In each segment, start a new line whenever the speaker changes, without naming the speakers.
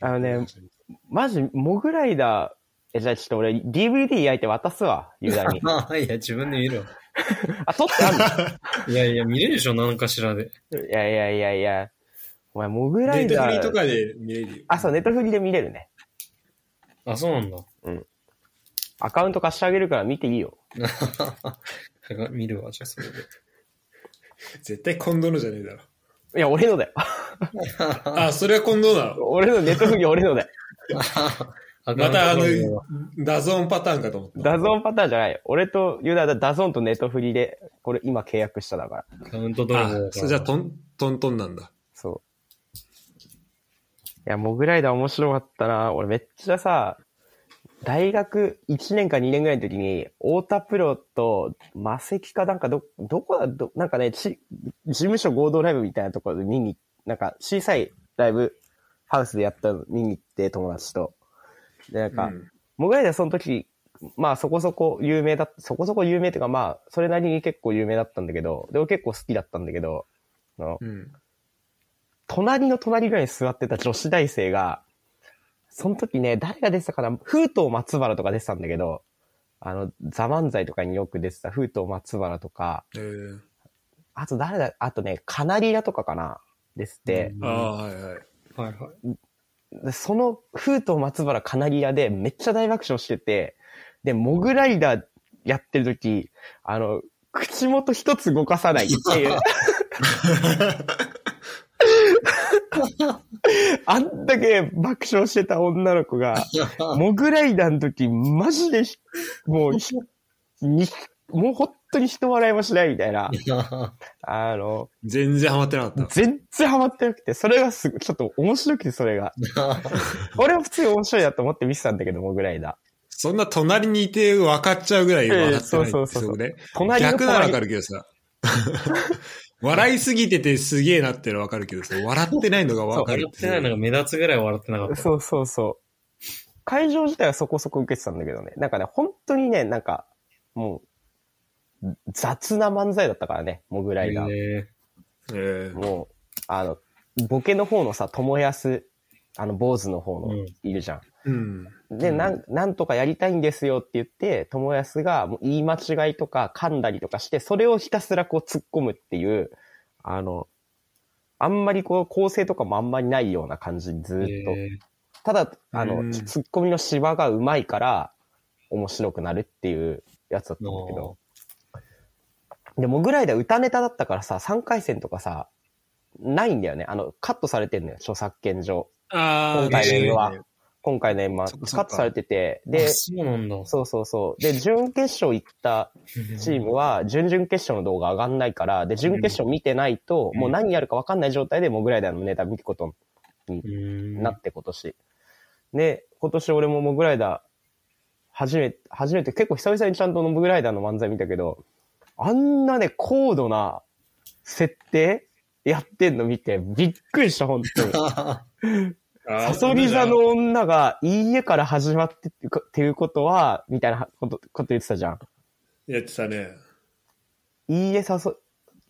あのね、マジ、モグライダー、え、じゃあちょっと俺、DVD 焼いて渡すわ、ユダ に。
ま あ、いや、自分で見ろ。
あ、撮ってあんの
いやいや、見れるでしょ、何かしらで。
いやいやいやいや。お前、モグラ
ネ
イ
ット
ダ
フリ
ー。
とかで見れるよ。
あ、そう、ネットフリで見れるね。
あ、そうなんだ。
アカウント貸してあげるから見ていいよ。
見るわ、じゃあ、それで。
絶対今度のじゃねえだろ。
いや、俺のだよ。
あ、それは今度なの。
俺の、ネットフリ俺のだよ。
またあの
アカウントが、
ダゾーンパターンかと思った。
ダゾーンパターンじゃないよ。俺とユダだ、ダゾーンとネットフリで、これ今契約しただから。
アカウントどう
あ、それじゃあトン、トントンなんだ。
そう。いや、モグライダー面白かったな。俺めっちゃさ、大学1年か2年ぐらいの時に、太田プロと、マセキかなんかど、どこだ、どなんかね、ち事務所合同ライブみたいなところで見に、なんか小さいライブハウスでやったの見に行って、友達と。で、なんか、
うん
モグライダーその時、まあそこそこ有名だ、そこそこ有名っていうかまあ、それなりに結構有名だったんだけど、でも結構好きだったんだけど、あの
うん。
隣の隣ぐらいに座ってた女子大生が、その時ね、誰が出てたかな、風東松原とか出てたんだけど、あの、ザ・漫才とかによく出てた風東松原とか、
えー、
あと誰だ、あとね、カナリアとかかな、出てて、
ああ、はいはい。
はいはい。
でその風と松原カナリアでめっちゃ大爆笑してて、で、モグライダーやってる時、あの、口元一つ動かさないっていう。あんだけ爆笑してた女の子が、 モグライダーの時、マジでひ、もうひ、に、もう本当に人笑いもしないみたいな。あの、
全然ハマってなかっ
全然ハマってなくて、それがすごい、ちょっと面白くて、それ が。俺は普通に面白いなと思って見てたんだけど、モグライダ
そんな隣にいて分かっちゃうぐらい分かってない、
ええそうそうそうそう
ね。
ー。隣の
逆なら
隣
分かるけどさ。 笑いすぎててすげえなってのは分かるけどさ、笑ってないのが分か
笑
る
ってないのが目立つぐらい笑ってなかった。
そうそうそう。会場自体はそこそこ受けてたんだけどね。なんかね、本当にね、なんか、もう、雑な漫才だったからね、モグライダー。
え
ええ
もう、あの、ボケの方のさ、ともやす、あの、坊主の方の
うん、
いるじゃん。
うん。
で、なん、なんとかやりたいんですよって言って、友安がもう言い間違いとか噛んだりとかして、それをひたすらこう突っ込むっていう、あの、あんまりこう構成とかもあんまりないような感じず
ー
ーっと。
え
ただ、あの、
うん
突っ込みの芝がうまいから、面白くなるっていうやつだったんだけど。で、モグライダー歌ネタだったからさ、3回戦とかさ、ないんだよね。あの、カットされてんのよ、著作権上。
ああ、
今回の
ね
M は。今回の M は
そっかそっ
カ
か
ットされてて、
ー
で
あ、そうなんだ。
そうそうそう。で、準決勝行ったチームは、準々決勝の動画上がんないから、で、準決勝見てないと、
うん
もう何やるか分かんない状態でモグライダーのネタ見ること
うー
に
ん。
なって、今年。で、今年俺もモグライダー、初めて、初めて、結構久々にちゃんとモグライダーの漫才見たけど、あんなね、高度な設定やってんの見て、びっくりした、本当 に。サソリ座の女が、いい家から始まってっていうかっていうことは、みたいなこと、こと言ってたじゃん。
やってたね。
いいえ、さそ、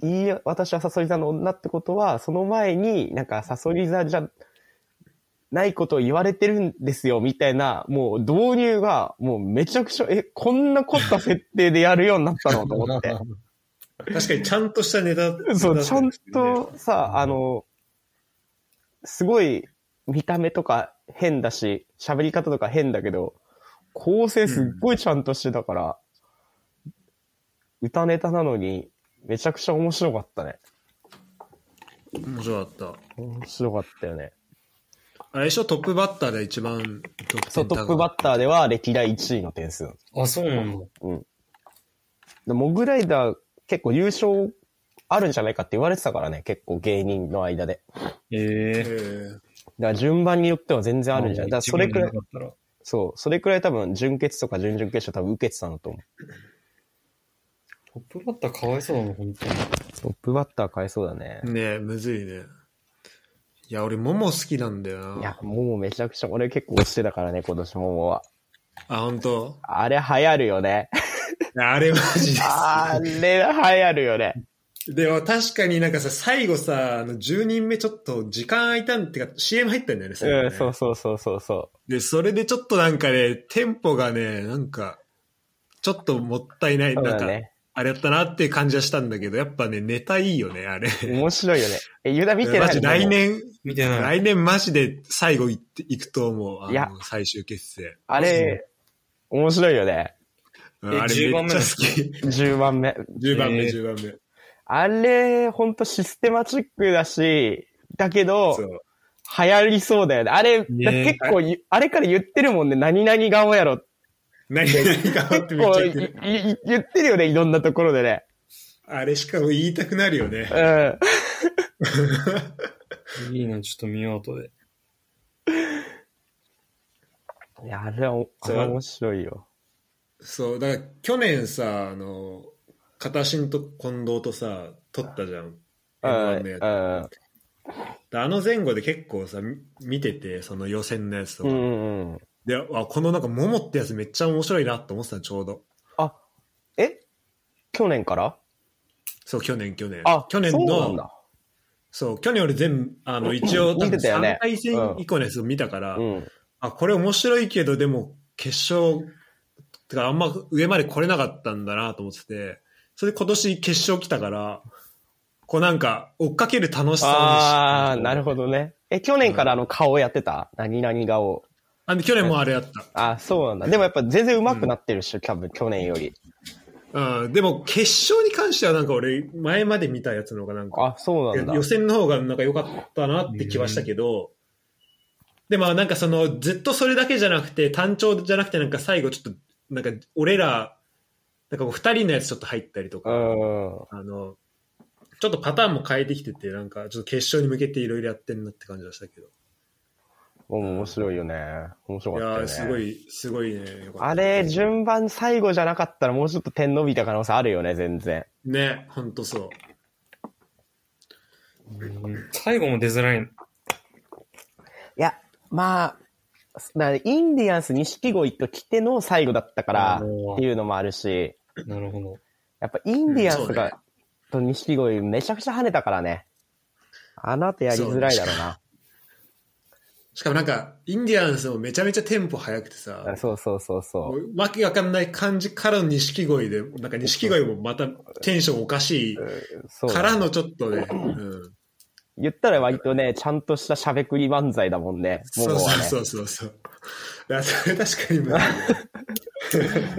いいえ、私はサソリ座の女ってことは、その前になんかサソリ座じゃないことを言われてるんですよ、みたいな、もう導入が、もうめちゃくちゃ、え、こんな凝った設定でやるようになったのと思 って。
確かにちゃんとしたネタ。
そう、ちゃん
ネ
とさ、あの、すごい見た目とか変だし、喋り方とか変だけど、構成すっごいちゃんとしてたから、歌ネタなのに、めちゃくちゃ面白かったね。
タ。面白かった。
面白かったよね。
あれでしょトップバッターで一番得
そう、
点高
ト
い
ップバッターでは歴代1位の点数なの
あ、そうなんだ。
でモグライダー結構優勝あるんじゃないかって言われてたからね、結構芸人の間で。
ええ。
え
だから順番によっては全然あるんじゃないだからそれくらい
自分でな、かったら
そう、それくらい多分準決とか準々決勝多分受けてたのと思
トップバッターかわいそうだな、本当に。
う。トップバッター買えそうだね
え。。ねえ、むずいね。いや、俺、もも好きなんだよ
い
な
や。、ももめちゃくちゃ、俺結構推してたからね、今年ももは。
あ、ほんと
あれ流行るよね。
いやあれマジです。
あれ流行るよね。
でも確かになんかさ、最後さ、あの10人目ちょっと時間空いたんってか CM 入ったんだよね、最後
う
ね
ん、そうそうそうそうそ
で、それでちょっとなんかね、テンポがね、なんか、ちょっともったいな
う。
い、
そう
なん
だ
か、
ね。
あれやったなっていう感じはしたんだけど、やっぱね、ネタいいよね、あれ。
面白いよね。え、ユダ見てない
マジ来。年、
見てない。
来年マジで最後いっていくと思う。あ
いや
の、最終決戦。
あれ、面白いよね。
うん
え
あれ
10
め
番
っ
目
ちゃ好 き。
10番目。
10番目、
えー
10番目。
あれ、ほんとシステマチックだし、だけど
そ、う。
流行りそうだよね。あれ、
ね
だ結構ゆ、あれから言ってるもんね。何々顔やろって。
何何が変わっ
結
てめっ
構
ちゃ言
い
ってる。
い言ってるよね。いろんなところでね。
あれしかも言いたくなるよね。
うん。
いいの、ちょっと見ようとで。
いや、あれはお、あれは面白いよ。
そう、だから去年さ、あの、片新と近藤とさ、撮ったじゃん。
うん。う
M1 のやつ
ん。
あの前後で結構さ、み見てて、その予選のやつと
う
か。
んうん。
で、あ、このなんか、ももってやつめっちゃ面白いなと思ってたのちょうど。
あ、え去年から
そう、去年、去年。
あ、
去年の、
そうなんだ。
そう去年俺全部、あの、一応、多
見
分
てたよね
3回戦以降のやつを見たから、
うん。
あ、これ面白いけど、でも、決勝、てかあんま上まで来れなかったんだなと思ってて、それで今年決勝来たから、こうなんか、追っかける楽しさをね
ああ、
知った
なるほどね。え、去年からあの顔やってた、何々顔。
あで去年もあれやった。
あ、そうなんだ。でもやっぱ全然上手くなってるっしょ、多分、去年より。
うん、でも決勝に関してはなんか俺、前まで見たやつの方がなんか、
あ、そうなんだ
予。選の方がなんか良かったなって気はしたけど、でもなんかその、ずっとそれだけじゃなくて、単調じゃなくてなんか最後ちょっと、なんか俺ら、なんかこう二人のやつちょっと入ったりと
う
か、
ん。
あの、ちょっとパターンも変えてきてて、なんかちょっと決勝に向けていろいろやってんなって感じはしたけど。
面白いよね。面白
い
か
や
ったよね。
ーすごい、すごいね。よかった
あれ、順番最後じゃなかったらもうちょっと点伸びた可能性あるよね、全然。
ね、ほんとそう。
最後も出づらい。
いや、まあ、だからインディアンス錦鯉と来ての最後だったから
おー
っていうのもあるし、
なるほど。
やっぱインディアン
うんそ
ス
うね
が、と錦鯉めちゃくちゃ跳ねたからね。あの後やりづらいだろうな。
しかもなんか、インディアンスもめちゃめちゃテンポ速くてさ、
あそうそうそうそう。
もうわけわかんない感じからの錦鯉で、なんか錦鯉もまたテンションおかしい
そう
からのちょっとね、うん、
言ったら割とね、ちゃんとしたしゃべくり漫才だもんね。も
そう
はね。
そうそうそう。いや、それ確かに難しいね、
だか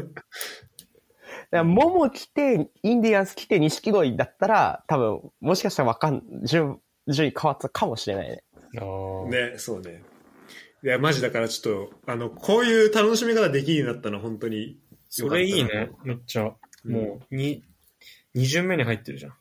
らもも来て、インディアンス来て、錦鯉だったら、多分、もしかしたらわかん、順、順位変わってたかもしれないね。
ああ。
ね、そうね。いや、マジだからちょっと、あの、こういう楽しみ方できるようになったの、本当に。
それいいね。めっちゃ。もう、に、二巡目に入ってるじゃん。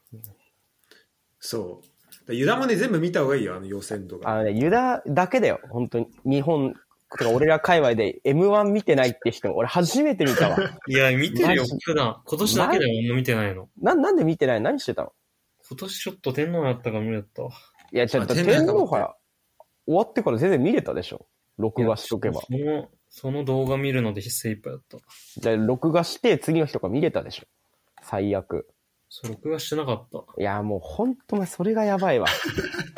そう。だからユダもね、全部見た方がいいよ、あの予選と
あ
か。
のね、ユダだけだよ、本当に。日本、とか俺ら界隈で M1 見てないって人、俺初めて見 たわ。
いや、見てるよ
マジ、
普段。今年だけでもあんま見てないの。
な、なんで見てない何してたの
今年ちょっと天皇だったから無理だったわ。
いや、ちょっと
あ天
天
皇
皇から終わってから全然見れたでしょ録画しとけば。
その、その動画見るので精一杯だった。
じゃあ録画して次の日とか見れたでしょ最悪。
そう、録画してなかった。
いや、もうほんと、それがやばいわ。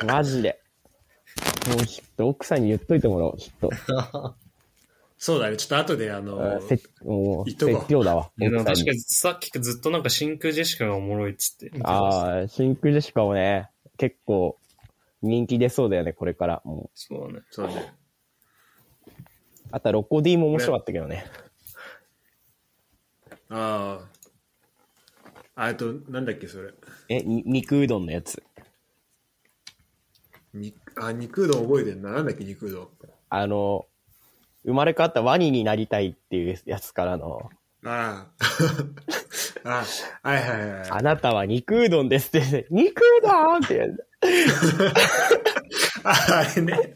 マジで。もうちょっと奥さんに言っといてもらおう。ちょっ
そうだね、ちょっと後で、
とあ
あの、
ー、せもう、
言っとこう
説教だわ。
いやでも
奥さ
確
ん
か
に
にさっきずっとなんか真空ジェシカがおもろいっつって。
ああ、真空ジェシカもね、結構人気出そうだよね、これから。も
そうだね。
そうね。
うあとはロコディも面白かったけどね。
ああ。あえっと、なんだっけ、それ。
え、に肉うどんのやつ。
にあ、肉うどん覚えてんな。なんだっけ、肉うどん。
あの、生まれ変わったワニになりたいっていうやつからの、
ああ。ああ、はいはいはいは
あ
い。
なたは肉うどんですって、 肉うどんって言う
ああれね。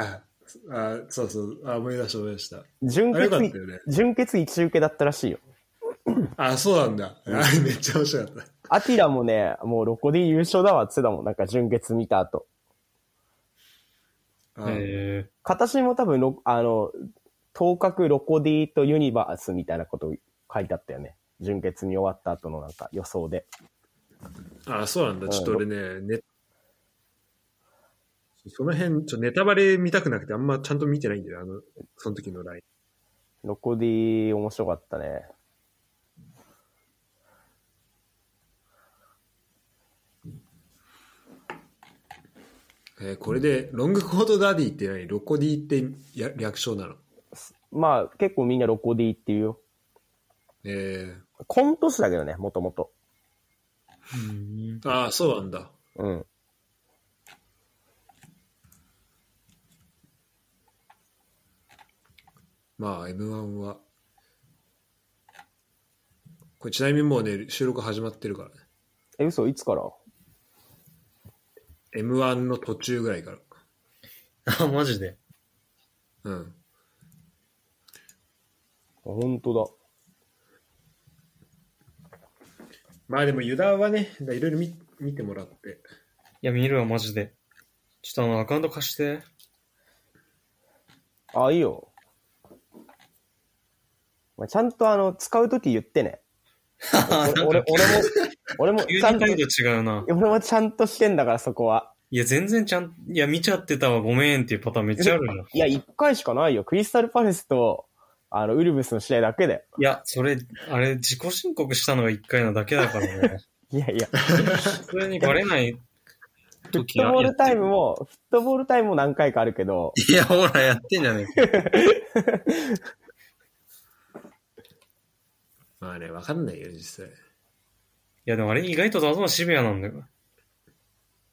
ああ、そうそう。あ思い出した思い出した。
純
あれよ
血
かっ
い、
たよね
純血一受けだったらしいよ。
あそうなんだ。あれめっちゃ面白かった。
アキラもね、もうロコディ優勝だわって言ってたもん、なんか純血見た後。
あ
へ
形も多分ロ、あの、頭角ロコディとユニバースみたいなこと書いてあったよね。純潔に終わった後のなんか予想で。
ああ、そうなんだ。
うん
ちょっと俺ね、ねその辺、ちょっとネタバレ見たくなくて、あんまちゃんと見てないんだよ。あの、その時のライン。
ロコディ面白かったね。
えーこれで、ロングコートダディって何ロコディってや略称なの
まあ結構みんなロコディっていうよ。
え
コント師だけどね、もともと。
うん。
ー、ああ、そうなんだ。
うん。
まあ、M1 は。これちなみにもうね、収録始まってるからね。
え、嘘いつから
M1 の途中ぐらいから。
あ、マジで。
うん。
本当だ。
まあでもユダはね、いろいろ見見てもらって。
いや、見るわ、マジで。ちょっとあの、アカウント貸 して。
あ、いいよ。まあ、ちゃんとあの、使うとき言ってね。俺、俺俺も、俺も、
急
ちゃ
に
んと、
態度違うな。
俺もちゃんとしてんだから、そこは。
いや、全然ちゃん、いや、見ちゃってたわ、ごめんっていうパターンめっちゃあるじゃん。い
いや、一回しかないよ。クリスタルパレスと、あの、ウルブスの試合だけだよ。
や、それ、あれ、自己申告したのが一回なだけだからね。
いやいや、
普通にバレない
フ
時
ッ
は
トボールタイムも、フットボールタイムも何回かあるけど、
いや、ほら、やってんじゃねえか。
まあね、わかんないよ、実際。
いや、でもあれ意外とダゾーンシビアなんだよ。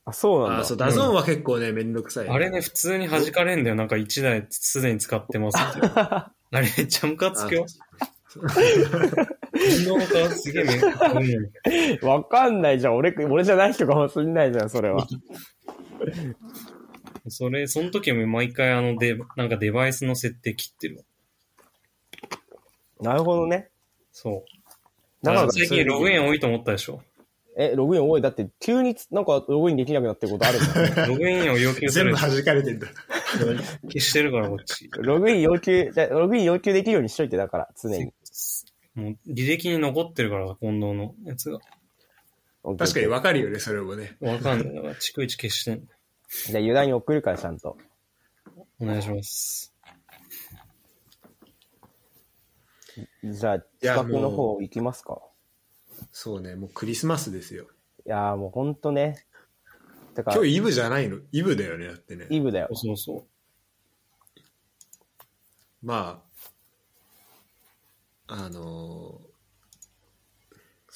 あ、そうなん
あ
だ。
あ、そう、ダゾーンは結構ね、めんどくさい。
あれね、普通に弾かれんだよ。なんか1台すでに使ってますって あれ、めっちゃムカつくよ。昨日かすげえめっちゃ買うのに
わかんないじゃん。俺、俺じゃない人かもしんないじゃん、それは。
それ、その時も毎回あのデ、なんかデバイスの設定切ってるわ。
なるほどね。
そう。
だから
最近ログイン多いと思ったでしょ。
え、ログイン多い。だって、急につ、なんか、ログインできなくなってることあるもん
ログインを要求す
全
る
部。弾かれて んだ。
消してるから、こっち。
ログイン要求、じゃログイン要求できるようにしといて、だから、常に。
もう履歴に残ってるから、近藤のやつが。
確かに
オッケーオッ
わかるよね、それもね。
わかんないだから、逐一消してんの
ケーじゃあ、油断に送るから、ちゃんと。
お願いします。
じゃあ、
や
企画の方行きますか。
そうね、もうクリスマスですよ。
いやーもうほんとね。てか
今、日イブじゃないのイブだよね、だってね。
イブだよ。
そうそ
まあ、あのー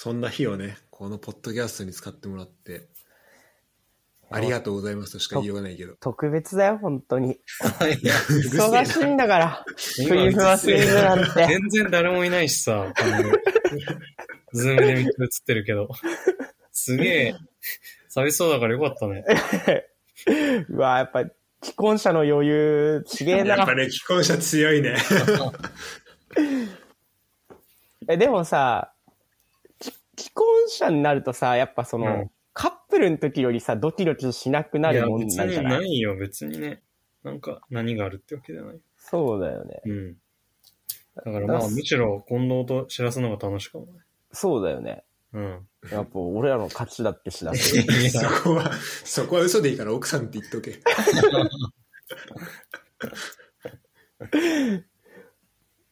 そんな日をね、このポッドキャストに使ってもらって、ありがとうございますとしか言いようがないけど。
特別だよ、ほんとに。
う。いや、
うるせえな
忙しいんだから。ク
今う
リ
る
スマスイブなんて。
全然誰もいないしさ、あのズームで見て映ってるけど。すげえ、寂しそうだからよかったね。
うわーやっぱ、既婚者の余裕、ちげえ
やっ
な
ぱ。ね、既婚者強いね。
え、でもさ、き既婚者になるとさ、やっぱその、
うん
カップルの時よりさ、ドキドキしなくないる
や、
もん
別
なんじゃ
に
ない
ないよ、別にね。なんか、何があるってわけじゃない。
そうだよね。
うん。だからまあ、むしろ近藤と知らすのが楽しかもね。
そうだよね。
うん。
やっぱ俺らの勝ちだってしだって。
いや
そこは、そこは嘘でいいから奥さんって言っとけ。
い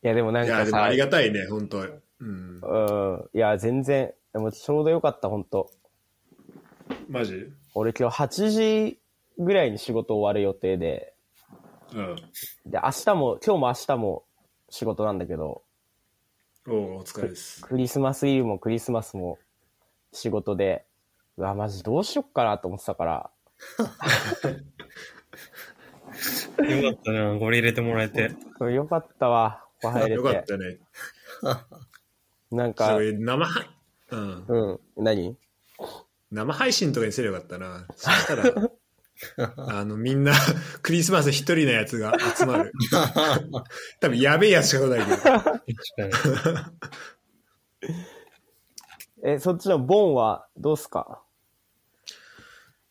やでもなん
いや、
か
でもあ
さ、
りがたいね、本当うん。
うん、いや全然、でもちょうどよかった、ほんと。
マジう
俺今日8時ぐらいに仕事終わる予定で、
ん。
で、明日も、今日も明日も仕事なんだけど、
おうお疲れです。
クリスマスイブもクリスマスも仕事で、うわ、マジどうしよっかなと思ってたから、
よかったな、これ入れてもらえて。
うんよかったわ、ここ入れ。
よかってたね。
なんか
そう、いう生配、うん。
うん、何
生配信とかにすればよかったな。そしたら、あの、みんな、 クリスマス一人のやつが集まる。多分、やべえやつしか来ないけど。
確かに。
え、そっちのボンはどうすか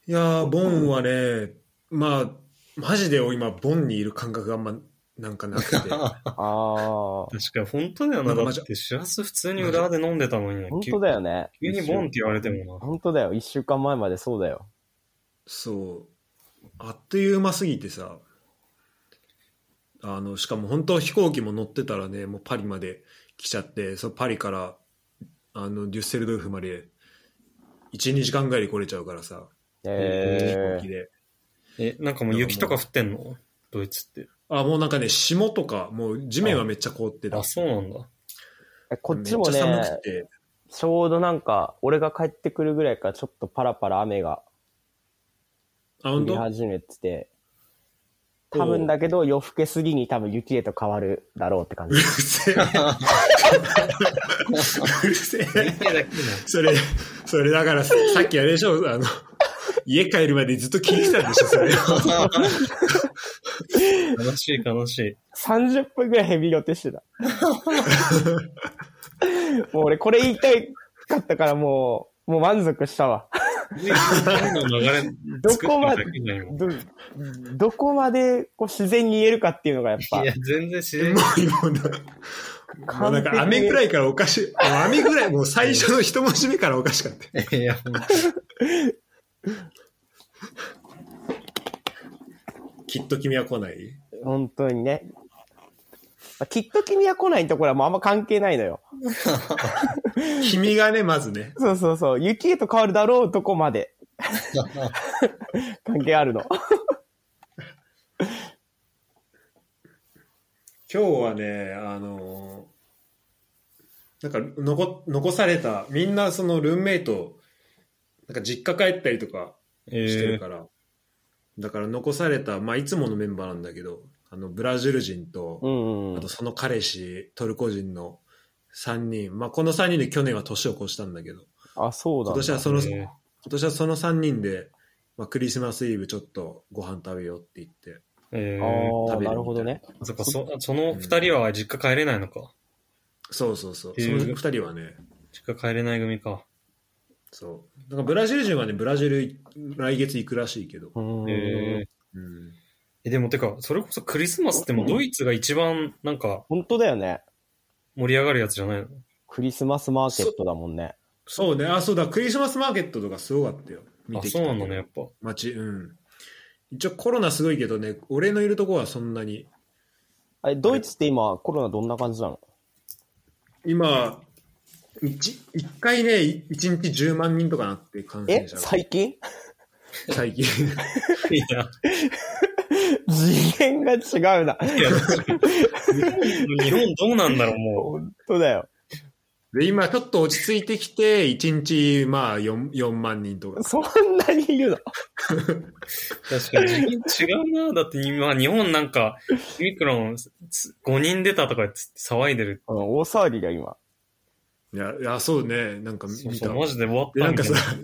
いやー、ボンはね、まあ、マジで今、ボンにいる感覚があんまなんかなくて。
あー。
確かに、本当だよな。
なんか
だ
マジ
って、シラス普通に裏で飲んでたのに。
本当だよね。
急にボンって言われてもな。
本当だよ。一週間前までそうだよ。
そう。あっという間すぎてさ、あの、しかも本当飛行機も乗ってたらね、もうパリまで来ちゃって、そうパリから、あの、デュッセルドルフまで、1、2時間ぐらいで来れちゃうからさ、飛
え
行機で。
え、なんかもう雪とか降ってんのドイツって。
あ、もうなんかね、霜とか、もう地面はめっちゃ凍ってた。
あ、そうなんだ。
ー。こっちも
めっちゃ
ね
寒く、て。
ちょうどなんか、俺が帰ってくるぐらいからちょっとパラパラ雨が
あ、
降
本
り
当
始めてて、多分だけど夜更けすぎに多分雪へと変わるだろうって感
う
じ
る。せえ。うるせえ。
雪だ けな
それ、それだからささっきあれでしょ、あの、家帰るまでずっと聞いてたんでしょ、それを。
悲しい悲し い。
30分ぐらいヘビロテしてた。もう俺これ言いたかったからもう、もう満足したわ。
流れ
ど
作って
こ
る
ま
だ
で
けじゃん、今
ど、どこまでこう自然に言えるかっていうのがやっぱ
いや、、全然自然
もう今な、もうなんか雨ぐらいからおかしい。もう雨ぐらい、もう最初の一文字目からおかしかった。
に。いや、ほんと
きっと君は来ない。
本当にね。まあきっと君は来ないところはもうあんま関係ないのよ。
君がね、まずね。
そうそうそう。雪へと変わるだろうとこまで。関係あるの。
今日はね、あのーなんか残、残された、みんなそのルームメイト、なんか実家帰ったりとか、して
え
るから、だから残された、まあ、いつものメンバーなんだけどあのブラジル人
う
と、
ん、うん
あと。その彼氏トルコ人の3人、まあ、この3人で去年は年を越したんだけど
あ、そうだな。
今年はその、
ーえ
今年はその3人で、まあ、クリスマスイブちょっとご飯食べようって言って
ーえー
あ
食
あ、
べるみたいな
なるほどね。
そっか、そその二人は実家帰れないのか。
そうそうそう
え
その
ー
2人はね
実家帰れない組か。
そうなんかブラジル人はねブラジル来月行くらしいけど、
うん。
えー
うん、
え、でもてか、それこそクリスマスってもうドイツが一番なんか
本当だよね。
盛り上がるやつじゃないの
クリスマスマーケットだもんね。
そうねあそうだクリスマスマーケットとかすごかったよ見
あ、
てきた
そう
けど
なんだね、やっぱ。
街、うん。一応コロナすごいけどね、俺のいるとこはそんなに。
あれ、ドイツって今コロナどんな感じなの
今、一一回ね、い一日10万人とかなって感
え
染者が
最近
最近。
いや、
次元が違うな。
いや、日本どうなんだろう、も
本当だよ。
で、今ちょっと落ち着いてきて、一日まあ 4, 四万人とか。
そんなにいるの
う。確かに、違うな。だって今、日本なんか、オミクロン5人出たとか言って騒いでる。
うん大騒ぎが今。
いや、いやそうね、なんか見た。
そうそう、マジで終わっ
で、
た
なん
み
か
たい
さ
な。、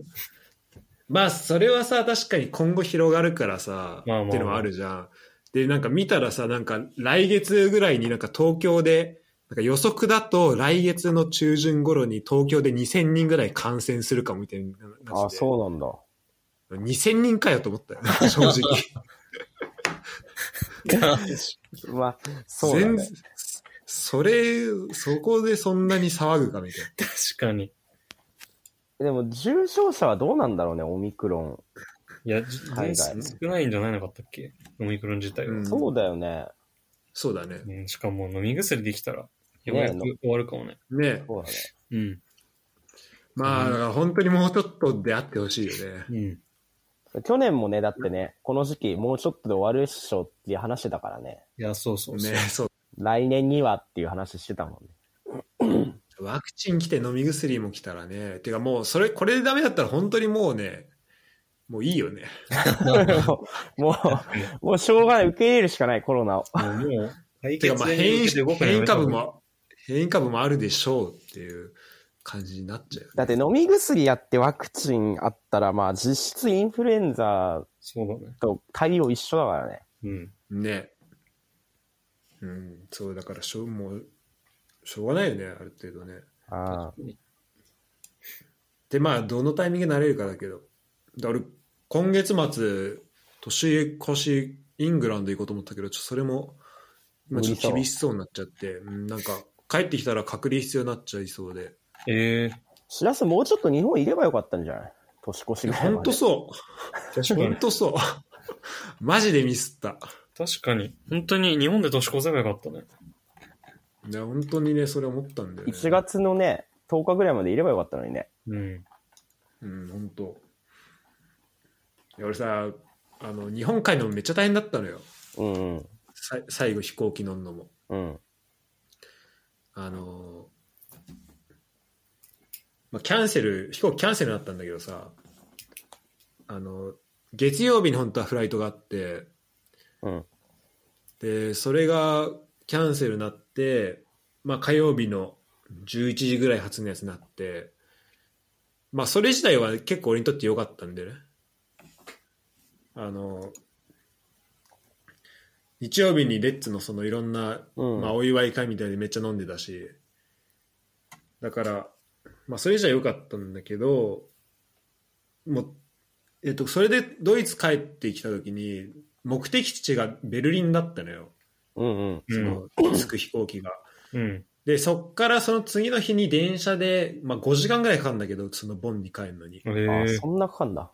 まあそれはさ、確かに今後広がるからさ、
まあまあまあ
っていうのもあるじゃん。で、なんか見たらさ、なんか来月ぐらいになんか東京で、なんか予測だと来月の中旬頃に東京で2000人ぐらい感染するかもみたいな話
あ、
で。
そうなんだ。
う。2000人かよと思ったよ、正直。
まあ、そうだ
全
ね
然。それ、そこでそんなに騒ぐかみたいな。
確かに。
でも、重症者はどうなんだろうね、オミクロン。
いや、じ
海外
少ないんじゃないなかったっけオミクロン自体は。
うん
そうだよね。
そうだね。
うん、しかも飲み薬できたら、ようやく
ね
終わるかもね。
ね
そうだね。
うん。
まあ、だから本当にもうちょっと出会ってほしいよね。
うん。
去年もね、だってね、この時期もうちょっとで終わるっしょっていう話してたからね。
いや、そうそうそう。
ね、そう。
来年にはっていう話してたもんね。
ワクチン来て飲み薬も来たらね。てかもう、それ、これでダメだったら本当にもうね、もういいよね。
もう、もう、もうしょうがない。受け入れるしかない、コロナを。
もう、もう解
て
決
かまあ
に
変
向
異
けて動くのや
変異
めた方
株
が
も、変異株もあるでしょうっていう感じになっちゃうよね。
だって飲み薬やってワクチンあったら、まあ実質インフルエンザ
そうだね。
と対応一緒だからね。
うん。
ね。うん、そう、だからしょう、もう、しょうがないよね、ある程度ね。
あ
で、まあ、どのタイミングでなれるかだけど。だから俺、今月末、年越し、イングランド行こうと思ったけど、ちょっとそれも今ちょっと
無理
厳
そ
しそうになっちゃって、うん、なんか、帰ってきたら隔離必要になっちゃいそうで。
ええ
しらすもうちょっと日本いればよかったんじゃない年越しぐらい
本
ま
当
で。
そう。
確か
本
に。
当そう。 マジでミスった。
確かに。本当に日本で年越せばよかったね。
いや、本当にね、それ思ったんだよね。
1。月のね、10日ぐらいまでいればよかったのにね。
うん。
うん、本当。いや、俺さ、あの、日本海のめっちゃ大変だったのよ。
うんうん。
さい最後飛行機乗んのも。
うん。
あのーまあ、キャンセル、飛行機キャンセルになったんだけどさ、あの月曜日に本当はフライトがあって、
うん。
で、それがキャンセルになって、まあ、火曜日の11時ぐらい発のやつになって、まあ、それ自体は結構俺にとって良かったんでね。あの、日曜日にレッツのそのいろんな、
うん
まあ、お祝い会みたいでめっちゃ飲んでたし、だから、まあ、それじゃ良かったんだけど、もう、えっと、それでドイツ帰ってきた時に、目的地がベルリンだったのよ。
うんうん。
う
そ
ん。
の、着く飛行機が。
うん。
で、そっからその次の日に電車で、まあ5時間ぐらいかかるんだけど、そのボンに帰るのに
え。え
あそんなかかんだ。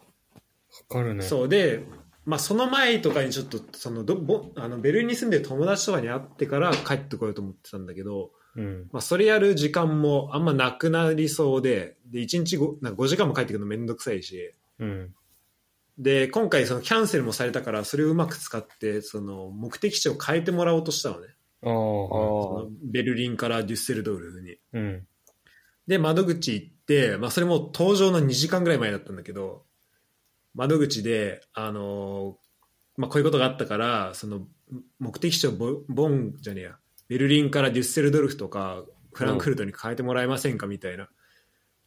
かかるね。
そうで、まあその前とかにちょっと、そのど、ボンあのベルリンに住んでる友達とかに会ってから帰ってこようと思ってたんだけど、
うん。
まあそれやる時間もあんまなくなりそうで、で、1日 5, なんか5時間も帰ってくるのめんどくさいし、
うん。
で今回そのキャンセルもされたからそれをうまく使ってその目的地を変えてもらおうとしたのね
ああ。
ああ
そのベルリンからデュッセルドールに
うん。
で窓口行って、まあ、それも搭乗の2時間ぐらい前だったんだけど窓口で、あのーまあ、こういうことがあったからその目的地をボボンじゃねえやベルリンからデュッセルドルフとかフランクフルトに変えてもらえませんかみたいな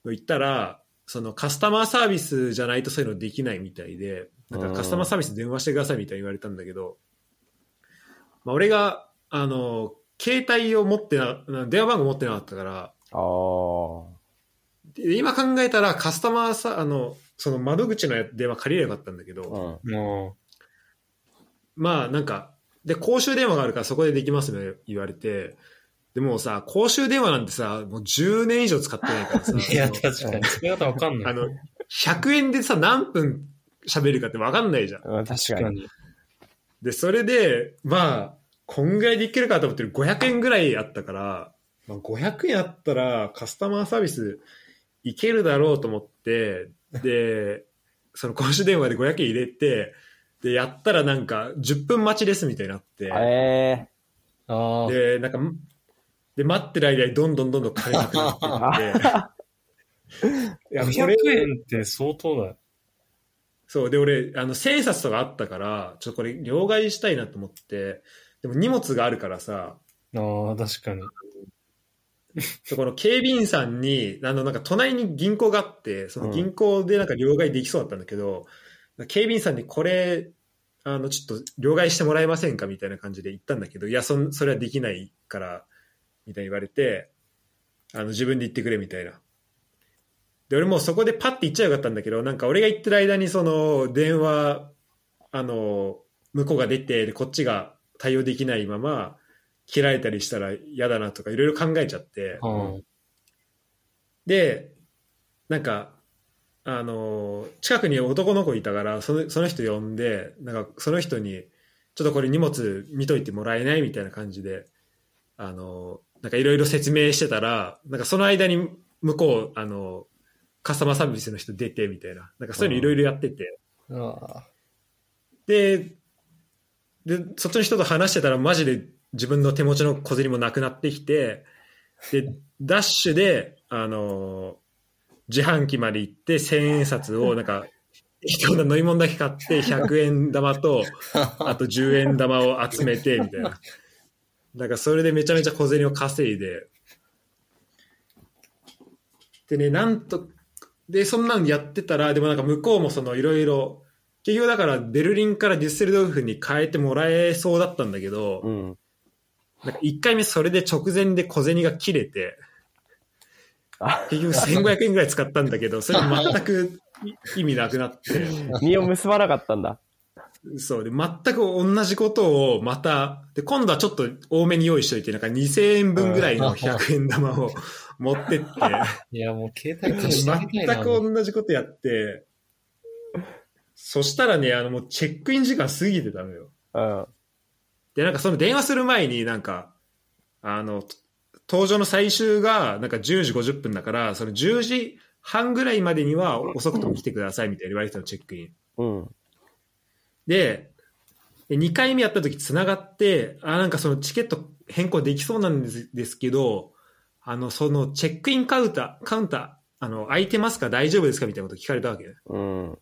の言ったらそのカスタマーサービスじゃないとそういうのできないみたいでなんかカスタマーサービス電話してくださいみたいに言われたんだけど、まあ、俺が、あのー携帯を持ってな電話番号持ってなかったから
ああ。
で今考えたらカスタマーさあのその窓口の電話借りればよかったんだけど、
うん。
あ
まあなんかで公衆電話があるからそこでできますね言われてでもうさ公衆電話なんてさもう10年以上使ってないからさ
あ。いや、確かに。使い方わかんな
あ
い。
の100円でさ何分喋るかって分かんないじゃん
うん確かに。
に。
でそれでまあこんぐらいでいけるかと思ってる500円ぐらいあったから、まあ、500円あったらカスタマーサービスいけるだろうと思ってでその公衆電話で500円入れてでやったらなんか10分待ちですみたいになって
え
ああ。
でなんかで待ってる間にどんどんどんどん金なくなってっていやこ
500
れ
円って相当だよ。
そう、で、俺、あの、千冊とかあったから、ちょっとこれ、両替したいなと思って、でも荷物があるからさ、
ああ、確かに。
そこの警備員さんに、あの、なんか隣に銀行があって、その銀行でなんか両替できそうだったんだけど、警備員さんにこれ、あの、ちょっと両替してもらえませんかみたいな感じで言ったんだけど、いや、そん、それはできないから、みたいに言われて、あの、自分で言ってくれ、みたいな。で、俺もうそこでパッて言っちゃよかったんだけど、なんか俺が言ってる間に、その、電話、あの、向こうが出て、でこっちが対応できないまま、切られたりしたら嫌だなとか、いろいろ考えちゃって、
ああ。
でなんかあのー近くに男の子いたからそのその人呼んでなんかその人に「ちょっとこれ荷物見といてもらえない?」みたいな感じであのーなんかいろいろ説明してたらなんかその間に向こうあのーカスタマーサービスの人出てみたいななんかそういうのいろいろやってて、
あ
ででそっちの人と話してたらマジで自分の手持ちの小銭もなくなってきてでダッシュで、あのー自販機まで行って千円札をなんか適当な飲み物だけ買って100円玉とあと10円玉を集めてみたいな。なんかそれでめちゃめちゃ小銭を稼いで。でね、なんと、で、そんなんやってたら、でもなんか向こうもそのいろいろ、結局だからベルリンからデュッセルドルフに変えてもらえそうだったんだけど、
うん。
なんか1回目それで直前で小銭が切れて、
あ
結局1500円ぐらい使ったんだけど、それ全く意味なくなって、
身を結ばなかったんだ。
そうで、全く同じことをまた、で、今度はちょっと多めに用意しといて、なんか2000円分ぐらいの100円玉を持ってって、
いや、もう携帯貸してあげたい
全
な。
く同じことやって、そしたらね、あの、もうチェックイン時間過ぎてたのよ。
うん。
で、なんかその電話する前になんか、あの、と登場の最終がなんか10時50分だから、その10時半ぐらいまでには遅くとも来てくださいみたいな言われてたの、チェックイン。
うん。
で、2回目やった時繋がって、あ、なんかそのチケット変更できそうなんですですけど、あの、そのチェックインカウンター、カウンター、あの、空いてますか大丈夫ですかみたいなこと聞かれたわけね。
うん。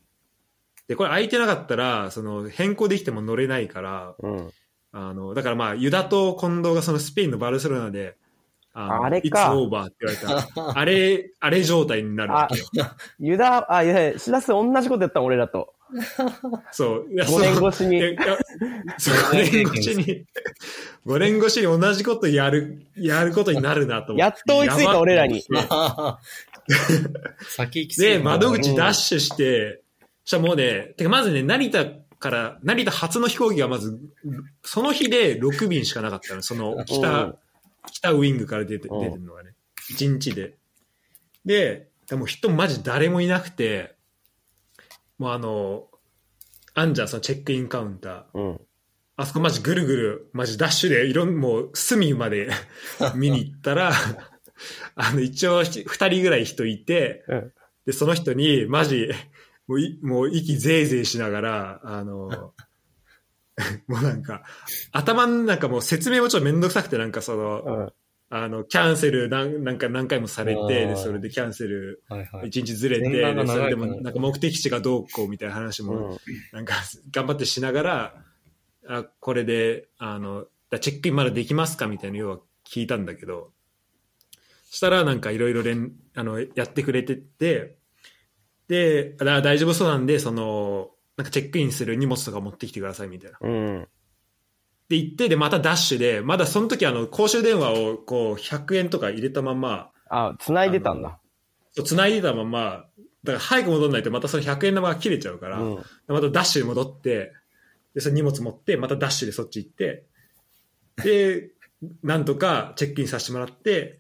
で、これ空いてなかったら、その変更できても乗れないから、
うん。
あの、だからまあ、ユダと近藤がそのスペインのバルセロナで、の
あれか
いつオーバーって言われた。あれ、あれ状態になるわけよ。
ユダ、あ、いやいや、シラス同じことやったの俺らと。
そう。いや
5年
そう
越し
いや
に。
いやそう5年越しに、5年越しに同じことやる、やることになるなと思って。
やっと追いついた俺ら に
やばっと思っ
先行き
てで、窓口ダッシュして、そしたらもうね、てかまずね、成田から、成田初の飛行機がまず、その日で6便しかなかったの。その、
う
北
ん、
北ウィングから出て、
うん
出てるのがね。1日で。で、でも人マジ誰もいなくて、もうあの、あんじゃん、そのチェックインカウンター。
うん。
あそこマジぐるぐる、マジダッシュでいろん、もう隅まで見に行ったら、あの一応ひ二人ぐらい人いて、
うん
で、その人にマジ、もういもう息ぜいぜいしながら、あの、 もうなんか、頭のなんかもう説明もちょっとめんどくさくてなんかその、
うん。
あの、キャンセルなんなんか何回もされ
あ
て、
ー
で、それでキャンセル
はいはい。
一日ずれて、
前段が
で
長い
そ
から
れでもなんか目的地がどうこうみたいな話も
うん。
なんか頑張ってしながら、あこれであのだチェックインまだできますかみたいな要は聞いたんだけど、したらなんかいろいろ連あのやってくれてて、で、だ大丈夫そうなんで、その、なんかチェックインする荷物とか持ってきてくださいみたいな。
うん。
で、行って、で、またダッシュで、まだその時あの、公衆電話をこう、100円とか入れたまま、
あ、繋いでたんだ。
そう繋いでたまま、だから早く戻んないとまたその100円玉が切れちゃうか
う
ら、
ん。
またダッシュで戻って、で、その荷物持って、またダッシュでそっち行って、で、なんとかチェックインさせてもらって、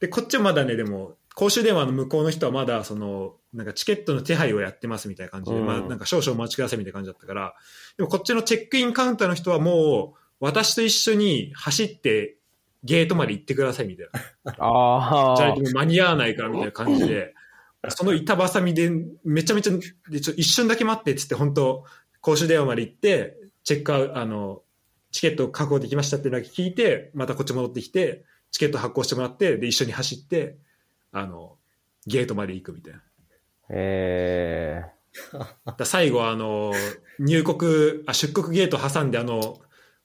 で、こっちはまだね、でも、公衆電話の向こうの人はまだ、その、なんかチケットの手配をやってますみたいな感じで、
うん
まあ、なんか少々お待ちくださいみたいな感じだったから、でもこっちのチェックインカウンターの人はもう、私と一緒に走って、ゲートまで行ってくださいみたいな。
あ
じゃ
あ
ないと。もう間に合わないからみたいな感じで、その板挟みで、めちゃめちゃ、でちょ一瞬だけ待ってっつって、本当公衆電話まで行って、チェックアウあの、チケット確保できましたってだけ聞いて、またこっち戻ってきて、チケット発行してもらって、で、一緒に走って、あの、ゲートまで行くみたいな。
ええ。
だから最後は、あの、入国、あ、出国ゲート挟んで、あの、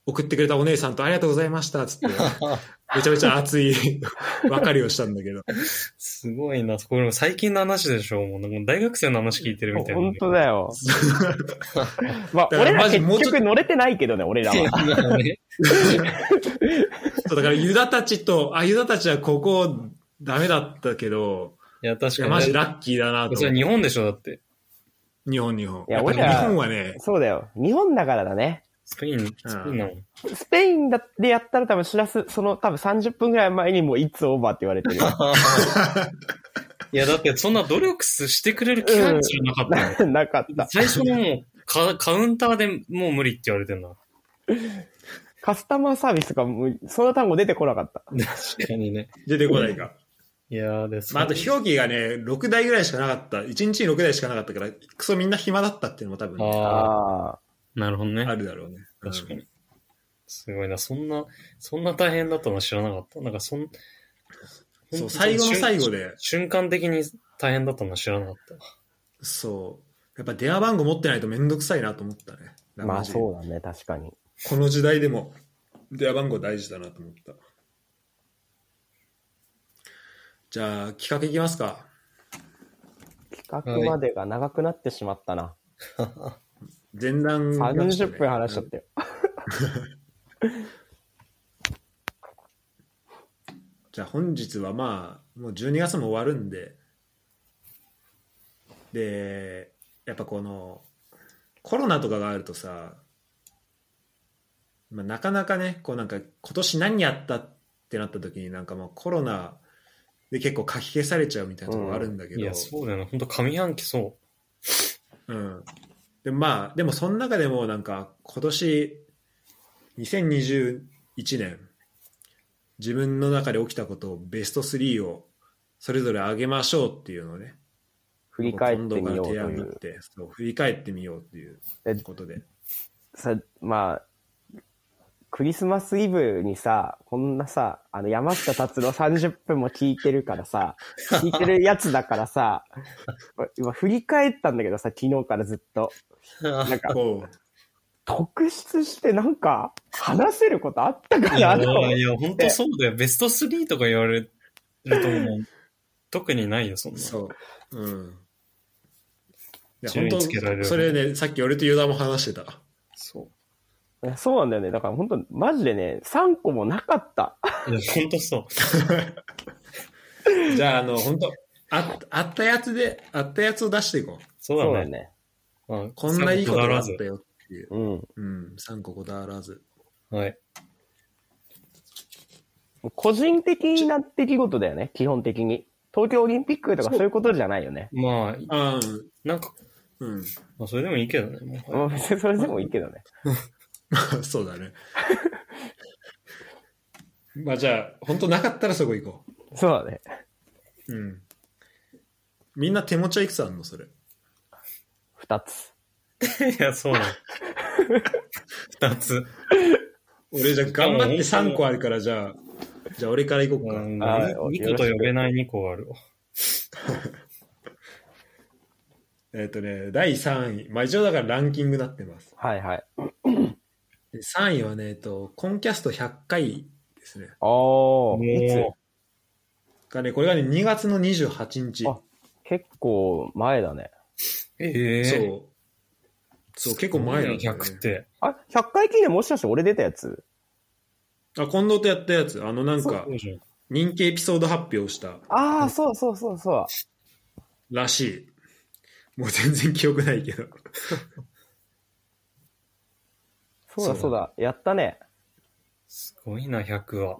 送ってくれたお姉さんとありがとうございました、つって、めちゃめちゃ熱い別れをしたんだけど。
すごいな。これも最近の話でしょもうもう大学生の話聞いてるみたいな。
本当 だよ。まあ、
だから
俺ら
マジ
結
もうちょっと
局乗れてないけどね、俺らは。
よ。ね、
そうだからユダたちと、あ、ユダたちはここダメだったけど、
いや、確
い
か
や
に。
マジラッキーだなと
それ
思う。
日本でしょだって。
日本、日本。
いや
やっぱり
俺ら
日本はね、
そうだよ。日本だからだね。
スペイン、スペインなの。
スペインだってやったら多分知らす、その多分30分ぐらい前にもういつオーバーって言われ てる。
いや、だってそんな努力してくれる機会すらなかったの。
なかった。
最初のもうカカウンターでもう無理って言われてんな。
カスタマーサービスがもう、その単語出てこなかった。
確かにね。
出てこないか。
いやーで、
まあ、あと飛行機がね、6台ぐらいしかなかった。1日に6台しかなかったから、クソみんな暇だったっていうのも多分ね、
ああ、
あ
なるほどね。
あるだろうね。
確か
うん
に。すごいな。そんな、そんな大変だったのは知らなかった。なんかそん、
そう、最後の最後
で。
で、
瞬間的に大変だったのは知らなかった。
そう、やっぱ電話番号持ってないとめんどくさいなと思ったね。。
あ。まあそううだね、確かに。
この時代でも、電話番号大事だなと思った。じゃあ、企画いきますか。
企画までが長くなってしまったな。
前段がちょっとね、
30分話しちゃったよ。
じゃあ本日はまあもう12月も終わるんででやっぱこのコロナとかがあるとさ、まあ、なかなかね、こうなんか今年何やったってなった時になんかまあコロナで結構書き消されちゃうみたいなところあるんだけど、
いや、そうだよな。本当上半期そ
うん。でもまあ、でもその中でもなんか今年2021年自分の中で起きたことをベスト3をそれぞれ上げましょうっていうのをね、
振り返って
今度
み
から
ようと
提案
い
に
う
なっ。て、そう振り返ってみようっていう
え
ことで。
さ、まあ、クリスマスイブにさ、こんなさ、あの、山下達郎30分も聞いてるからさ、聞いてるやつだからさ、今振り返ったんだけどさ、昨日からずっと。
う。
なんか、
こう
特筆してなんか、話せることあったか
いや、
ないと思って
や本当そうだよ。ベスト3とか言われるともう、特にないよ、そんな。
そう。うん。いや、
順
本
位つけられる
当それね、さっき俺とユダも話してた。
そ
いやそうなんだよね。だから本当マジでね、3個もなかった。
う。いや、本当そう。
じゃあ、あの、本当ああったやつで、あったやつを出していこう。
そう
そう
だ
だ
よ
ね。
ね。
まあ
こんないいことがあっ
参考に
た
なら
よっていう。
うん。
うん、3個こだわらず。
ずはい。
個人的な出来事だよね、基本的に。東京オリンピックとかそういうことじゃないよね。
まあ、
あ
なんか、
うん、
まあ、それでもいいけどね。
う
もう
ん 別にそれでもいいけどね。
うん、 そうだね。 まあじゃあ、本当なかったらそこ行こ
そうだね。
う。うん。みんな手持ちはいくつあんのそれ。
二つ。
いや、そうな の。二つ。
俺じゃあ頑張って3個あるから、じゃあ、じゃあ俺から行こうか。
うん、
あ
2個と呼べない2個あるわ。
えっ、とね、第3位。まあ一応だからランキングになってます。
はいはい。
で3位はね、えっと、コンキャスト100回ですね。
お
も
ー、いうつ
がね、これがね、2月の28日。
あ結構前だね。
ええ
そう。そう、結構前なんだよね
100って。
あ、100回記念もしかして俺出たやつ
あ、近藤とやったやつ。あの、なんか
そ、うじゃん
人気エピソード発表した
ああ、そうそうそうそう。
らしい。もう全然記憶ないけど。
そうだそうだ。やったね。
すごいな、100は。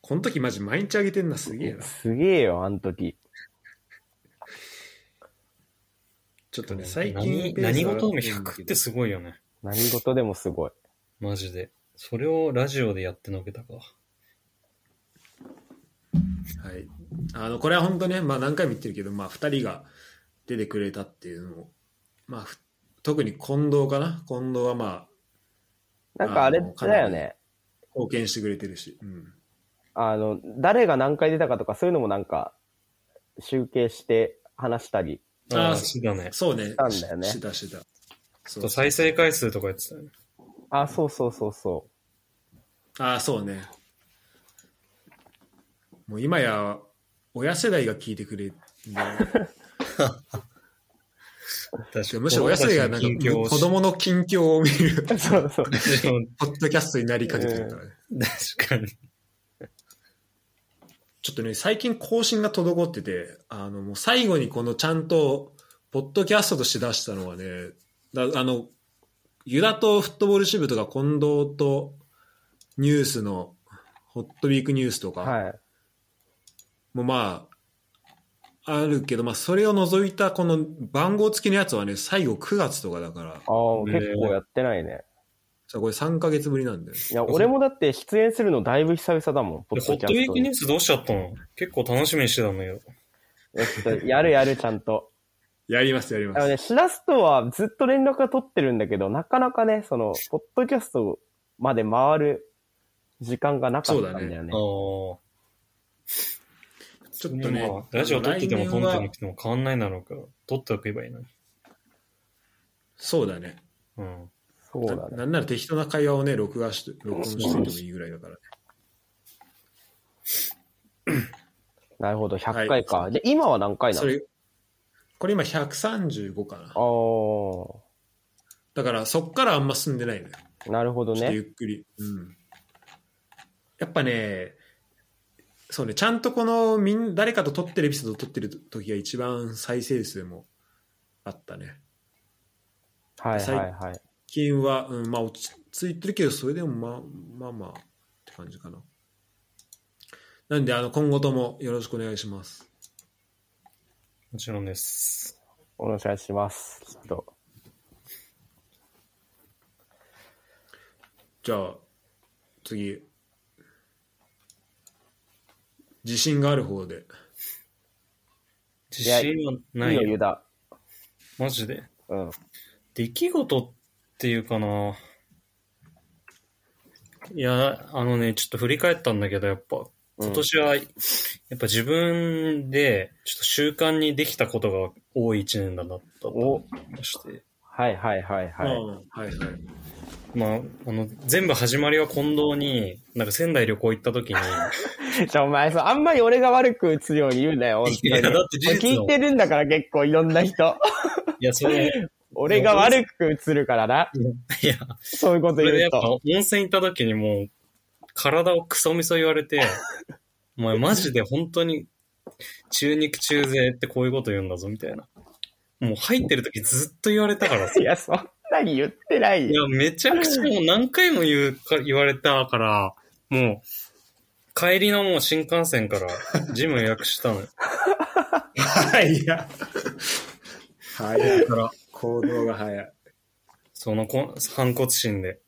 この時マジ毎日あげてんな、すげえな。
すげえよ、あの時。
ちょっとね、最近
何
ペー
何
スが上が
事
ん
でも
だ
100
けど。
ってすごいよね。
何事でもすごい。
マジで。それをラジオでやってのけたか。
はい。あの、これは本当ね、まあ何回も言ってるけど、まあ二人が出てくれたっていうのも、まあふ特に近藤かな。近藤はまあ
なんかあれだよね。
貢献してくれてるし。うん。
あの、誰が何回出たかとかそういうのもなんか、集計して話したり。
あ
あ
あ、
ー
そうだね。
そうね。
たんだよね
ししてたしてた。そう
再生回数とかやってたよね。
あ、そうそうそうそ
ああ、そうね。もう今や、親世代が聞いてくれるんだよね。
確
むしろ親世代がなんか子供の近況を見る、
う。そうそう。
ポッドキャストになりかけてるからね。
確かに。
ちょっとね、最近更新が滞ってて、あの、もう最後にこのちゃんと、ポッドキャストとして出したのはね、だあの、ユダとフットボール支部とか近藤とニュースの、ホットウィークニュースとか、
はい。
もうまあ、あるけど、まあ、それを除いたこの番号付きのやつはね、最後9月とかだから、
ああ、結構やってないね。
さこれ3ヶ月ぶりなんだよね。
いや、俺もだって出演するのだいぶ久々だもん、ポ
ホットウィークニュー
に
スどうしちゃったの結構楽しみにしてたんだけど。
いやちょっとやるやる、ちゃんと。
やります、やりま
あの
す。
ね、しらすとはずっと連絡が取ってるんだけど、なかなかね、その、ポッドキャストまで回る時間がなかったんだよね。
ああ。
ちょっとね
まあ、ラジオ撮ってても
来
撮
年
っ
は
てなくても変わんないだろうから、撮っておけばいいのに。
そうだね。
うん。
そうだ
な
ね。
なんなら適当な会話をね、録画して、録音しておいてもいいぐらいだからね。
なるほど、100回か。で、今は何回な
そ
の
れ、これ今135かな。
あ
だからそっからあんま進んでないのよ。
あ、なるほど
ちょっとゆ
ね。
っくり。うん。やっぱね、そうね、ちゃんとこのみん、誰かと撮ってるエピソードを撮ってる時が一番再生数もあったね。
はいはいはい。
近は、うん、まあ落ち着いてるけど、それでもまあまあまあって感じかな。なんで、あの、今後ともよろしくお願いします。
もちろんです。
お願いします。きっと。
じゃあ、次。自信がある方で。
自信はいない
よ、
い
ユ
よ。
ダ。
マジで。
うん。
出来事っていうかな。いや、あのね、ちょっと振り返ったんだけど、やっぱ、今年は、やっぱ自分で、ちょっと習慣にできたことが多い一年だなと思いまして。
はいはいはいはい。
うんはいはい。
まあ、あの、全部始まりは近藤に、なんか仙台旅行行った時に、
じゃあお前さ、あんまり俺が悪く打つように言うなよ、本当に
いやだって事実
聞いてるんだから結構いろんな人。
いや、それ、 い
俺が悪く映るからな。
や、
そういうこと
そ
言
れでや
う
っぱ
と。
温泉行った時にもう、体をクソみそ言われ て、お前マジで本当に中肉中背ってこういうこと言うんだぞみたいな。もう入ってる時ずっと言われたからさ。
いや、そんなに言ってない
い
よ。
や、めちゃくちゃもう何回も言うか、言われたから、もう、帰りのもう新幹線からジム予約したのよ。
はいや。早い。行動が早い。
そのこ、反骨心で。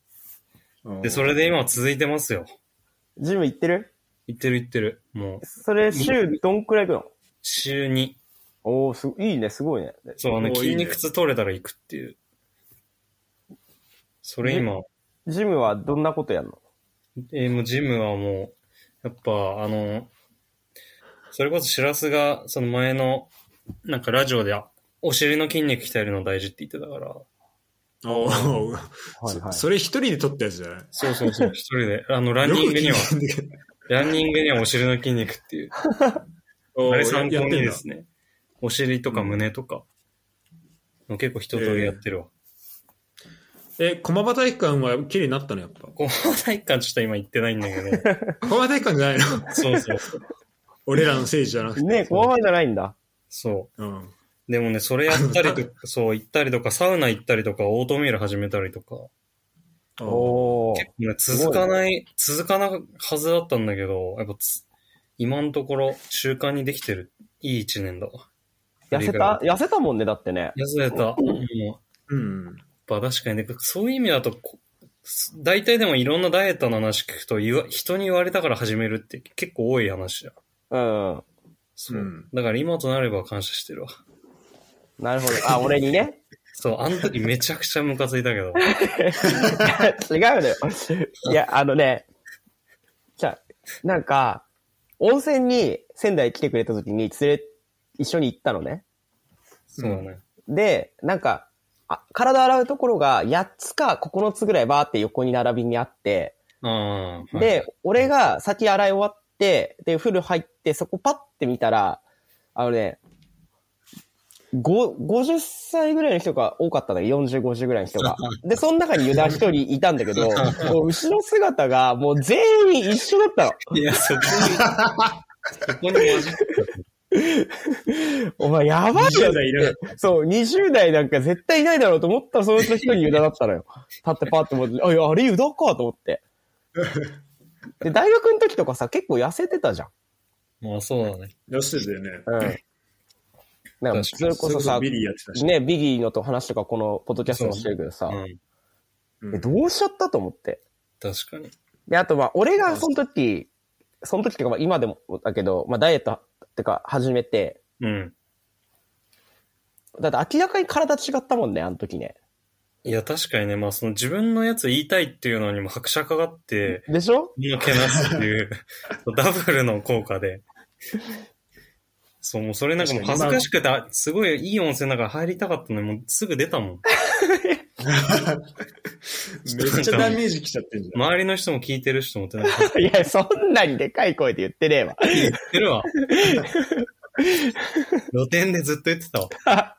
うん
で、それで今は続いてますよ。
ジム行ってる
行ってる行ってる。もう、
それ、週どんくらい行くの
週に。
おー、すごいいね、すごいね。
そう、あ
お
の、
ー
筋
いいね
肉痛取れたら行くっていう。それ今、
ジムはどんなことやんの
えーもうジムはもう、やっぱ、あの、それこそシラスが、その前の、なんかラジオで、あお尻の筋肉鍛えるの大事って言ってたから、
おー
はいはい。
そそれ一人で撮ったやつじゃない
そうそうそう、 一人で、あの、ランニングに は
よ、く聞いてんだけ
ランニングにはお尻の筋肉っていう、
ど
あれ参考
やっ
に
てんだ
ですね、お尻とか胸とか、結構一通りやってるわ。
え、駒場体育館は綺麗になったのやっぱ。
この体育館ちょっと今行ってないんだ けど、
駒場体育館じゃないの
そうそうそう。
俺らのせいじゃなくて。
ねえ、後半じゃないんだ。
そう。
うん。
でもね、それやったりとか、そう、行ったりとか、サウナ行ったりとか、オートミール始めたりとか、
おー
結。構ね、続かない、続かなはずだったんだけど、やっぱつ、今のところ、習慣にできてる、いい一年だわ。
痩せた痩せたもんね、だってね。
痩せた。もう、やっ
うん。
ぱ確かにね、そういう意味だと、こ大体でもいろんなダイエットの話聞くと、言わ人に言われたから始めるって結構多い話じゃん。
うん。
そう。
うん
だから今となれば感謝してるわ。
なるほど。あ、俺にね。
そう、あの時めちゃくちゃムカついたけど。
違うのよ。いや、あのね、じゃあなんか、温泉に仙台来てくれた時に連れ、一緒に行ったのね。
そうだね。
で、なんか、あ体洗うところが8つか9つぐらいバーって横に並びにあって、
ああ。はい、
で、俺が先洗い終わって、で、フル入って、そこパッて見たら、あのね、ご50歳ぐらいの人が多かったんだけど、40、50ぐらいの人が。で、その中にユダ一人いたんだけど、もう後ろ姿がもう全員一緒だったの。
いや、そこに、そこに混じ って
お前やばいよ
20。代いなかっ
そう、20代なんか絶対いないだろうと思ったら、そのうちの一人ユダだったのよ。立ってパーって思って、あ、いや、あれユダかと思って。で、大学の時とかさ、結構痩せてたじゃん。
まあそうだね。
た。痩せてたよね。
うん。なんか、それこ
それ
そ
こ
さ
そ、ビリーやってたし。
ね、ビギーのと話とかこのポッドキャストもしてるけどさ、
うん。
うん
えどうしちゃったと思って。
確かに。
で、あとまあ、俺がその時、その時っていうかまあ今でもだけど、まあダイエットってか始めて、
うん。
だって明らかに体違ったもんね、あの時ね。
いや、確かにね、まあその自分のやつ言いたいっていうのにも拍車かかって、
でしょ
みんなけなすっていう、 ダブルの効果で。そう、もうそれなんかもう恥ずかしくて、あすごいいい温泉だから入りたかったのに、もうすぐ出たもん。
めっちゃダメージきちゃってんじゃん。
周りの人も聞いてる人もってなんか、
いや、そんなにでかい声で言ってねえわ。
言って るわ。露店でずっと言ってたわ。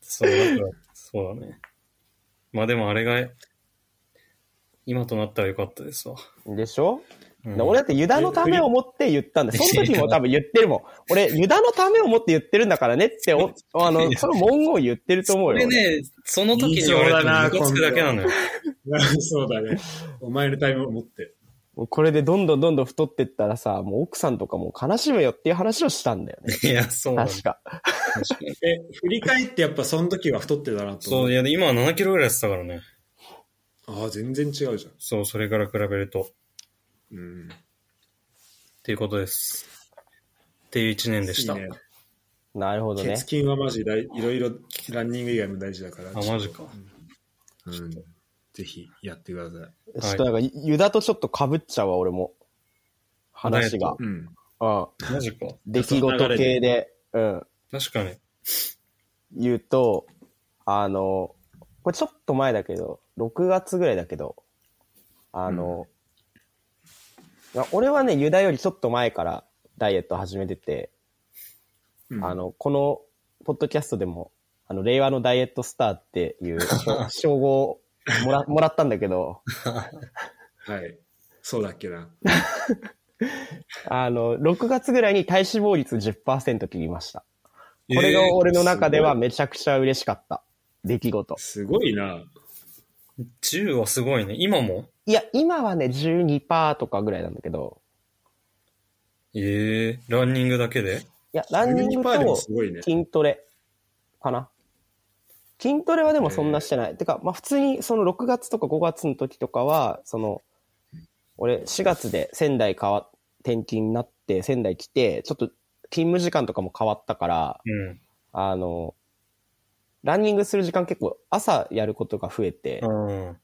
そう、だから、そうだね。まあでもあれが、今となったらよかったですわ。
でしょ
うん
俺だってユダのためを持って言ったんだ。その時も多分言ってるもん。俺、ユダのためを持って言ってるんだからねって、おあの、その文言を言ってると思うよ。
で
俺
ね、その時に言われてもムカつくだけなのよ。
そうだね。お前のタイムを持って。
もうこれでどんどんどんどん太ってったらさ、もう奥さんとかも悲しむよっていう話をしたんだよね。
いや、そうなんだ
確か。
確かに。
え、振り返ってやっぱその時は太ってたなと
そ
思
う、
う。
いや、今は7キロぐらいやってたからね。
ああ、全然違うじゃん。
そう、それから比べると。っ
うん。
ていうことです。っていう1年でした。
いいね
なるほどね
血。筋はマジだい、いろいろランニング以外も大事だから。
あ、マジか。
うん。ぜひやってください。
ちょっとなんか、ユダとちょっと被っちゃうわ、俺も。話が。
うん。
うん。
マジか。
出来事系で、うん。
確かに。
言うと、あの、これちょっと前だけど、6月ぐらいだけど、あの、いや俺はね、ユダよりちょっと前からダイエット始めてて、
うん
あ、の、この、ポッドキャストでも、あの、令和のダイエットスターって いう称号をもらもらったんだけど、
はい。そうだっけな。
あの、6月ぐらいに体脂肪率10%切りました。これが俺の中ではめちゃくちゃ嬉しかった。出来事。
すごいな。
10はすごいね。今も
いや、今はね、12%とかぐらいなんだけど、
ええランニングだけで
いや、ランニング
12%でも
と
すごいね。
筋トレかな。筋トレはでもそんなしてない。てか、まあ普通にその6月とか5月の時とかは、その、俺4月で仙台変わ、転勤になって仙台来て、ちょっと勤務時間とかも変わったから、
うん。
あの、ランニングする時間結構朝やることが増えて、
うん。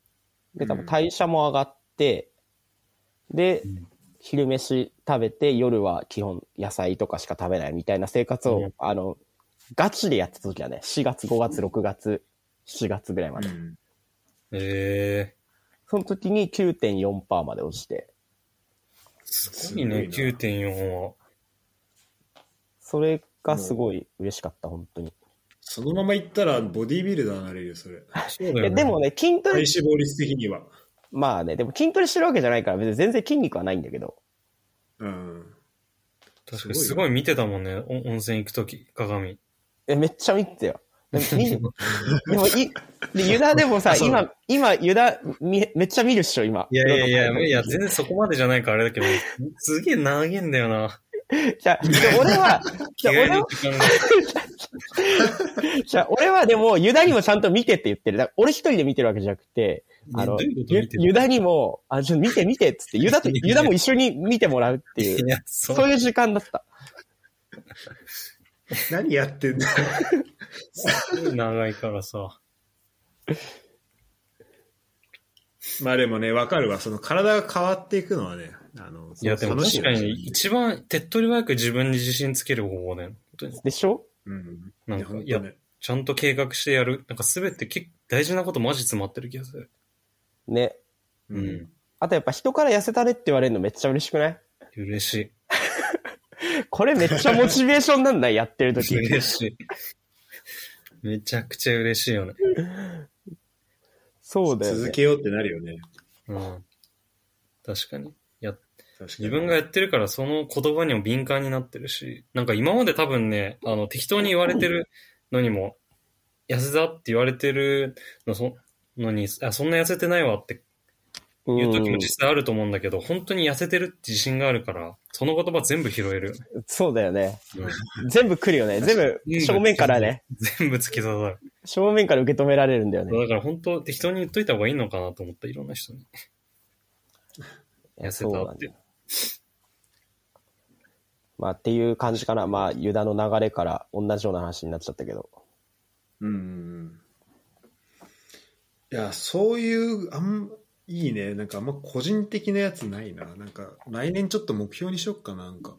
で、多分代謝も上がって、で、
うん
昼飯食べて、夜は基本野菜とかしか食べないみたいな生活を、
うん
あの、ガチでやってた時はね、4月、5月、6月、7月ぐらいまで。
うん
ええ
その時に9.4%まで落ちて、
すごいね、
すごいな
9.4は。
それがすごい嬉しかった、本当に。
そのまま行ったらボディービルダーになれるよ、そ れ。
そうだよ
え
ね。
でもね、筋ト
体
レ
脂、肪率的には。
まあね、でも筋トレしてるわけじゃないから、別に全然筋肉はないんだけど、
うん。
確かにすごい見てたもんね、お温泉行くとき、鏡。
え、めっちゃ見て たよ。でも、見でもい、でユダでもさ、
そう
今、今、ユダ、みめっちゃ見るっしょ、今。
いやいやい
世の
や、
中
いや、全然そこまでじゃないからあれだけど、すげえ長げんだよ な。
じゃあ、じゃあ俺 は、
着
じゃあ
替え
俺
る
は、
時間
じゃあ俺はでも、ユダにもちゃんと見てって言ってる。だから俺一人で見てるわけじゃなくて、
が。
あの
どういうこと
ゆ
見てる
ユダにも、あ、ちょっと見て見てっつって、ユダと、ユダも一緒に見てもらうってい、
いうや、 そう
そういう時間だった。
何やってんだ
長いからさ。
まあでもね、わかるわ。その体が変わっていくのはね、あの、
いや、でも
楽しい
確
よ
かに、
ね
一番手っ取り早く自分に自信つける方法だよね。本当に
でしょ
うん。
なん
い
か
や、本
いや
当ね。
ちゃんと計画してやる。なんかすべて結大事なことマジ詰まってる気がする。
ね。
う。
うんん
あとやっぱ人から痩せたねって言われるのめっちゃ嬉しくない
嬉し
これめっちゃモチベーションなんだ、やってる
い。
時。
嬉しい。めちゃくちゃ嬉しいよね。
そうだよ
続
ね。
けようってなるよね。
うん。確かに。
確かに
自分がやってるからその言葉にも敏感になってるし、なんか今まで多分ね、あの、適当に言われてるのにも、痩せたって言われてるの、そ、のに、あ、そんな痩せてないわって
う
言う時も
ん、
実際あると思うんだけど、本当に痩せてるって自信があるから、その言葉全部拾える よね。
そうだよね。
うん
全部来るよね。全部
全部
正面からね。
全部突き刺さる。
正面から受け止められるんだよね。
だから本当、適当に言っといた方がいいのかなと思った、いろんな人に。痩せ
そう
た
な
っ
んだよ
て。
まあっていう感じかな。まあ、ユダの流れから同じような話になっちゃったけど。
うん。いや、そういう、あん、いいね。なんかあんま個人的なやつないな。なんか、来年ちょっと目標にしよっかな、なんか。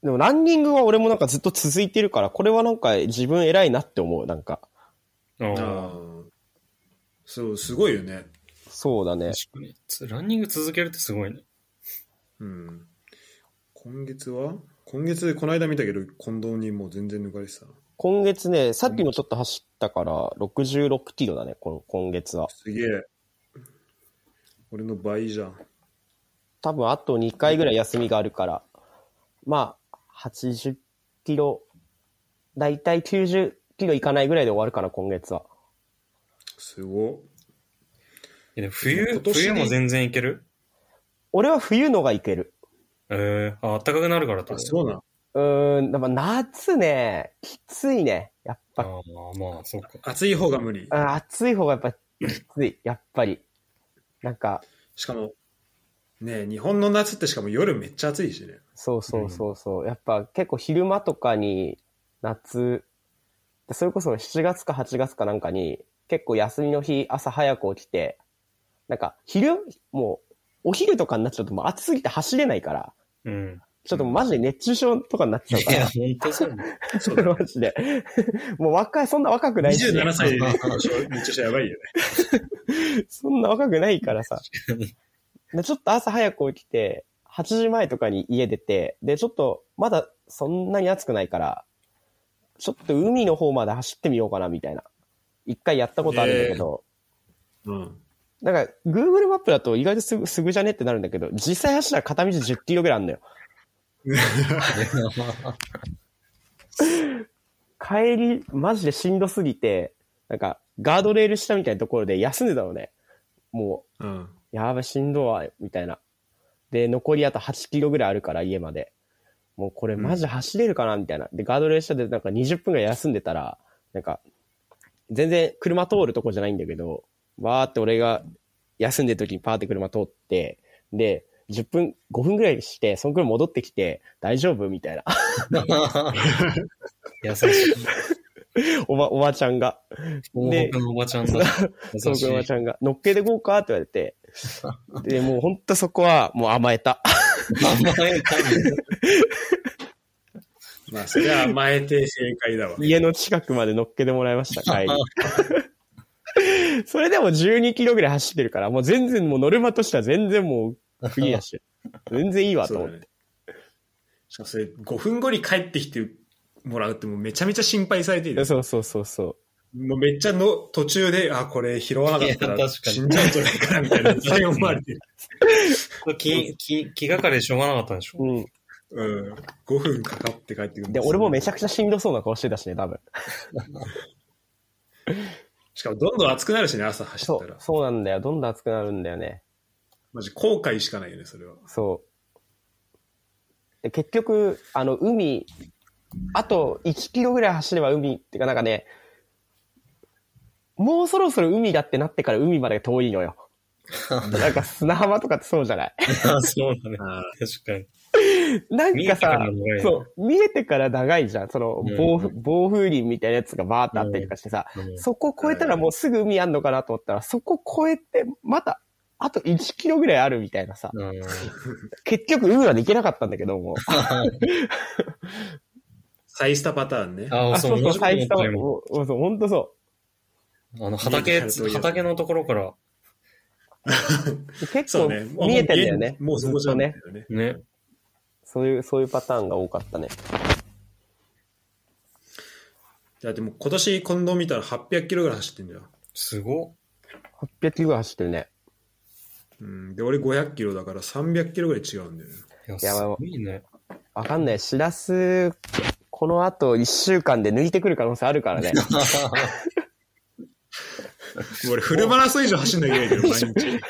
でもランニングは俺もなんかずっと続いてるから、これはなんか自分偉いなって思う。なんか、
ああ、
あ
確
あ。そう、すごいよね。
そうだね。
かに。つランニング続けるってすごいね。
うん。今月は今月、この間見たけど、近藤にもう全然抜かれてたな。
今月ね、さっきもちょっと走ったから、66キロだね、この今月は。
すげえ。俺の倍じゃん。
多分あと2回ぐらい休みがあるから、まあ、80キロ、だいたい90キロいかないぐらいで終わるかな、今月は。
すご
いやでも冬
今、年で
冬も全然いける
俺は冬のがいける。
ええあ、暖かくなるからと
あ、。そうな
うーん、やっぱ夏ね、きついね。やっぱ、
ああまあ、そうか。
暑い方が無理。
うん暑い方がやっぱきつい。やっぱり。なんか、
しかも、ね日本の夏ってしかも夜めっちゃ暑いしね。
そうそうそうそう。やっぱ結構昼間とかに夏、それこそ7月か8月かなんかに結構休みの日朝早く起きて、なんか昼、もうお昼とかになっちゃうともう暑すぎて走れないから、
うん。
ちょっともうマジで熱中症とかになっちゃう
い
か
や、
ら。
本当そうだ。
そうだね
マジで。 もう若い、そんな若くないし。
27歳でめっちゃやばいよね。
そんな若くないからさ。でちょっと朝早く起きて、8時前とかに家出て、で、ちょっと、まだそんなに暑くないから、ちょっと海の方まで走ってみようかな、みたいな。一回やったことあるんだけど、
うん。
なんか、Google マップだと意外とすぐ、すぐじゃねってなるんだけど、実際走ったら片道10キロぐらいあんのよ。帰り、マジでしんどすぎて、なんか、ガードレール下みたいなところで休んでたのね。もう、
うん。
やばい、しんどいわ、みたいな。で、残りあと8キロぐらいあるから、家まで。もうこれマジ走れるかな、みたいな。で、ガードレール下でなんか20分ぐらい休んでたら、なんか、全然車通るとこじゃないんだけど、わーって俺が休んでる時にパーって車通って、で、10分、5分ぐらいして、そのくらい戻ってきて、大丈夫みたいな。
優しい。
おば、おばちゃんが。
東北のおばちゃんだ。
そ
優
のく
し
らいおば
い
ち。ゃんが、乗っけてこうかって言われて。で、もうほんとそこは、もう甘えた。
甘えたね
まあ、それは甘えて正解だわ。
家の近くまで乗っけてもらいました、帰り。 それでも12キロぐらい走ってるから、もう全然もうノルマとしては全然もうクリア してる。全然いいわと
そう
思っ
だ
て。
ね。しかもそれ、5分後に帰ってきてもらうってもうめちゃめちゃ心配されている。
そうそうそうそう。
もうめっちゃの途中で、あ、これ拾わなかった
いや確
ら
かに
死んじゃうんじゃないかなみたい な、絶対思われてる。
気、気、気がかりでしょうがなかったんで しょ
うん。
うん。5分かかって帰ってくる。
で、俺もめちゃくちゃしんどそうな顔してたしね、多分。
しかもどんどん暑くなるしね、朝走
そ
った
う
ら、。
そうなんだよ。どんどん暑くなるんだよね。
マジ後悔しかないよね、それは。
そう。で、結局、あの、海、あと1キロぐらい走れば海っていうかなんかね、もうそろそろ海だってなってから海まで遠い のよ。なんか砂浜とかってそうじゃない
あそうだね。
あ
確かに。
なんかさ
見えてからの長い、な
そう、見えてから長いじゃん。その
うん、
暴風、暴風林みたいなやつがバーってあったりとかしてさ、そこ越えたらもうすぐ海あんのかなと思ったら、そこ越えて、また、あと1キロぐらいあるみたいなさ、
うん
結局海まで行けなかったんだけども。
サイスタパターンね。
ああ、
あ、
そ、
そううそ
同
う、最初
じこと思った
は、
今
もうそう、ほんとそ
あの、畑、畑のところから、
う。結
そう
構
ね。
見えてんだよね。
もうそこじゃんだよ
ずっとね。
ね。
ね。
そういう、そういうパターンが多かったね。
だってもう今年近藤見たら800キロぐらい走ってんだよ。
すごっ。
800キロぐらい走ってるね。
うん。で、俺500キロだから300キロぐらい違う んだよね。
いや、す
やばい
ごいね。
わかんない。しらす、この後1週間で抜いてくる可能性あるからね。
俺フルマラソン以上走んなきゃいけないけど、毎日。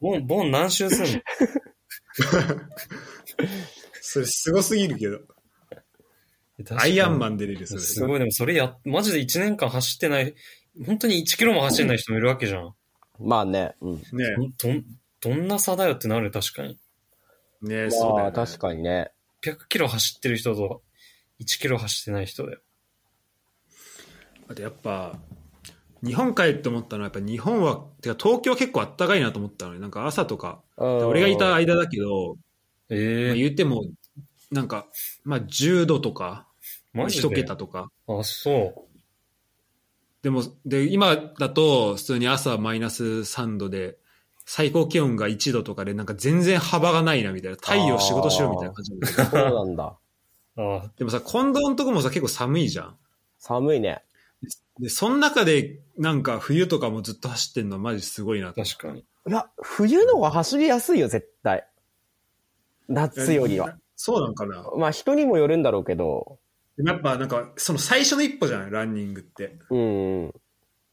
ボン、ボ ン何周すんの
それすごすぎるけど。
確かに
アイアンマン出れる、それ。
すごい、でもそれや、マジで1年間走ってない、本当に1キロも走ってない人もいるわけじゃん。
まあね。うん。
ね
どん、どんな差だよってなる、確かに。
ねそうだ
ま
よ、
あ、
ね。
確かにね。
100キロ走ってる人と、1キロ走ってない人だよ。
あとやっぱ、日本帰って思ったのは、やっぱ日本は、てか東京結構あったかいなと思ったのに、なんか朝とか、俺
俺
がいた間だけど、まあ、
ええ
言っても、なんか、まあ10度とか、
マジで
一桁とか。
あ、そ
でも、で、今だと、普通に朝マイナス3度で、最高気温が1度とかで、なんか全然幅がないな、みたいな。太陽仕事しろ、みたいな感じなんだけど。
そうなんだ。
う。あ
でもさ、近藤のとこもさ、結構寒いじゃん。
寒いね。
で、その中で、なんか冬とかもずっと走ってんのマジすごいなって。
確かに。
いや、冬の方が走りやすいよ、絶対。夏よりは。。
そうなんかな。
まあ人にもよるんだろうけど、
でもやっぱなんか、その最初の一歩じゃない、ランニングって。
うん。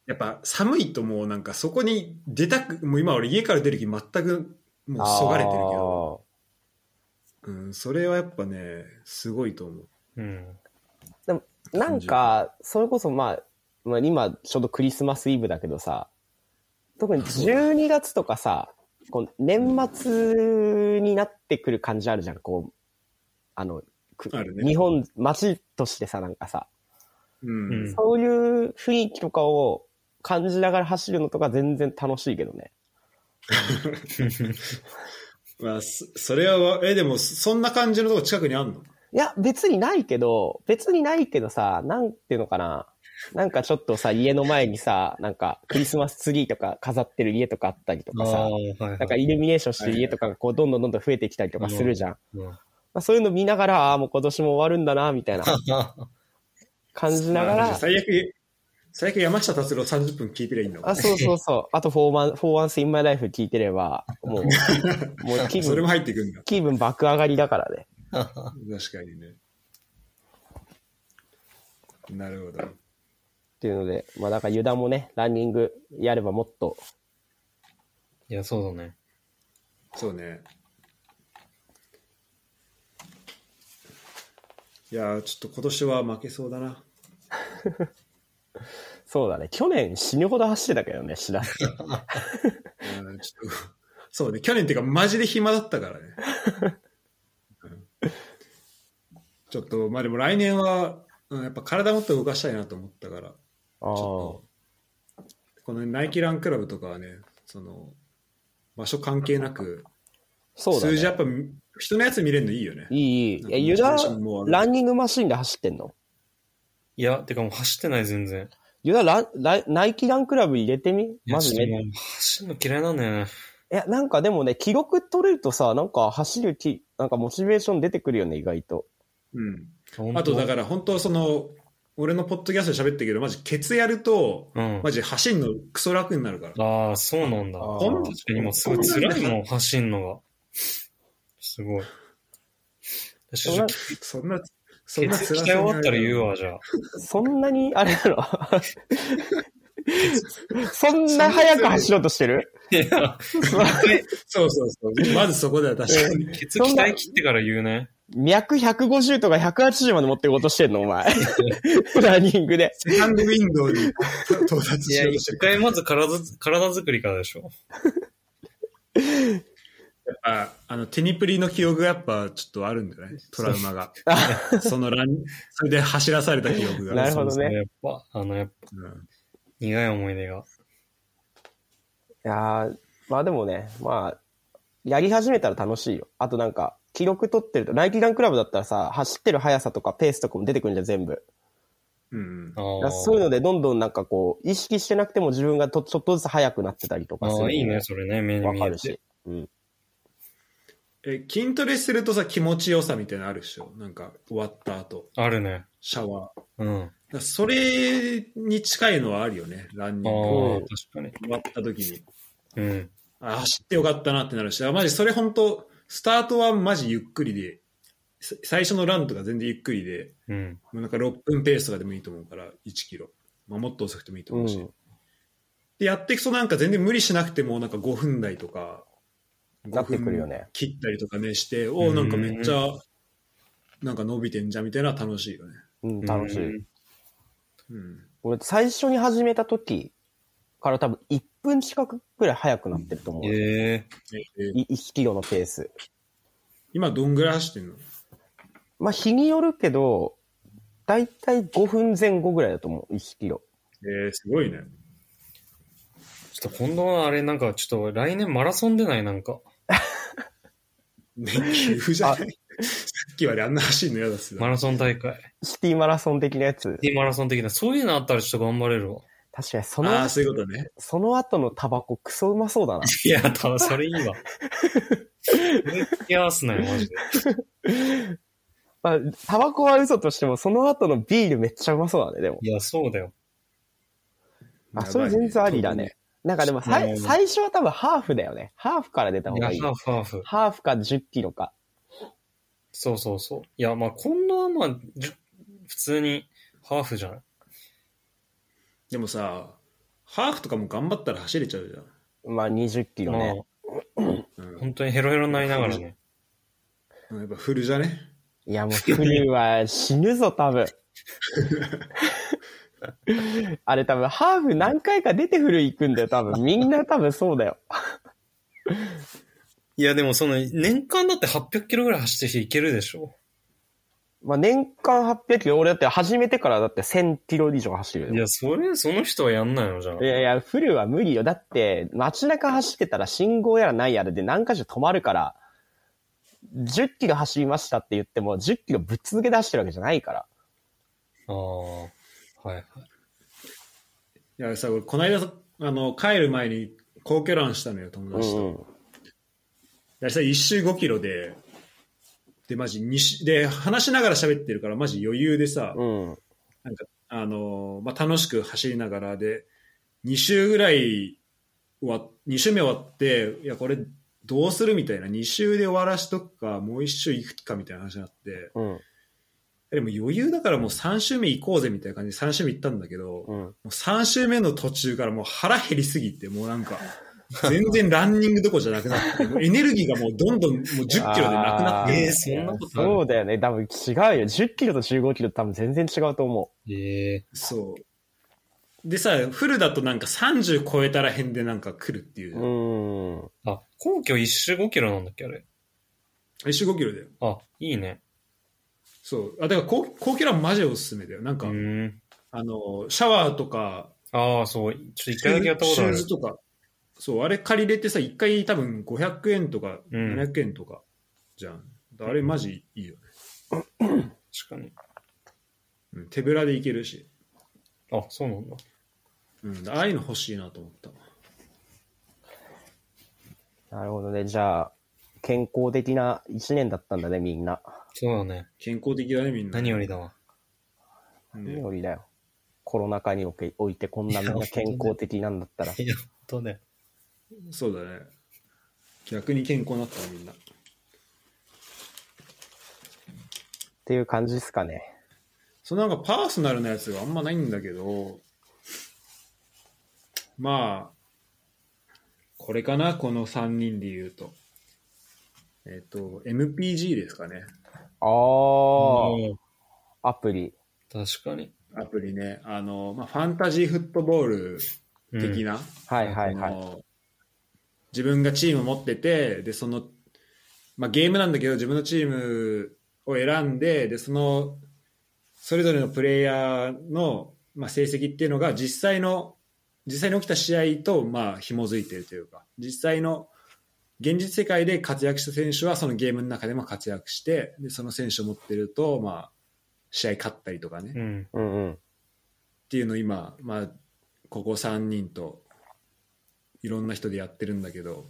やっぱ寒いともうなんかそこに出たく、もう今俺家から出る気全くもうそがれてるけど、うん、それはやっぱね、すごいと思う。
うん。
あーなんか、それこそまあ、まあ今ちょうどクリスマスイブだけどさ、特に12月とかさ、こう年末になってくる感じあるじゃん、こう、あの、く
あるね
日本、街としてさ、なんかさ、
うん。
うん
そういう雰囲気とかを感じながら走るのとか全然楽しいけどね。
まあ、そそれは、え、でも、そそんな感じのとこ近くにあんの
いや、別にないけど、別にないけどさ、なんていうのかな。なんかちょっとさ、家の前にさ、なんかクリスマスツリーとか飾ってる家とかあったりと
あ
か
あ、
さ、
はいはい。
なんかイルミネーションしてる家とかがこうどんどんどんどん増えてきたりとかするじゃん。
うん
まあ、そういうの見ながら、ああ、もう今年も終わるんだな、みたいな感じなが
まあ
ら、
最悪、最悪山下達郎30分聞いてりゃいいんだもん
あ、。そうそう そう。あとフォーマン、フォーワンスインマイライフ聞いてれば、もう、もう気
それも
分、
入ってくんだ。
気分爆上がりだからね。
確かにね。なるほど。
っていうので、まあだから油断もね、ランニングやればもっと、
いや、そうだね。
そうね。いやー、ちょっと今年は負けそうだな。
そうだね、去年死ぬほど走ってたけどね、 知らず。
あーちょっと、そうね。去年っていうか、マジで暇だったからね。うんちょっと、まあでも来年は、うんやっぱ体もっと動かしたいなと思ったから。
あ
ちょっとこのナイキランクラブとかはね、その場所関係なく、
そうだ
数字や
ね。
っぱ人のやつ見れるのいいよね。
いい、いい。いや、
な
油
んかモチベーションも
断
上、がる
ランニングマシンで走ってんの
いや、てかもう走ってない、全然。
油断ラン、ランナイキランクラブ入れてみ
いや
まず
ちょっ
ね。
ともう走るの嫌いなんだよね。
いや、なんかでもね、記録取れるとさ、なんか走る気、なんかモチベーション出てくるよね、意外と。
うん、あとだ
ら、
から本当その、俺のポッドキャストで喋ったけど、マジケツやると、
うん。
マジ走るのクソ楽になるから。
ああ、そうなんだ。
あ
確
ー
本当
かにもうすごい辛いもん、走んのが。すごい。私
でもなんか
そんな、そんな
血液体終わったら言うわ、じゃあ。
そんなに、あれだろ。そんな早く走ろうとしてる
いや、
そうそうそう。まずそこだよ、確か に。
血液体切ってから言うね。
脈150とか180まで持っていこうとしてんの、お前。ランニングで。
セカンドウィンドウに到達
い
し
や、
ようとし
一
てる。
回まず体づ、体作りからでしょ。
やっぱあの、テニプリの記憶がやっぱちょっとあるんじゃないトラウ マが。そのラン、それで走らされた記憶が。
なるほどね
そうそうやっぱ、あの、やっぱ、
うん
苦い思い出が。
いやーまあでもね、まあ、やり始めたら楽しいよ。あとなんか、記録取ってると、ナイキガンクラブだったらさ、走ってる速さとかペースとかも出てくるんじゃん、全部。
うん
あ
だ
ー
からそういうので、どんどんなんかこう、意識してなくても自分がとちょっとずつ速くなってたりとかす
あ
る。
あ、いいね、。それね、目に
わ
見
か
え
る
て。
し。うん。
え筋トレするとさ気持ちよさみたいなのあるでしょなんか終わった後
あるね。
シャワーだか
うん。
らそれに近いのはあるよねランニ
あ
ング
あ、
うん
確かに。
終わった時に
うん。
あ走ってよかったなってなるしあマジそれ本当スタートはマジゆっくりでさ最初のランとか全然ゆっくりで
うん。
もうなんか6分ペースとかでもいいと思うから1キロ、まあ、もっと遅くてもいいと思うし、
うん
でやっていくとなんか全然無理しなくてもなんか5分台とか
なってくるよね
5分切ったりとかねしておおなんかめっちゃなんか伸びてんじゃんみたいなのは楽しいよね、
うん、楽しい。
うん、
俺、最初に始めた時から多分1分近くくらい速くなってると思う。い
ええ
えー
1キロのペース。
今どんぐらい走ってんの
まあ、日によるけど、だいたい5分前後ぐらいだと思う、1キロ。
えー、すご いね
ちょっと今度はあれなんかちょっと来年マラソン出ないなんか。
ね急じゃないさっきまであんな走るの嫌だっす
マラソン大会。
シティマラソン的なやつ。
で、マラソン的な。そういうのあったらちょっと頑張れるわ。
確かにそ
ああ
の
ー、そういうことね
その後のタバコクソうまそうだな。
いや、たそ れいいわ。付き合わすなよ、マジで。
まあ、タバコは嘘としても、その後のビールめっちゃうまそうだね、でも。
いや、そうだよ。
あ、
やばいね
それ全然ありだね。なんかでもさい、
うん
最初は多分ハーフだよね。ハーフから出た方
いや、
がいい。
ハーフハーフ。
ハーフか10キロか。
そうそうそう。いや、まあ、近藤はまあ、じゅ普通にハーフじゃない。
でもさ、ハーフとかも頑張ったら走れちゃうじゃん。
まあ20キロね。
う
まあ、
ん
本当にヘロヘロになりながらね。
うんやっぱフルじゃね
いやもうフリーは死ぬぞ多分。あれ多分ハーフ何回か出てフル行くんだよ多分。みんな多分そうだよ。
いや、でもその、年間だって800キロぐらい走っていけるでしょ。
まあ年間800キロ、俺だって始めてからだって1000キロ以上走るよ
いや、それ、その人はやんないのじゃん。
いやいや、フルは無理よ。だって、街中走ってたら信号やらないやらで何箇所止まるから、10キロ走りましたって言っても、10キロぶっ続けて走ってるわけじゃないから。
ああ、はいはい。
いやさ、俺この間、あの、帰る前に皇居ランしたのよ、友達と。
うんうん
だからさ、1周5キロで、で、マジ2周、で、話しながら喋ってるから、マジ余裕でさ、
うん。
なんか、あのーまあ、楽しく走りながらで、2周ぐらい終わ、2周目終わって、いや、これどうするみたいな、2周で終わらしとくか、もう1周行くかみたいな話になって、
うん。
でも余裕だからもう3周目行こうぜみたいな感じで3周目行ったんだけど、も
うん。
う3周目の途中からもう腹減りすぎて、もうなんか、全然ランニングどころじゃなくなって、もうエネルギーがもうどんどんもう10キロでなく
あ
な
ー
って、
えーそんなことある
そうだよね。多分違うよ。10キロと15キロ多分全然違うと思。
ええ
そう。でさ、フルだとなんか30超えたら辺でなんか来るっていうう。
うん。
あ、皇居一周5キロなんだっけ、あれ。
一周5キロだよ。
あ、いいね。
そう。あ、だから高、高級ランマジでおすすめだよ。なん
う
か、
ん。
あの、シャワーとか、
ああ、そう。ちょっと一回だけやったこ
シ
とあ
ュー
る
ズ。とか、そう、あれ借りれてさ、一回多分500円とか、
うん
700円とか、じゃん。あれマジいいよね。
確かに。
うん、手ぶらでいけるし。
あ、そうなんだ。
うん、ああいうの欲しいなと思った。
なるほどね。じゃあ、健康的な1年だったんだね、みんな。
そうだね。
健康的だね、みんな。
何よりだわ。
ね
よりだよ。コロナ禍におけおいてこんなみんな健康的なんだったら。
いや、本当ね。
そうだね。逆に健康になったわみんな。
っていう感じですかね。
そのなんかパーソナルなやつがあんまないんだけど、まあ、これかな、この3人で言うと。えっ、と、MPG ですかね、
あー、
うん
アプリ。
確かに。
アプリね。あの、まあ、ファンタジーフットボール
うん
的な、
はいはいは
あ
い。
の自分がチーム持ってて、で、その、まあ、ゲームなんだけど、自分のチームを選んで、で、その、それぞれのプレイヤーの、まあ、成績っていうのが、実際の、実際に起きた試合と、まあ、紐づいてるというか、実際の、現実世界で活躍した選手は、そのゲームの中でも活躍して、で、その選手を持ってると、まあ、試合勝ったりとかね、
うん。
うんうん。
っていうのを今、まあ、ここ3人といろんな人でやってるんだけど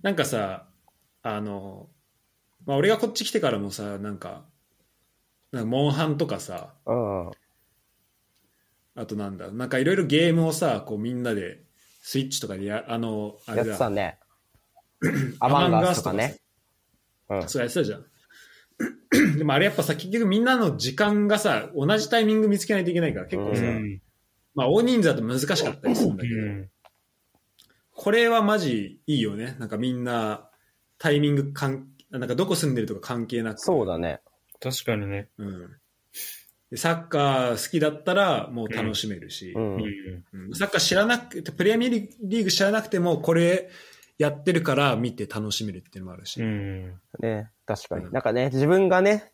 なんかさあの、まあ、俺がこっち来てからもさなんかなんかモンハンとかさ
うん。
あとなんだなんかいろいろゲームをさこうみんなでスイッチとかでやあのあ
や
れ
って
だ
た ね。アバンガースとかね。うん。
そうやってたじゃんでもあれやっぱさ結局みんなの時間がさ同じタイミング見つけないといけないから結構
う
さ、
ん。
まあ、大人数だと難しかったりするんだけど、
うん
これはマジいいよね。なんかみんな、タイミングかん、なんかどこ住んでるとか関係なく。
そうだね。
確かにね。
うん。でサッカー好きだったらもう楽しめるし、
うん。う
う
ん
ん。
うんサッカー知らなくて、プレミアリーグ知らなくてもこれやってるから見て楽しめるっていうのもあるし、
うん。
ね、確かに
う。ん
なんかね、自分がね、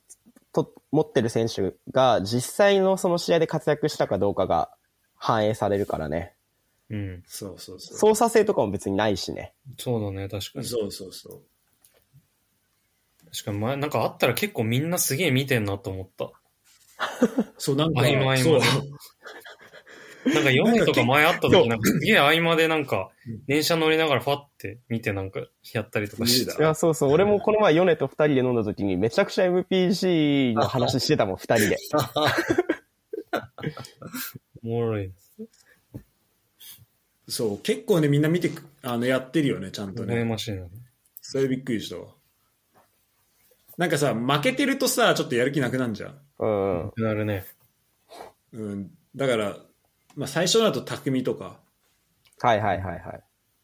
と持ってる選手が実際のその試合で活躍したかどうかが反映されるからね。
うん。
そうそうそう。
操作性とかも別にないしね。
そうだね、確かに。
そうそうそう。
確かに前、なんかあったら結構みんなすげえ見てんなと思った。
そう、なんか、
合間合間
そう。
なんか4位とか前あった
なん
時
か
なんかすげえ合間でなんか
うん
電車乗りながらファって見てなんかやったりとかして
い
た
い。や、そうそう。
うん
俺もこの前、ヨネと二人で飲んだ時に、めちゃくちゃ MPG の話してたもん、二人で。
おもろい。
そう、結構ね、みんな見てく、あの、やってるよね、ちゃんと
羨
ね。
ましいな。
それびっくりしたわ。なんかさ、負けてるとさ、ちょっとやる気なくなんじゃん。
うん。
なるね。
うん。だから、まあ最初だと匠とか
はいはいはいは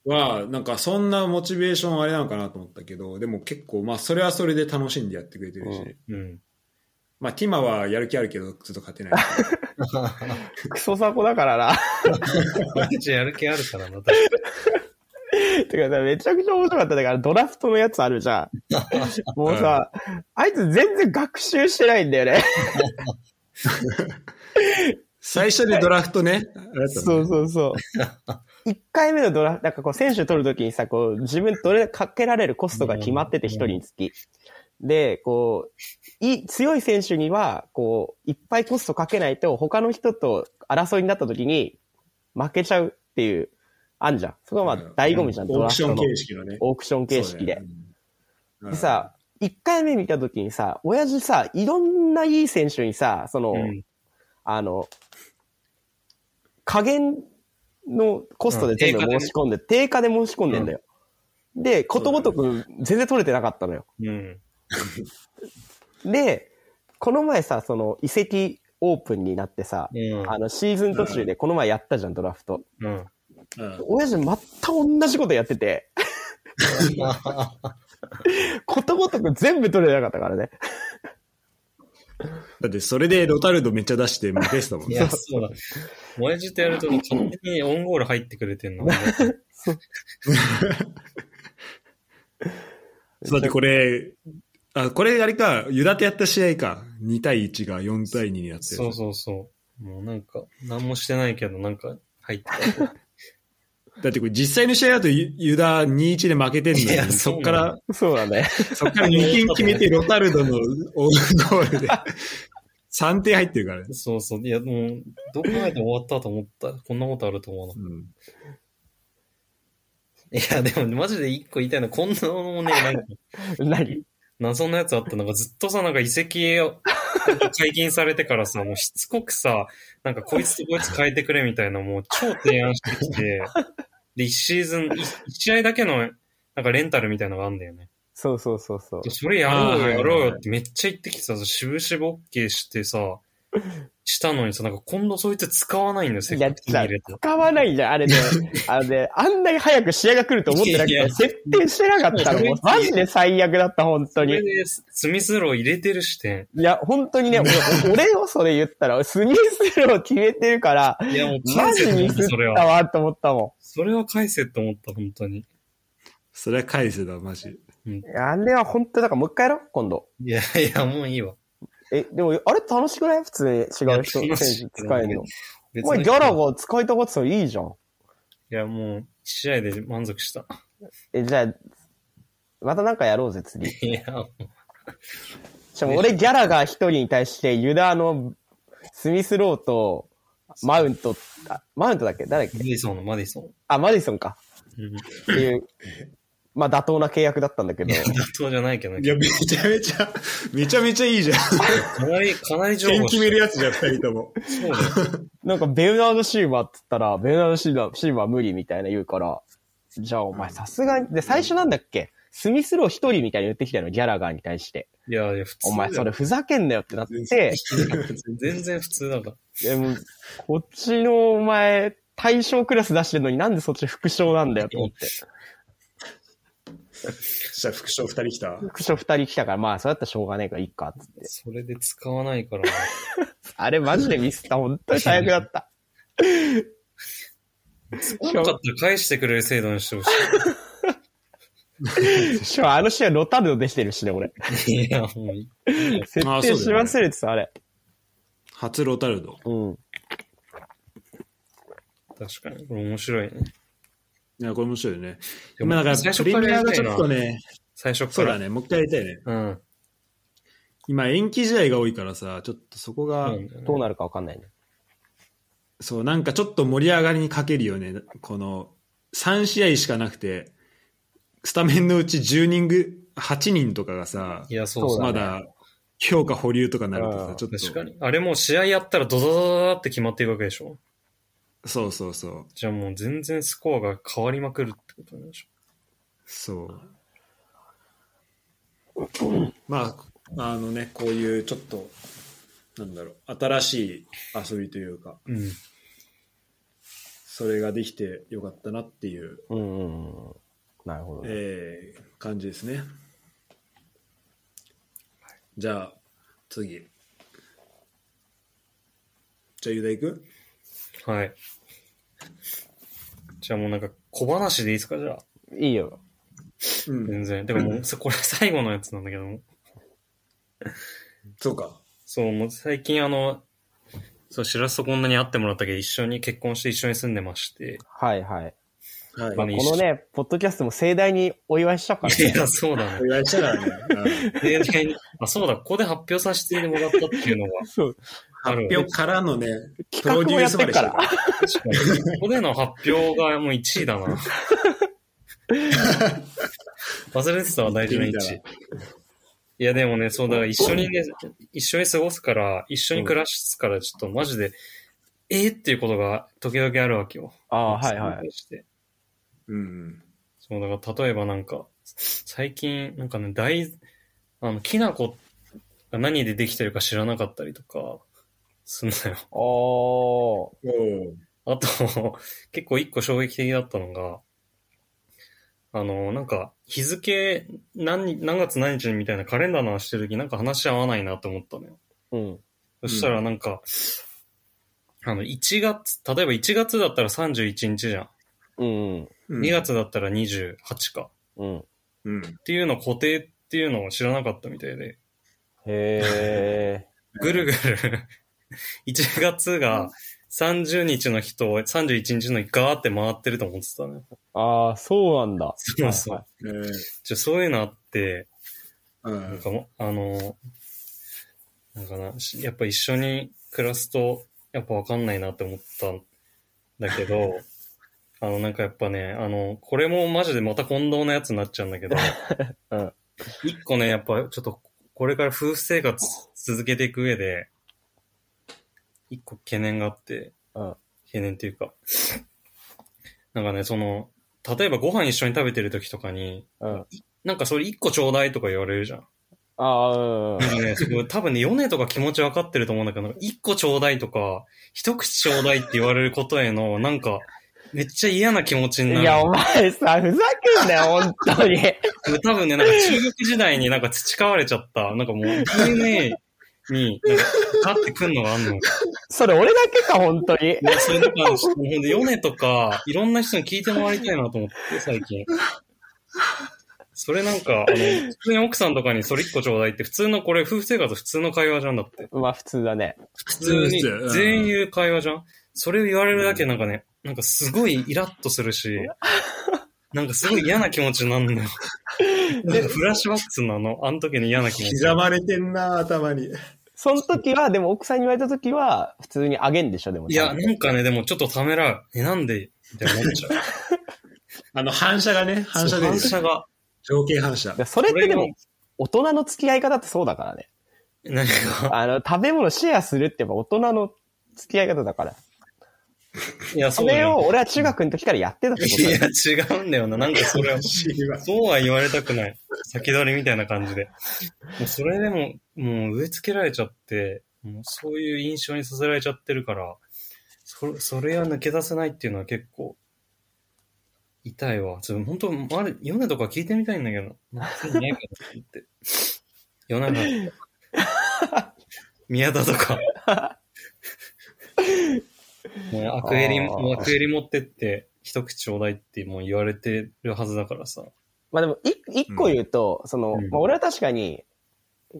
い。
は、なんかそんなモチベーションあれなのかなと思ったけど、でも結構、まあそれはそれで楽しんでやってくれてるし、
うん
うん。
まあティマはやる気あるけど、ずっと勝てない。
クソサコだからな。
マジやる気あるからな、確かに
てかさ、めちゃくちゃ面白かった。だから、ドラフトのやつあるじゃ ん。もうさ、あいつ全然学習してないんだよね。
最初でドラフトね。あれだったも
そう
ん
そうそう。1回目のドラフト、なんかこう選手取るときにさ、こう自分どれかけられるコストが決まってて、
うん
一人につき。で、こう、いい、強い選手には、こう、いっぱいコストかけないと、他の人と争いになったときに、負けちゃうっていう、あんじゃん。そこはまあ、醍醐味じゃん、
う
ド
オ
ラ
ーク
フ
シ
ト
ョン
の
形式のね。
オークション形式で。
そうだよね。うん
でさ、一回目見たときにさ、親父さ、いろんないい選手にさ、その、
うん
あの、加減のコストで全部
うん定価で
申
ね
し込んで、定価で申し込んでんだよ。で、ことごとく全然取れてなかったのよ。
うん。
で、この前さ、その、移籍オープンになってさ、
うん。
あの、シーズン途中でこの前やったじゃん、ドラフト。
うん。
うん
親父全く同じことやってて、ことごとく全部取れてなかったからね。
だってそれでロタルドめっちゃ出して負けてたもん
い
ね。
や、そうだ。親父とやると勝手にオンゴール入ってくれてん の。
そうだってこれ、あ、これあれか、ユダとやった試合か。2対1が4対2になってる。
そうそうそう。もうなんか、何もしてないけど、なんか入ってた。
だってこれ実際の試合だとユユダ2-1で負けてん
い
の
や
に、そっか
そ
そ
うな
ら、
うだね。
そっから2点決めてロタルドのオウンゴ ールで、3点入ってるからね。
そうそう。いや、もう、どこまで終わったと思った。こんなことあると思うな
うん
いや、でもマジで一個言いたいのは、こんなのもね、なんか、
何
謎のやつあったのが、ずっとさ、なんか遺跡を解禁されてからさ、もうしつこくさ、なんかこいつとこいつ変えてくれみたいな、もう超提案してきて、で、一シーズン、一一試合だけの、なんかレンタルみたいなのがあるんだよね。
そうそうそうそう
で。それやろ
あー
う
は
よ、
いはい
やろうよってめっちゃ言ってきてさ、しぶしぶ OK してさ、したのにさ、なんか今度そいつ使わないんだよ、せっ
や
か
っ
く手
ち
に
ゃ
入
う
れて。
使わないじゃん、あ れね。あのね、あんなに早く試合が来ると思ってなく
いやい
て、
や
設定してなかったの。
いや
もうマジで最悪だった、本当
そ
に。
れ
い
で、スミスロー入れてる視点。
や、本当に ね、俺俺よ、それ言ったら、スミスロー決めてるから、
いや、もう
マ
返せ
ジ
と思
ミ
っ
ス
た、
っ
それ
た
は。
わ、と思ったも
それは返せと思った、本当に。
それは返せだ、マジ。
ん。いやあれは本当だから、もう一回やろう、今度。
いやいや、もういいわ。
え、でも、あれ楽しくない普通に違う人、
いや楽しい
選手使えるの。お
別
前、
に
ギャラが使いたかったらいいじゃん。
いや、もう、一試合で満足した。
え、じゃあ、またなんかやろうぜ、次。
いや、も
しかも俺、ギャラが一人に対して、ユダのスミスローとマウント、あマウントだっけ誰だ
う
っ
マ
け
ディソンのマディソン。
あ、マディソンか。
うん。
っていう、まあ妥当な契約だったんだけ ど、
そうじゃないけど
い
ね。
や、めちゃめちゃ、めちゃめちゃいい じゃん。
かなり、かなり情
点
報
決めるやつじゃん、二人とも。
そうだよ。
なんかベルナード・シーバーって言ったら、ベルナード・シーバー、シーバー無理みたいな言うから、じゃあお前さすがに、で、最初なんだっけスミスロー一人みたいに言ってきたの、ギャラガーに対して。
いや、いや、普通
お
だよ。
前それふざけんなよってなって、
全然普通だから。
でも、こっちのお前、対象クラス出してるのになんでそっち副賞なんだよと思って。
じゃあ、副将二人来た。
副賞二人来たから、まあ、そうやったらしょうがねえから、いっか、つって。
それで使わないからな。
あれ、マジでミスった。本当に最悪だった。
使わなかったら返してくれる制度にしてほ
しかも、あの試合、ロタルドでしてるしね、俺。
し い。いや、もういい。
設定し忘れてた、あれ。
初ロタルド。
うん。
確かに。これ面白いね。
いや、これ面白いよね。
で
まあだから、
最
プ
初
レ
か
ミ
らや
ア
り
が
た
ち
い
ょ
な
っと。ね、
最初
そ
か
うだ
ら。
ね、もう一回やりたいね。
うん。
今、延期試合が多いからさ、ちょっとそこが、
どうなるかわかんないね。
そう、なんかちょっと盛り上がりにかけるよね。この、3試合しかなくて、スタメンのうち10人ぐ、8人とかがさ
い、や、そうそう。
そ
ま
う
だ、評価保留とかになると
う
さ、
ん
ちょっと、
確かに。あれもう試合やったらドドドドドって決まっていくわけでしょ
そうそうそう、
じゃあもう全然ス コアが変わりまくるってことなんでしょ
そう。まあ、あのね、こういうちょっと、なんだろう、新しい遊びというか、
うん。
それができてよかったなっていう、
うんうんうん。なるほどね。
えー感じですね。じゃあ、次。じゃあ、ユダ行く
はい。じゃあもうなんか小話でいいですかじゃあ。
いいよ。
うん、
全然。でもも う、そこれ最後のやつなんだけども。
そうか。
そう、もう最近あの、そう、しらすとこんなに会ってもらったけど、一緒に結婚して一緒に住んでまして。
はいはい。
はい。
まあ、
何
このね、ポッドキャストも盛大にお祝いしちゃうから
い
ね。
や、そうだ
お
ね。
願いしたら ね、うん
で、あ、そうだ、ここで発表させてもらったっていうのが
そう。
ある
発。表からのね、プロ
企画
デュ
も
ー
やっ
ス
て
ま
る
で
か
して
ら
る。。
確かにここでの発表がもう1位 だな。忘れてたわ、大事な1位。いや、でもね、そうだ、一緒にね、一緒に過ごすから、一緒に暮らすから、ちょっとマジで、えー、っていうことが時々あるわけよ。
ああ、はいはい。
い。
うん。
そう、だから例えばなんか、最近、なんかね、大、あの、きな粉が何でできてるか知らなかったりとか、すんのよ。
おー。
おう
あと、 結構一個衝撃的だったのが、あの、なんか、日付、何、何月何日にみたいなカレンダーの話してる時なんか話し合わないなと思ったのよ。
うん。
そしたらなんか、あの、1月、例えば1月だったら31日じゃ
うん
ん。
うん
2。月だったら28か。
うん。うん。
うん。
っていうの固定っていうのを知らなかったみたいで、
へ
ぐるぐる、1月が30日の日と31日の日ガーって回ってると思ってたのよ。
ー。ああ、そうなんだ。
そうそう
はいはい
えー
じゃあそういうのあって、
う
なん
ん
かも、あの、なんかな、しやっぱ一緒に暮らすと、やっぱわかんないなって思ったんだけど、 あの、なんかやっぱね、あの、これもマジでまた近藤のやつになっちゃうんだけど、
うん
一個ね、やっぱちょっと、これから夫婦生活続けていく上で、一個懸念があって、
うん
懸念っていうか、なんかね、その、例えばご飯一緒に食べてる時とかに、
うん。
なんかそれ一個ちょうだいとか言われるじゃん。
ああ、うんうん
なんかね、すごい多分ね、ヨネとか気持ち分かってると思うんだけど、なんか一個ちょうだいとか、一口ちょうだいって言われることへの、なんか、めっちゃ嫌な気持ち
う
に
ん。
ないる。
や、お前さ、ふざけんなよ、本当に。
多分ね、なんか中学時代になんか培われちゃった、なんかもう DNA に、なんか、かかってくんのがあんの。い
それ俺だけか、本当に。
や、それだから、ほんで、ヨネとか、いろんな人に聞いてもらいたいなと思って、最近。それなんか、あの、普通に奥さんとかにそれ一個ちょうだいって、普通のこれ、夫婦生活普通の会話じゃんだって。
まあ、普通だね。
普通に
うん
全員言う会話じゃんそれを言われるだけでなんかね、なんかすごいイラッとするし、なんかすごい嫌な気持ちになるのよ。なんかフラッシュバックするのあの、あの時の嫌な気持 ち。
刻まれてんな、頭に。
その時は、でも奥さんに言われた時は、普通にあげんでしょ、でも。
いや、なんかね、でもちょっとためらう。え、なんでって思っちゃう。
あの、反射がね、反
そ
射
う
で。
反射が。
条件反射。
でそれってで
こ
も
れが、
大人の付き合い方ってそうだからね。
何か。
あの、食べ物シェアするってやっぱ大人の付き合い方だから。
いや、そ
そう
だ
れ
よ
を俺は中学の時からやってたってこと
い
だ
や、
よ。
違うんだよな。なんかそれは。そうは言われたくない。先取りみたいな感じで。もうそれでも、もう植え付けられちゃって、もうそういう印象にさせられちゃってるから、そそれは抜け出せないっていうのは結構、痛いわ。ちょっと本当、あれ、ヨネとか聞いてみたいんだけど、夏にねえかなって言って。ヨネとか、宮田とか。もうアクエリ、
あー
もうアクエリ持ってって、一口ちょうだいってもう言われてるはずだからさ。
まあでも、い一個言うと、その、
うん
まあ俺は確かに、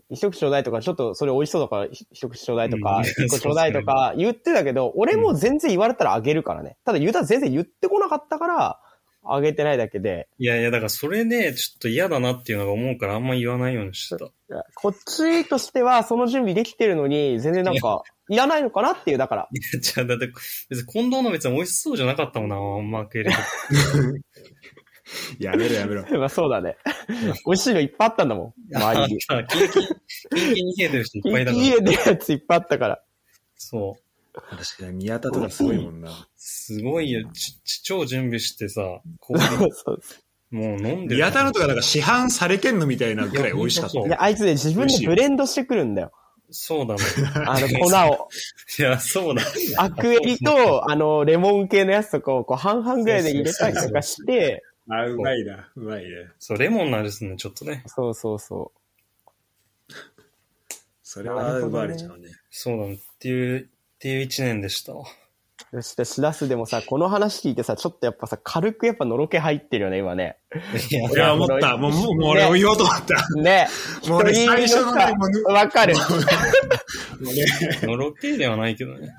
一口ちょうだいとか、ちょっとそれ美味しそうだから、ひ一口ちょうだいと
う
か、
ん
一個ちょうだいとか言ってたけど、俺も全然言われたらあげるからね。ただ、ユダ全然言ってこなかったから、あげてないだけで、
いやいや、だからそれで、ちょっと嫌だなっていうのが思うから、あんま言わないようにしてた。
いやこっちとしては、その準備できてるのに、全然なんか、いらないのかなっていう、だから、
じゃあ、だって、別に近藤の別に美味しそうじゃなかったもんな、あんま食え れば
やめろやめろ。
まあそうだね。美味しいのいっぱいあったんだもん。周りに。
あキンキン、キンキンに冷えてる人いっぱいだから。
家でやついっぱいあったから。
そう。
確かに宮田とかすごいもんな。
すごいよ。ち、ち、超準備してさ、こう、
そうそう
もう飲んで
リアタルとかなんか市販されてんのみたいなぐらい美味しかった
い
いや、あいつね、自分でブレンドしてくるんだよ。
そうだね。
あの、粉を。
いや、そうだ。
アクエリと、あの、レモン系のやつとかを、こう、半々ぐらいで入れたりとかして、
あ、うまいな。うまいね。
そう、レモンの味ですね、ちょっとね。
そうそうそう。
それは奪われちゃうね。
そうだね。っていう、っていう一年でしたわ。
そして、しらすでもさ、この話聞いてさ、ちょっとやっぱさ、軽くやっぱのろけ入ってるよね、今ね。
いや
いや、 思った。もう、もう、もう俺を言おうと思った。
ね。
もう俺最初のね、もうね
わかる。
もうね、
のろけではないけどね。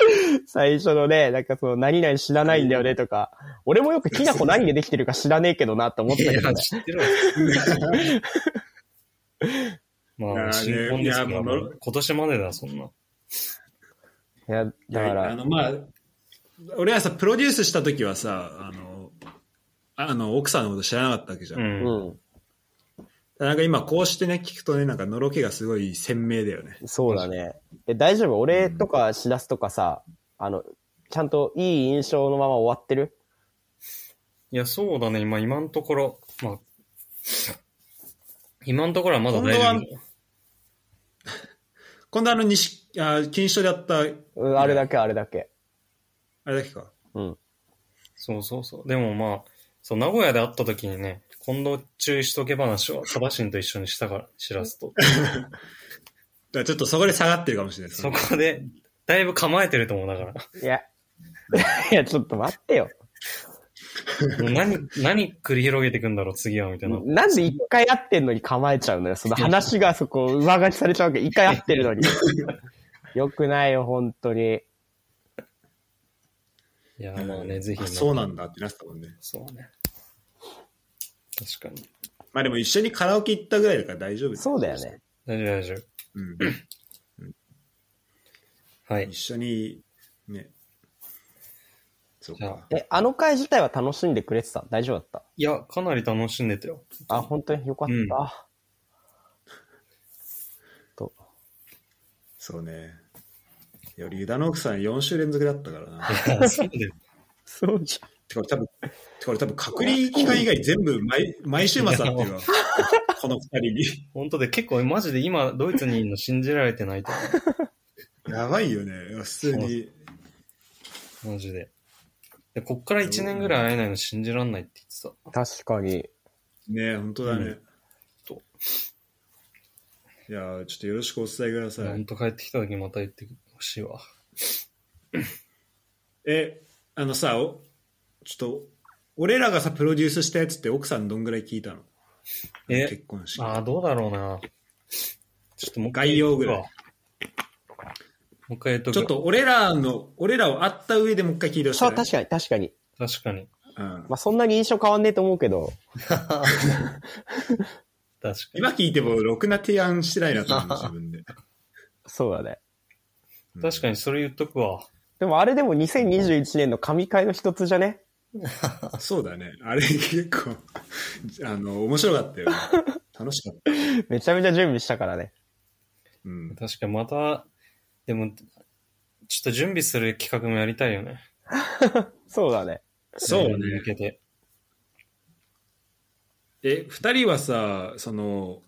最初のね、なんかその、何々知らないんだよねとか、俺もよくきな粉何でできてるか知らねえけどなって思っ
い
たけど
や、
ね。
知ってるわ。
い
ま
や
あ、
ね
新婚ですか
いや
ら、
もう
今年までだ、そんな。
いや、だから
あ、の、まあ、俺はさ、プロデュースした時はさ、あの、あの、奥さんのこと知らなかったわけじゃん。
う。
うんん。
なんか今こうしてね、聞くとね、なんかのろけがすごい鮮明だよね。
そうだね。え、大丈夫俺とかしらすとかさ、あの、ちゃんといい印象のまま終わってる
いや、そうだね。今、今のところ、まあ、今のところはまだ大丈
本
夫。
今度あの、西、あ、錦糸町でやった、
うんあれだけ、あれだけ。
あれだけか。
うん。
そうそうそう。でもまあ、そう、名古屋で会った時にね、近藤注意しとけ話を、サバシンと一緒にしたから、知らすと。
だからちょっとそこで下がってるかもしれない。
そこで、だいぶ構えてると思う、だ から。
いや、 いや、ちょっと待ってよ。
もう何、何繰り広げていくんだろう、次は、みたいな。
なんで一回会ってんのに構えちゃうのよ。その話がそこ上書きされちゃうわけ。一回会ってる のに。よくないよ、本当に。
いや、まあね、ぜひ、
あそうなんだってなってたもんね。
そうね。確かに。
まあでも一緒にカラオケ行ったぐらいだから大丈夫
そうだよね。。
大丈夫、大丈
うん。
夫。はい
一。緒に、ね。そう
じゃあ
か。
え、あの回自体は楽しんでくれてた大丈夫だっ
いや、かなり楽しんでたよ。
たあ、本当によかった。
うん
と
そうね。より、ユダの奥さん4週連続だったから な。
そうだよ。
そうじゃん。
てか、多分、てか俺多分隔離期間以外全部毎、毎週末会ってるわ。この二人に。
本当で、結構、マジで今、ドイツにいるの信じられてないと
やばいよね。普通に。
思う。マ ジで。で、こっから1年ぐらい会えないの信じらんないって言ってた。
確かに。
ね本当だね。
うんと
いやーちょっとよろしくお伝えください。
ほんと帰ってきた時また言ってほしいわ。
え、あのさ、おちょっと、俺らがさ、プロデュースしたやつって奥さんどんぐらい聞いたの
え、
結婚式。
ああ、どうだろうな。ちょっともう一回
概要ぐら
も
い
う一回言っとく
ちょっ。と俺らの、俺らを会った上でもう一回聞いてほしい、
そう、確かに、確かに。
確かに。
うん
まあ、そんなに印象変わんねえと思うけど。
確か
今聞いてもろくな提案してないなと思う自分で。
そうだね。
に。確かに、それ言っとくわ。
でもあれでも2021年の神回の一つじゃね
に。そうだね。あれ結構、 あの、面白かったよ。楽しかった。
めちゃめちゃ準備したからね。
うん。
確かに、また、でも、ちょっと準備する企画もやりたいよね。
そうだね。
そう
来年に
ね
向。けて。
え、二人はさ、その、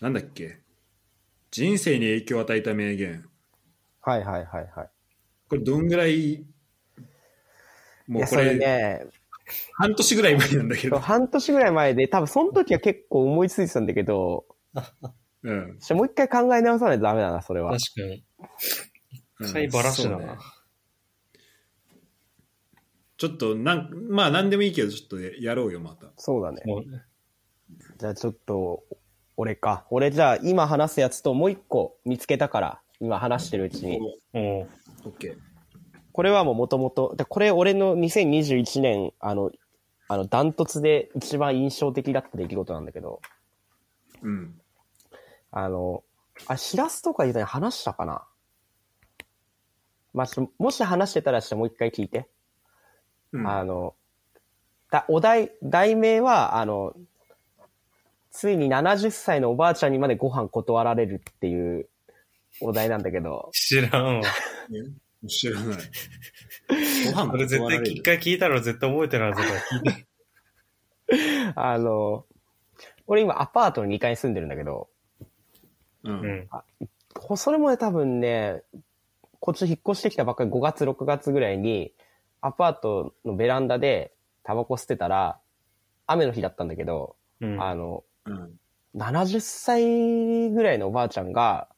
なんだっけ。人生に影響を与えた名言。
はいはいはいはい。
これどんぐらい、
い
もう
や、
こ
それ
れ、
ね、
半年ぐらい前なんだけど。
半年ぐらい前で、多分その時は結構思いついてたんだけど、
うん。
ちょもう一回考え直さないとダメだな、それは
確。かに。一回ばらしだな。
うんそうねちょっと、なん、まあ何でもいいけど、ちょっとやろうよ、また。
そうだね。
もうね
じゃあちょっと、俺か。俺じゃあ今話すやつともう一個見つけたから、今話してるうちに。
おう
オッケー。
これはもうもともと、でこれ俺の2021年、あの、あの、ダントツで一番印象的だった出来事なんだけど、
うん。
あの、あ、しらすとか言うたに話したかなまあ、ちょもし話してたらちょっともう一回聞いて。
うん、
あの、だ、お題、題名は、あの、ついに70歳のおばあちゃんにまでご飯断られるっていうお題なんだけど、
知らんわ。
知らない。ご飯
これ絶対、一回聞いたら絶対覚えてるはずだから聞いて。
あの、俺今アパートの2階に住んでるんだけど、
う。
うんん。
こそれもね、多分ね、こっち引っ越してきたばっかり5月、6月ぐらいに、アパートのベランダでタバコ吸ってたら、雨の日だったんだけど、
うん。
あの、
うん。
70歳ぐらいのおばあちゃんが、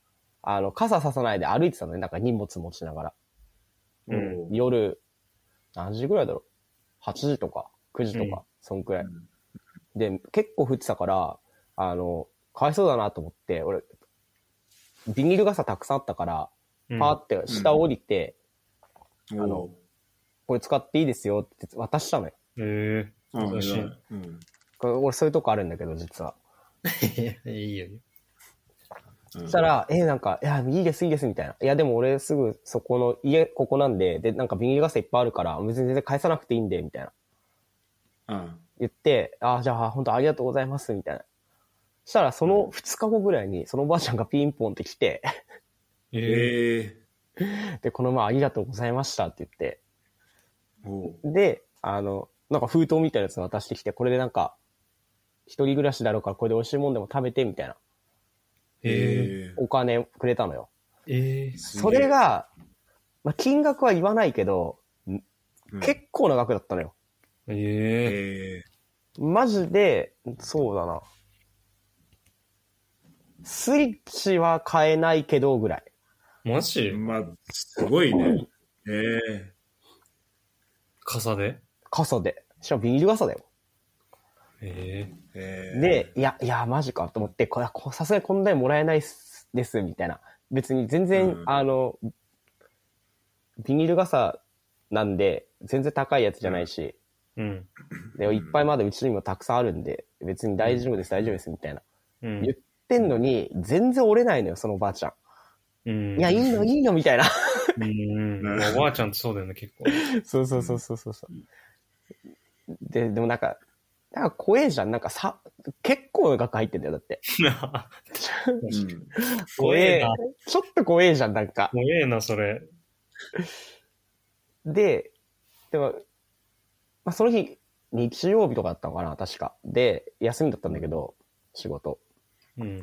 あの、傘ささないで歩いてたのね。なんか荷物持ちながら。
うん
おー
夜、何時ぐらいだろう ?8 時とか、9時とか、
うん
そんくらい。
うん
で、結構降ってたから、あの、かわいそうだなと思って、俺、ビニール傘たくさんあったから、
うん
パーって下降りて、あの
おー
これ使っていいですよって渡したのよ。
え
うん
優しい
うん
これ俺そういうとこあるんだけど、実は。
え。いいよ。
そ
そした、ら、えーなんか、いや、いいです、いいです、みたいな。いや、でも俺すぐそこの、家、ここなんで、で、なんかビニール傘いっぱいあるから、別に全然返さなくていいんで、みたいな。
うん。
言って、ああ、じゃあ、本当ありがとうございます、みたいな。そしたら、その2日後ぐらいに、そのおばあちゃんがピンポンって来て、
ええ。
ええ。
で、この前ありがとうございましたって言って、
おー
で、あの、なんか封筒みたいなやつ渡してきて、これでなんか、一人暮らしだろうから、これで美味しいもんでも食べて、みたいな。
え
え
お金くれたのよ。
え。ええ
え。。すげえ
それ、が、まあ、金額は言わないけど、
うん
結構な額だったのよ。
ええ。
ええ。
マジで、そうだな。スイッチは買えないけどぐらい。
マジ
まあ、すごいね。ええ。
傘で
傘で。しかもビニール傘だよ。
え
ええ
で、、いや、いや、マジかと思って、これはこさすがにこんなにもらえないっすです、みたいな。別に全然、
うん
あの、ビニール傘なんで、全然高いやつじゃないし、
え。うん。
で、いっぱいまだうちにもたくさんあるんで、別に大丈夫です、大丈夫です、みたいな。
う
言っ
ん。
てんのに、全然折れないのよ、そのおばあちゃ
うん。
ん。いや、いいの、いいの、みたいな。
うん。まあおばあちゃんってそうだよね、結構。
そうそうそうそうそうそう。で、でもなんか、なんか怖えじゃん。なんかさ、結構な額入ってんだよ、だって。
うん
怖えな。
ちょっと怖えじゃん、なんか。
怖えな、それ。
で、でも、まあ、その日、日曜日とかだったのかな、確か。で、休みだったんだけど、仕事。
うん。
い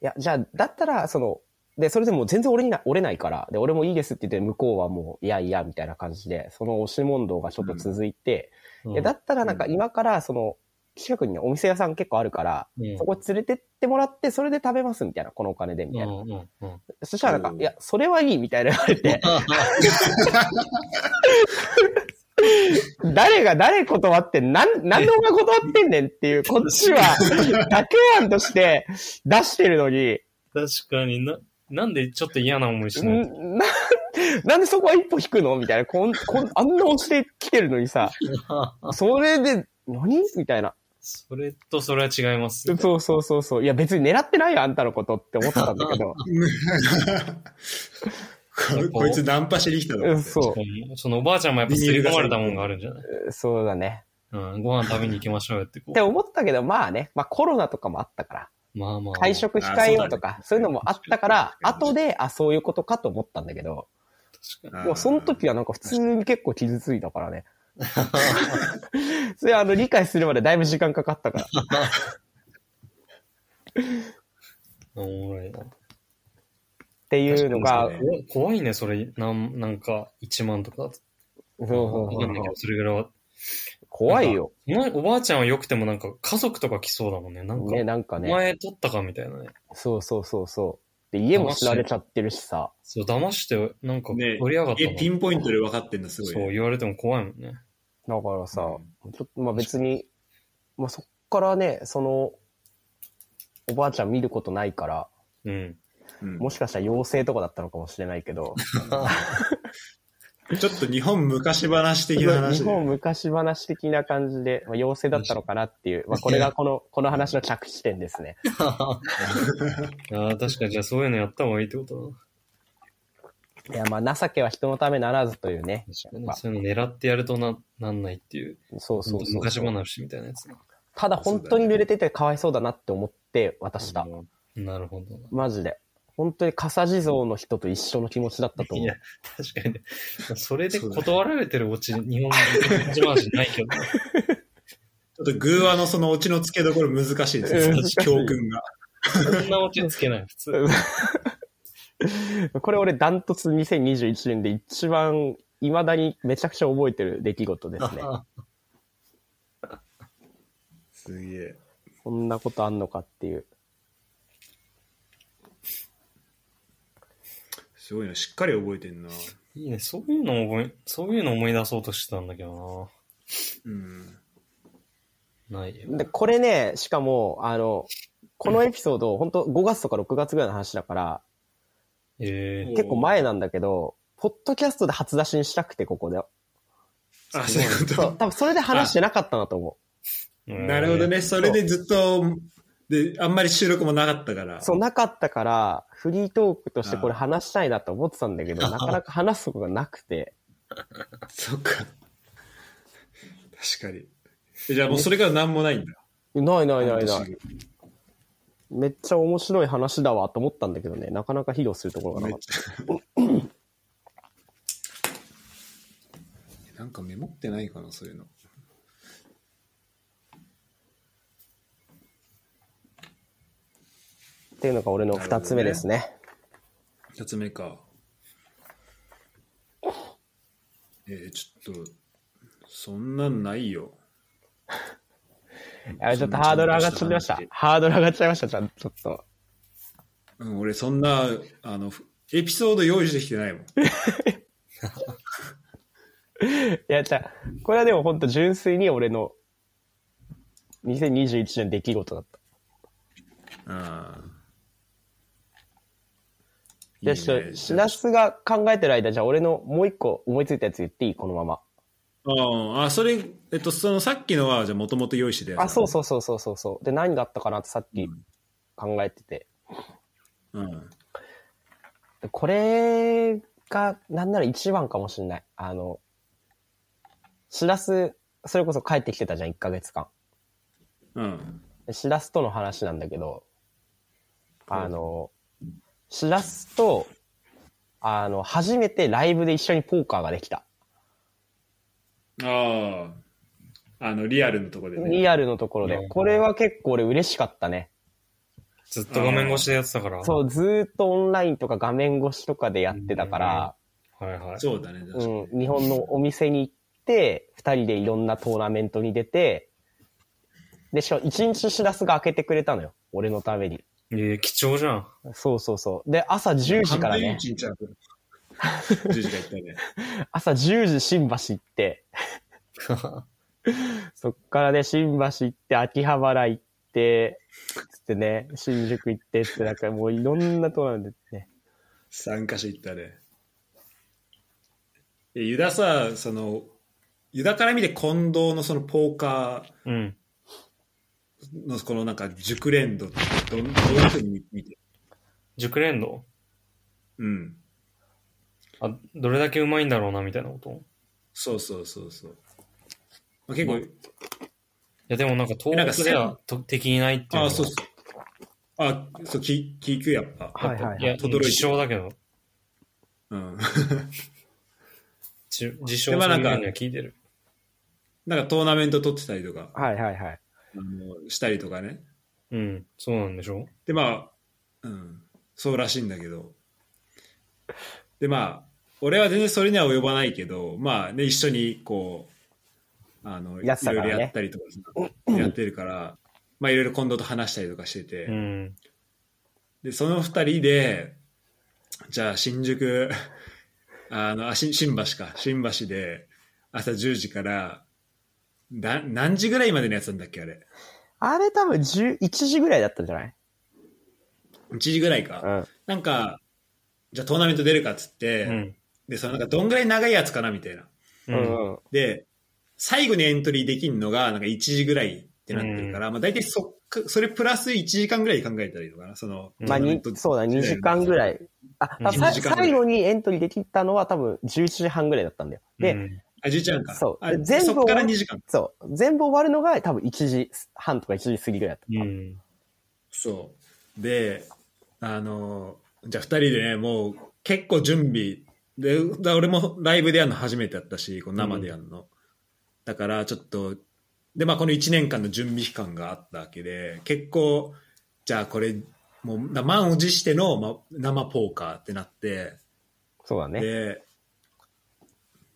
や、じゃあ、だったら、その、で、それでもう全然俺にな、折れないから、で、俺もいいですって言って、向こうはもう、いやいや、みたいな感じで、その押し問答がちょっと続いて、いやだったらなんか今から、その、近くにねお店屋さん結構あるから、
うん
そこ連れてってもらって、それで食べますみたいな、このお金で、みたいな。
うんうんうん。
そしたらなん
う
か、
ん
いや、それはいい、みたいな言われて、誰が誰断ってん、なん、なんでお前断ってんねんって いう、こっちは、妥協案として出してるのに、
確かにな、なんでちょっと嫌な思いしない
んな、なんでそこは一歩引くのみたいな、こん、こん、あんな押してきてるのにさ、それで、何みたいな。
それとそれは違います。
そうそうそうそう。いや、別に狙ってないよ、あんたのことって思ってたんだけ ど。
ここいつナンパしに来たの
うんそ。
そのおばあちゃんもやっぱすり込まれたもんがあるんじゃないう
そうだね。
うん、ご飯食べに行きましょうよってこ
って思ったけど、まあね、まあコロナとかもあったから、
う。まあまあ。
会食控えようとか、
あ
そ
そううだね
いうのもあったから、後で、あ、そういうことかと思ったんだけど、
確か
あー
もうその時はなんか普通に結構傷ついたからね。それあの、理解するまでだいぶ時間かかったから。
に。おもろいな。
っていうのが、
確かに
怖い怖いね、それ。なん、なんか、1万とかだと。
そうそう
わかんないけ
そう
ど、それぐらいは。
怖いよ。
お前、おばあちゃんは良くてもなんか、家族とか来そうだもんね。なんか、
ね、なんか
お
ね。
前取ったかみたいなね。
そうそうそうそう。で、家も知られちゃってるしさ。
そう、騙して、なんか、
ね
取りやがった
え、
な
ピンポイントで分かってんだ、すごい
そう、
ね。
言われても怖いもんね。
だからさ、
う
ちょっと、まあ別に、まあそっからね、その、おばあちゃん見ることないから、
うん。
うん
もしかしたら妖精とかだったのかもしれないけど、
ちょっと日本昔話的な
日
話
本
で。
昔話的な感じで、まあ、妖精だったのかなっていう、まあこれがこの、この話の着地点ですね。
ああ、確かに、じゃあそういうのやった方がいいってことだな。
いや、まあ情けは人のためならずというね。
確かに。そういうの狙ってやるとな、なんないっていう。
そうそうそう
昔
そう。
話みたいなやつな。
ただ本当に濡れててかわいそうだなって思って渡した。
なるほどな。
マジで。本当に笠地蔵の人と一緒の気持ちだったと思
いうや。、確かにね。それで断られてるオチ、日本の日本人話ないけど。
ょっと偶話のそのオチの付けどころ難しいです
うん
ね
難しい。
教訓が。
そんなオチ つけない、普通。
これ俺ダントツ2021年で一番、未だにめちゃくちゃ覚えてる出来事ですね。
すげえ。
そんなことあんのかっていう。
すごいな。しっかり覚えてんな。
いいね、そういうのを思い、そういうのを思い出そうとしてたんだけど
うん。
な。ないよ。
で、これね、しかも、あの、このエピソード、本当5月とか6月ぐらいの話だから、
ええ
結構前なんだけど、ポッドキャストで初出しにしたくて、ここで。
あ、そういうこ
そ
と
う、。多分それで話してなかったなと思
なるほど。ね。それでずっと、で、あんまり収録もなかったから。
う。そう、なかったから、フリートークとしてこれ話したいなと思ってたんだけど、
あ
なかなか話すことがなくて。
そっか。確かに。えじゃあもうそれから何もないんだ。
ないないないな
半
い。
年
めっちゃ面白い話だわと思ったんだけどね、なかなか披露するところがな
め
かっ
っちゃなんかメモってないかな、そういうの。
た。っていうのが俺の二つ目ですね。
二つ目か。えー、ちょっと、そんなんないよ。
あれちょっとハードル上がっちゃいました。ハードル上がっちゃいました、ちゃんとちょっと。
うん、俺そんな、あの、ふエピソード用意してきてないもん。
いや、じゃあこれはでも本当純粋に俺の2021年出来事だった。
あー
で、ちょ
い
っ
いね
と、しらすが考えてる間、じゃあ俺のもう一個思いついたやつ言っていいこのまま。
あーあ、それ、えっと、そのさっきのは、じゃあもともと用意してた
あ、
やつ
そう
う。
そうそうそうそうそう。で、何があったかなってさっき考えてて。
うん。
でこれが、なんなら一番かもしれない。あの、しらす、それこそ帰ってきてたじゃん、1ヶ月間。
うん。
でしらすとの話なんだけど、あの、しらすと、あの、初めてライブで一緒にポーカーができた。
ああ。あの、リアルのとこでね。
リアルのところ
う
で。
ん
これは結構俺嬉しかったね。
ずっと画面越しでやってたから。
そう、ずーっとオンラインとか画面越しとかでやってたから、
はいはい。
そうだね、確かに。
うん、日本のお店に行って、二人でいろんなトーナメントに出て、で、しかも一日しらすが開けてくれたのよ。俺のために。
ええ貴重 じゃん。
そうそうそう。で、朝10時からね、
1日ある。10時から行ったね。
朝10時新橋行って、そっからね、新橋行って、秋葉原行って、つってね、新宿行ってって、なんかもういろんなトーナメント行ってね。
3カ所行ったね。え、ユダさ、その、ユダから見て近藤のそのポーカ
うん。
ーのこのなんか熟練度ってどん、どういうふうに見て
熟練度
うん。
あ、どれだけうまいんだろうな、みたいなことい
そうそうそうそう。まあ、結構、
や、でもなんか、
なん
東
か
北ではと敵いないっていうの
あ
が。
あ、そうそう。あ、そう、き聞くやっぱ。
はいはい
や、
轟いてる
自称だけど、
うん。
じ自称
でまあ
す
な
る
ん
に
か
は聞いてる。
なんかトーナメント取ってたりとか、
はいはいはい。
あのしたりとかね。
うん。そうなんでしょ
でまあ、うん、そうらしいんだけど。でまあ、俺は全然それには及ばないけど、まあね、一緒にこう、あの、
やっ
い
てた
ろ
から
い
ね
ろやったりとかさ、やってるから、まあいろいろ近藤と話したりとかしてて、
うん。
で、その二人で、じゃあ新宿、 あの、あ、し新橋か、新橋で、朝10時から、だ何時ぐらいまでのやつなんだっけ、あれ。
あれ多分11時ぐらいだったんじゃない
1時ぐらいか。
うん。
なんか、じゃあトーナメント出るかっつって、
うん。
で、そのなんかどんぐらい長いやつかなみたいな。
う
うん。
んうん。
で、最後にエントリーできるのがなんか1時ぐらいってなってるから、まあ大体そっか、それプラス1時間ぐらいで考えたらいいのかな、その、
うん
まあ、
トーナ
に
メント
そうだ、2時間ぐらい。あ、
うん
多分さ
2時間ぐらい
最後にエントリーできたのは多分11時半ぐらいだったんだよ。で、
うん、
あ、11時間か。
そう
あ
全部
そっから2時間。
そう、全部終わるのが多分1時半とか1時過ぎぐらいだった。
うん。
そう。で、あの、じゃあ2人でね、もう結構準備、で、だ俺もライブでやるの初めてだったし、こう生でやるの。だからちょっと、で、まあ、この1年間の準備期間があったわけで、結構、じゃあこれ、もう、な満を持しての、ま、生ポーカーってなって、
そうだね。
で、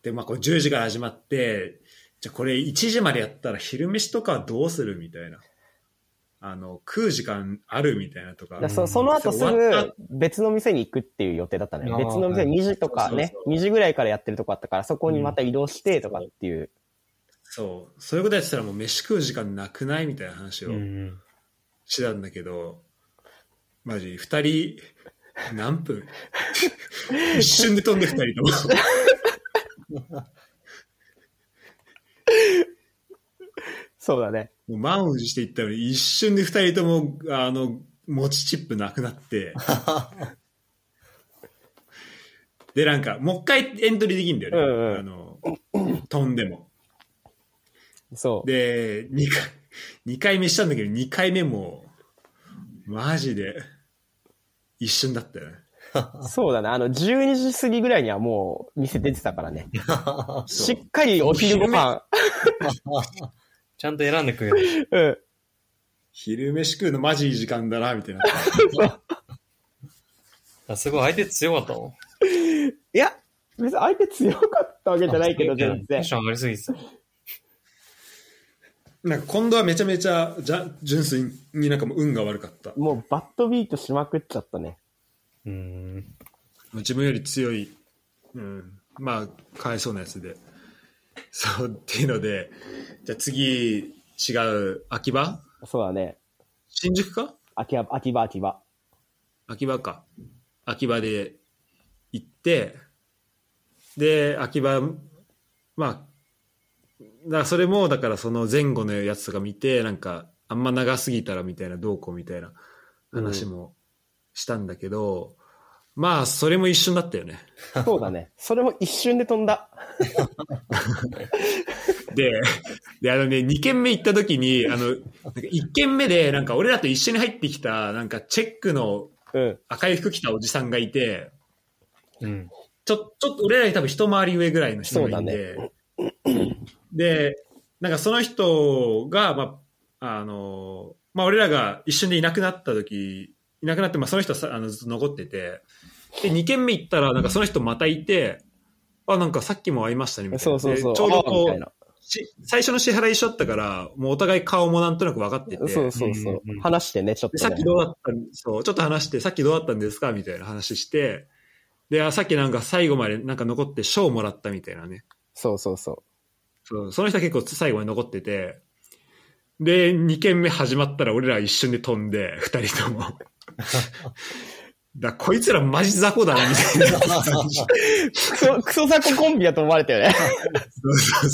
で、まあ、これ10時から始まって、じゃあこれ1時までやったら昼飯とかはどうするみたいな。あの、食う時間あるみたいなとか。
だからそその後す
終わっ
ぐ別の店に行くっていう予定だったのよ。
あー
別の店
はい
2時とかね
そう、
2時ぐらいからやってるとこあったから、そこにまた移動してとかっていう。
そう。そういうことやってたらもう飯食う時間なくないみたいな話を
うん。
してたんだけど、マジ、二人、何分一瞬で飛んで二人とも。
そうだね。
もう満を持していったのに、一瞬で二人とも、あの、餅チップなくなって。で、なんか、もう一回エントリーできるんだよね。
うんうん
あの、飛んでも。
そう。
で、2回、二回目したんだけど、2回目も、マジで、一瞬だったよね。
そうだね。あの、12時過ぎぐらいにはもう店出てたからね。
そ
し
う
っかりお昼ご飯。
ちゃんと選んでくれる。
うん。
昼飯食うのマジいい時間だな、みたいな。
あすごい、相手強かったの
いや、別に相手強かったわけじゃないけど、全
テ
然
ン。ション上がりすぎてた。
なんか今度はめちゃめちゃ、じゃ、純粋になんかもう運が悪かった。も
もうバットビートしまくっちゃったね。
うん。
う自分より強い、うん、まあ、かわいそうなやつで。そう、っていうので、じゃあ次、違う、秋葉
そうだね。
新宿か
秋葉、秋葉、秋葉。
秋葉か。秋葉で行って、で、秋葉、まあ、だからそれも、だからその前後のやつとか見て、なんか、あんま長すぎたらみたいな、どうこうみたいな話もしたんだけど、まあ、それも一瞬だったよね。
そうだね。それも一瞬で飛んだ。
で、で、あのね、2軒目行った時に、あの、なんか1軒目で、なんか俺らと一緒に入ってきた、なんかチェックの
うん。
赤い服着たおじさんがいて、
うん。
ちょちょっと俺らに多分一回り上ぐらいの人がいて、で、なんかその人が、まあ、あの、まあ俺らが一瞬でいなくなった時、いなくなって、まあその人はさあのずっと残ってて、で、2軒目行ったら、なんかその人またいて、あ、なんかさっきも会いましたね、みたいな。
そうそうそう。
でちょうど
ああみ
こ、
たいうな
し最初の支払い一緒だったから、もうお互い顔もなんとなく分かってて、
そうそうそう
うんうんう。ん
話してね、ちょっ
で
と
さっ
ね
き。どうだったんそう、ちょっと話して、さっきどうだったんですかみたいな話して、で、あさっきなんか最後までなんか残って賞もらったみたいなね。
そうそうそ
そうその人は結構最後まで残ってて、で、2軒目始まったら俺ら一瞬で飛んで、2人とも。だこいつらマジ雑魚だな、み たいな。
う。クソ、クソザココンビだと思われた よね。
そうそう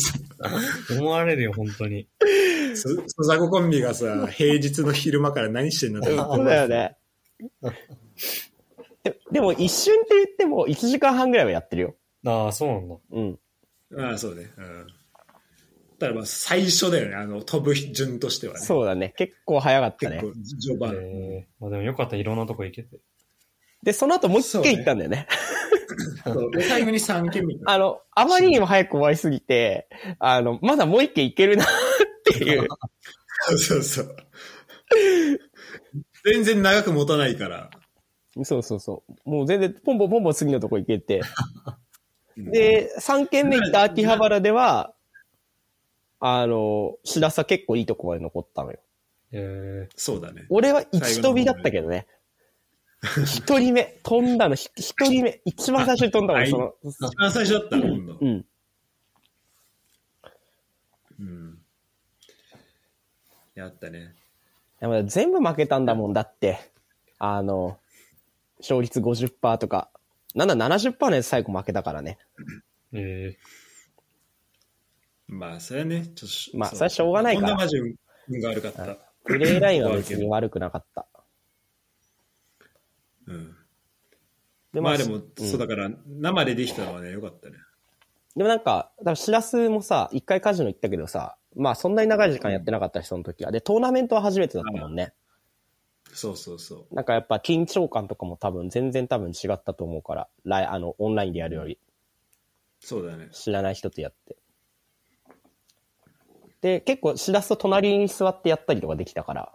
そう
思われるよ、本当に。
そそ雑魚コンビがさ、平日の昼間から何してんだって思って
そうだよね。ででも一瞬って言っても1時間半ぐらいはやってるよ。
ああ、そうなんだ。
うん。
ああ、そうね。うん。ただまあ、最初だよね。あの、飛ぶ順としてはね。
そうだね。結構早かった
結
ね。
構、序盤。
えーまあでもよかった、いろんなとこ行けて。
で、その後もう一回行ったんだよね。
そうで最後に3件目。
あの、あまりにも早く終わりすぎて、あの、まだもう一軒行けるなって いう。
そうそうそう。全然長く持たないから。
そうそうそう。もう全然、ポンポンポンポン次のとこ行けて。で、3軒目行った秋葉原では、あの、白さ結構いいとこまで残ったのよ。
え
そうだね。
俺は一飛びだったけどね。一人目、飛んだの、ひ一人目、一番最初に飛んだ
は
の、
い
その、
一番最初だった、今度
う。ん。
うん。やったね。
でも全部負けたんだもんだって。あの、勝率50%とか、なんだ70%のやつ最後負けたからね。
ー、え
まあ、それはね、ちょっと。
まあそれはしょうがないから
こんなマジ運が悪かった。
プレイラインは別に悪くなかった。
うん。
で
まあでも、
ん
そうだから、生でできたのはね、よかったね。
でもなんか、だからシラスもさ、一回カジノ行ったけどさ、まあそんなに長い時間やってなかったし、その時は。で、トーナメントは初めてだったもんね。
そうそうそ
なんかやっぱ緊張感とかも多分、全然多分違ったと思うから、ライあの、オンラインでやるより、
う。そうだね。
知らない人とやって。で、結構しだすと隣に座ってやったりとかできたから、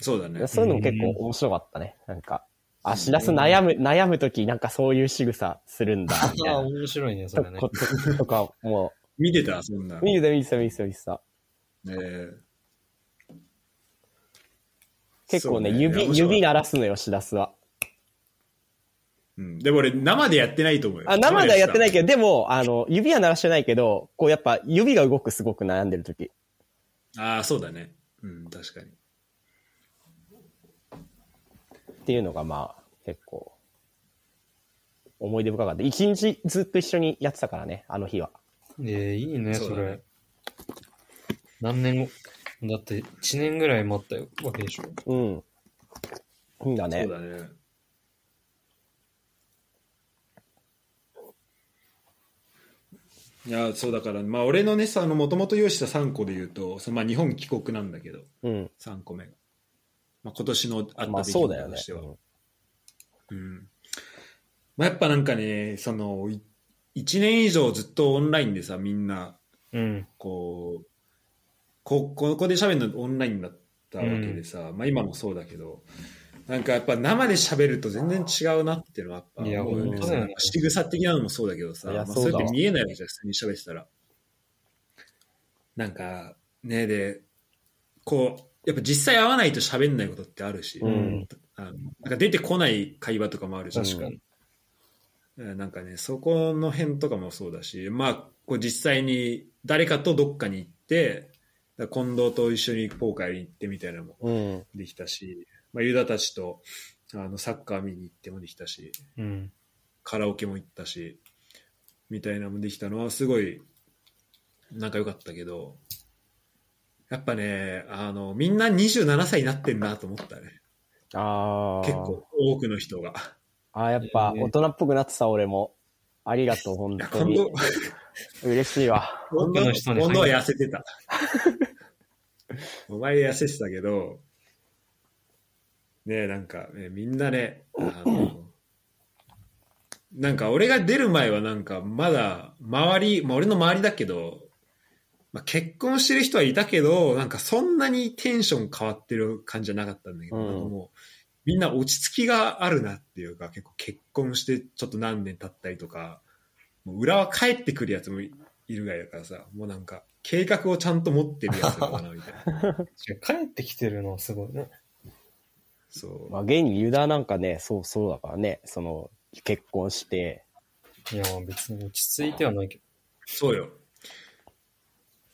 そうだね。
そういうのも結構面白かったね。なんか、あ、しらす悩む、悩むときなんかそういう仕草するんだ、みた
ああ、
い
面白いね、そ
な
れね。
とこととか、も
見てた、そんな
う、。見てた見てた見てた見てた。
えー
結構ね、
そう
指、
面白い
指鳴らすのよ、しらすは。
うん。でも俺、生でやってないと思うよ。
あ、生ではやってない
ど。
けど、でも、あの、指は鳴らしてないけど、こうやっぱ指が動くすごく悩んでるとき。
ああ、そうだね。うん、確かに。
っていうのがまあ結構思い出深かった一日ずっと一緒にやってたからねあの日は
ええいいね、
そう
そ
だね
れ。何年後だって1年ぐらい待ったよわけでしょ。
うんいいんだね
そうだね。いや、そうだから、まあ俺のね、さ、あの、もともと用意した3個で言うと、そのまあ日本帰国なんだけど、
うん
3個目が。まあ今年のあっ
ま
た
あ
出来
そうだよ
事と
ね
しては。うん。まあやっぱなんかね、その、い1年以上ずっとオンラインでさ、みんな、
うん。
こう、こここで喋るのオンラインだったわけでさ、まあ今もそうだけど、なんかやっぱ生で喋ると全然違うなっていうのはやっぱ
いや
思うよね
本当だよね
なんか仕草的なのもそうだけどさ、
い
ま
や
あ、
そう
そう
だ
やって見えないわけじゃん、普通に喋ってたら。なんか、ね、で、こう、やっぱ実際会わないと喋んないことってあるし、
うん
あのなんか出てこない会話とかもあるし、
確かに。
えーなんかね、そこの辺とかもそうだし、まあ、こう実際に誰かとどっかに行って、だから近藤と一緒にポーカーに行ってみたいなのも
うん
できたし、まあ、ユダたちとあのサッカー見に行ってもできたし、
うん。
カラオケも行ったし、みたいなのもできたのはすごい、なんか良かったけど、やっぱね、あの、みんな27歳になってんなと思ったね。
ああ
結構多くの人が。
あーやっぱ大人っぽくなってた俺もありがとう本
いや、
当
近
に
藤、
嬉しいわ
多くの人に
今度は痩せてた。 お前痩せてたけど、ねえ、なんか、ね、みんなね、あの、なんか俺が出る前はなんかまだ周り、まあ、俺の周りだけど、まあ、結婚してる人はいたけど、なんかそんなにテンション変わってる感じじゃなかったんだけど、
うん
なんかもうみんな落ち着きがあるなっていうか、結構結婚してちょっと何年経ったりとか、もう裏は帰ってくるやつもいいるぐらいだからさ、もうなんか計画をちゃんと持ってるやつだなみたい な。
じゃあ帰ってきてるのはすごいね。
そう。
まあ現にユダなんかねそうそうだからねその結婚して
いや、別に落ち着いてはないけど。
そうよ。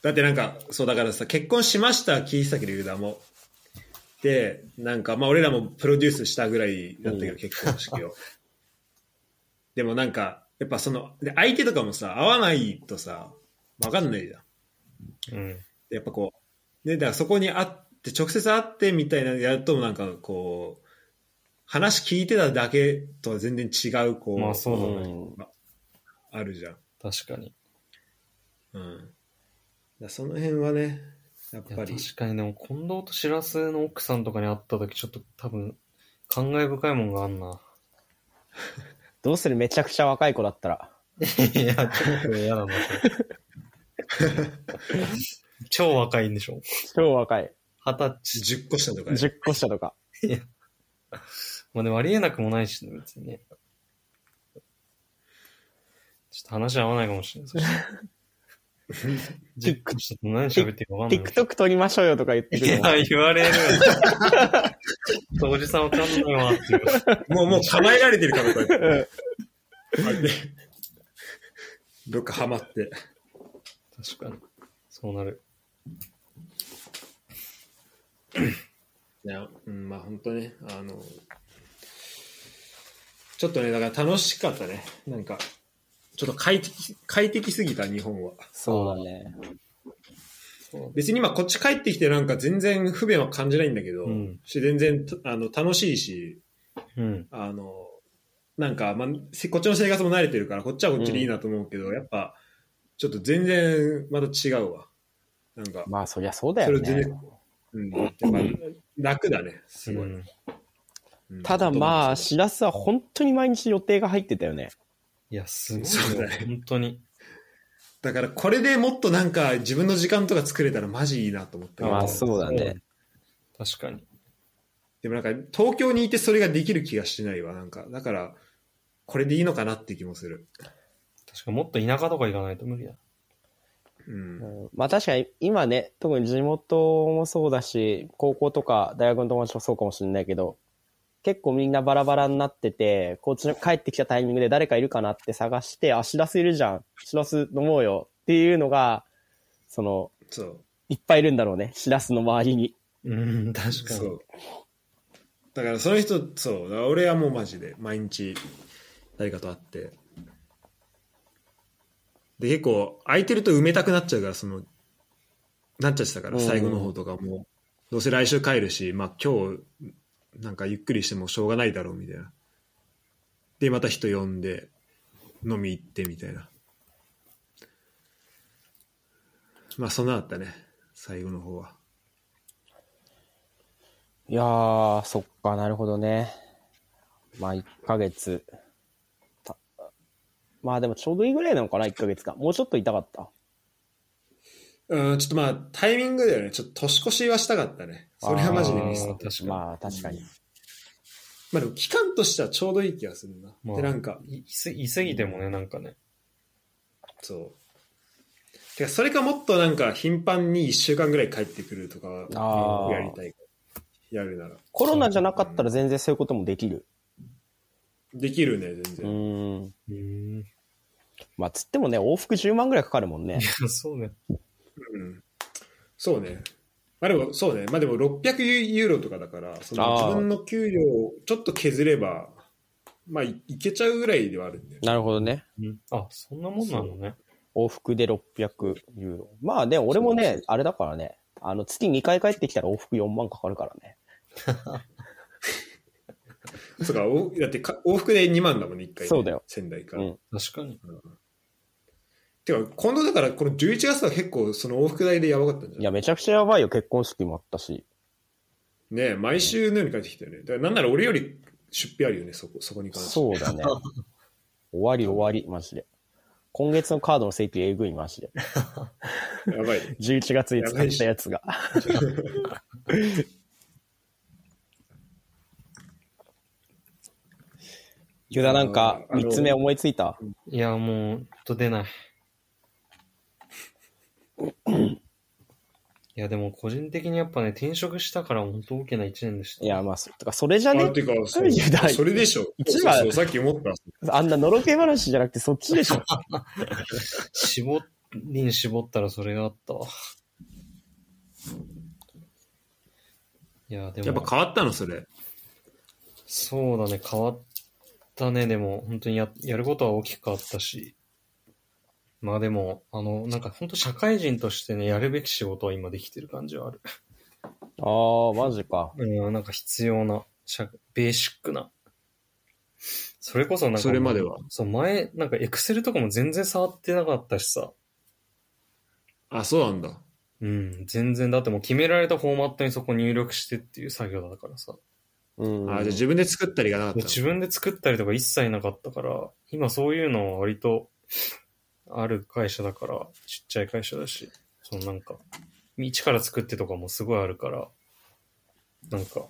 だってなんか、そうだからさ、結婚しました、聞いてたけど、ユダも。で、なんか、まあ俺らもプロデュースしたぐらいだったけど、
うん
結婚式を。 でもなんか、やっぱその、で相手とかもさ、会わないとさ、わかんないじゃん。
うん。
やっぱこう、ね、だからそこに会って、直接会ってみたいなのやると、なんかこう、話聞いてただけとは全然違う、こう、
まあそうだね。
ん
あるじゃん。
確かに。
うん。だからその辺はね、やっ
いや、
ぱり。
確かにでも、近藤と白洲の奥さんとかに会った時、ちょっと多分、感慨深いもんがあんな。
どうするめちゃくちゃ若い子だったら
いや、ちょっと嫌だな。そ れ超若いんでしょ
超若い
二十歳。
10個下とかね。
10個下とか
まあでもありえなくもないしね、別にね。ちょっと話合わないかもしれない。そして じっくりして何喋ってるか分かんない。
TikTok 撮りましょうよとか言ってくるの
いや、言われる。おじさんわかんないわっていう。
もう、もう構えられてるから、こうや
う
って。こうやってどっかハマって。
確かに。そうなる。
いや、うん、まあ本当ね、あの、ちょっとね、だから楽しかったね。なんか、ちょっと快適、快適すぎた、日本は。
そうだね
別に今こっち帰ってきてなんか全然不便は感じないんだけど、
うん
し全然たあの楽しいし、
うん。
あの、なんか、まあ、せこっちの生活も慣れてるから、こっちはこっちでいいなと思うけど、やっぱ、ちょっと全然また違うわ。なんか、
まあそりゃそうだよ
それ
ね
全然うん、やっぱ楽だね、すごい。
うん
うん
ただまあ、しらすは本当に毎日予定が入ってたよね。
いや、すご
そう
い
だ
よ。
ね
本当に。
だからこれでもっとなんか自分の時間とか作れたらマジいいなと思ったけど、
まあそうだね。
確かに。
でもなんか東京にいてそれができる気がしないわなんかだからこれでいいのかなって気もする、
確かにもっと田舎とか行かないと無理だ。
うん
うんまあ確かに今ね、特に地元もそうだし、高校とか大学の友達もそうかもしれないけど、結構みんなバラバラになってて、こっちの帰ってきたタイミングで誰かいるかなって探して、あ、しらすいるじゃん。しらす飲もうよっていうのが、その、
そう
いっぱいいるんだろうね。しらすの周りに。
うん、確か
そ
に。
うだからその人そうだから俺はもうマジで毎日誰かと会ってで結構空いてると埋めたくなっちゃうからそのなっちゃってたから
うん
最後の方とかもうどうせ来週帰るし、まあ、今日なんかゆっくりしてもしょうがないだろうみたいなでまた人呼んで飲み行ってみたいなまあそんなだったね最後の方はい
やー、そっか、なるほどね。まあ1ヶ月。たまあでもちょうどいいぐらいなのかな、1ヶ月間。もうちょっといたかった。
うん、ちょっとまあ、タイミングだよね。ちょっと年越しはしたかったね。それはマジでミス
あ
だ
ー確かに。
まあ確かに。
まあでも、期間としてはちょうどいい気がするな。
まあ
で、なんか、
いいすいすぎてもね、なんかね。
そう。てか、それかもっとなんか、頻繁に1週間ぐらい帰ってくるとか
あ
は
ー
やりたい。やるなら。
コロナじゃなかったら全然そういうこともできる。
できるね、全
う
然。
ーん。
うん。い
まあ、つってもね、往復10万ぐらいかかるもんね。
や、 そうね。
うん。そうね。まあでも、そうね。まあでも、600ユーロとかだから、その
あー
自分の給料をちょっと削れば、まあ、いいけちゃうぐらいではあるんだよね
なるほどね。
うんあ、そんなもんなのね。
往復で600ユーロ。まあ、でも俺もね、あれだからね、あの、月2回帰ってきたら往復4万かかるからね。
そうか、おだってか往復で2万だもんね、1回、ね。
そうだよ
仙台か
う
ら。
ん。
確かに。
てか、今度だから、この11月は結構、その往復代でやばかったん
い
じゃない
や、めちゃくちゃやばいよ。結婚式もあったし。
ねえ毎週のように帰ってきたよね。だから、なんなら俺より出費あるよね、そこ、そこに関して。
そうだね。終わり終わり、マジで。今月のカードの請求えぐい、マジで。
やばいね。
11月に使ったやつ が。ユダなんか、
あの
3つ目思いついた
いや、もう、ほんと出 ない。いや、でも個人的にやっぱね、転職したから本当大きな一年でした。
いや、まあ、そとか、それじゃ
あ
ね
てかそ
いやだ
う、それでしょ。
一
そう
番
そう、さっき思った。
あんなのろけ話じゃなくてそっちでし ょ。
絞りに絞ったらそれがあったわ。いや、でも。
変わったの、それ。
そうだね、変わったね、でも、本当にややることは大きく変わったし、まあでも、あの、なんか本当社会人としてね、やるべき仕事は今できてる感じはある。
ああ、マジか。
うん、なんか必要な、社ベーシックな。それこそなんか、
それまでは。
そう、前、なんかエクセルとかも全然触ってなかったしさ、
あ、そうなんだ。
うん、全然、だってもう決められたフォーマットにそこ入力してっていう作業だからさ。
うん。
あ、じゃあ自分で作ったりがなかったの。
自分で作ったりとか一切なかったから、今そういうのは割とある会社だから、ちっちゃい会社だし、そのなんか、一から作ってとかもすごいあるから、なんか、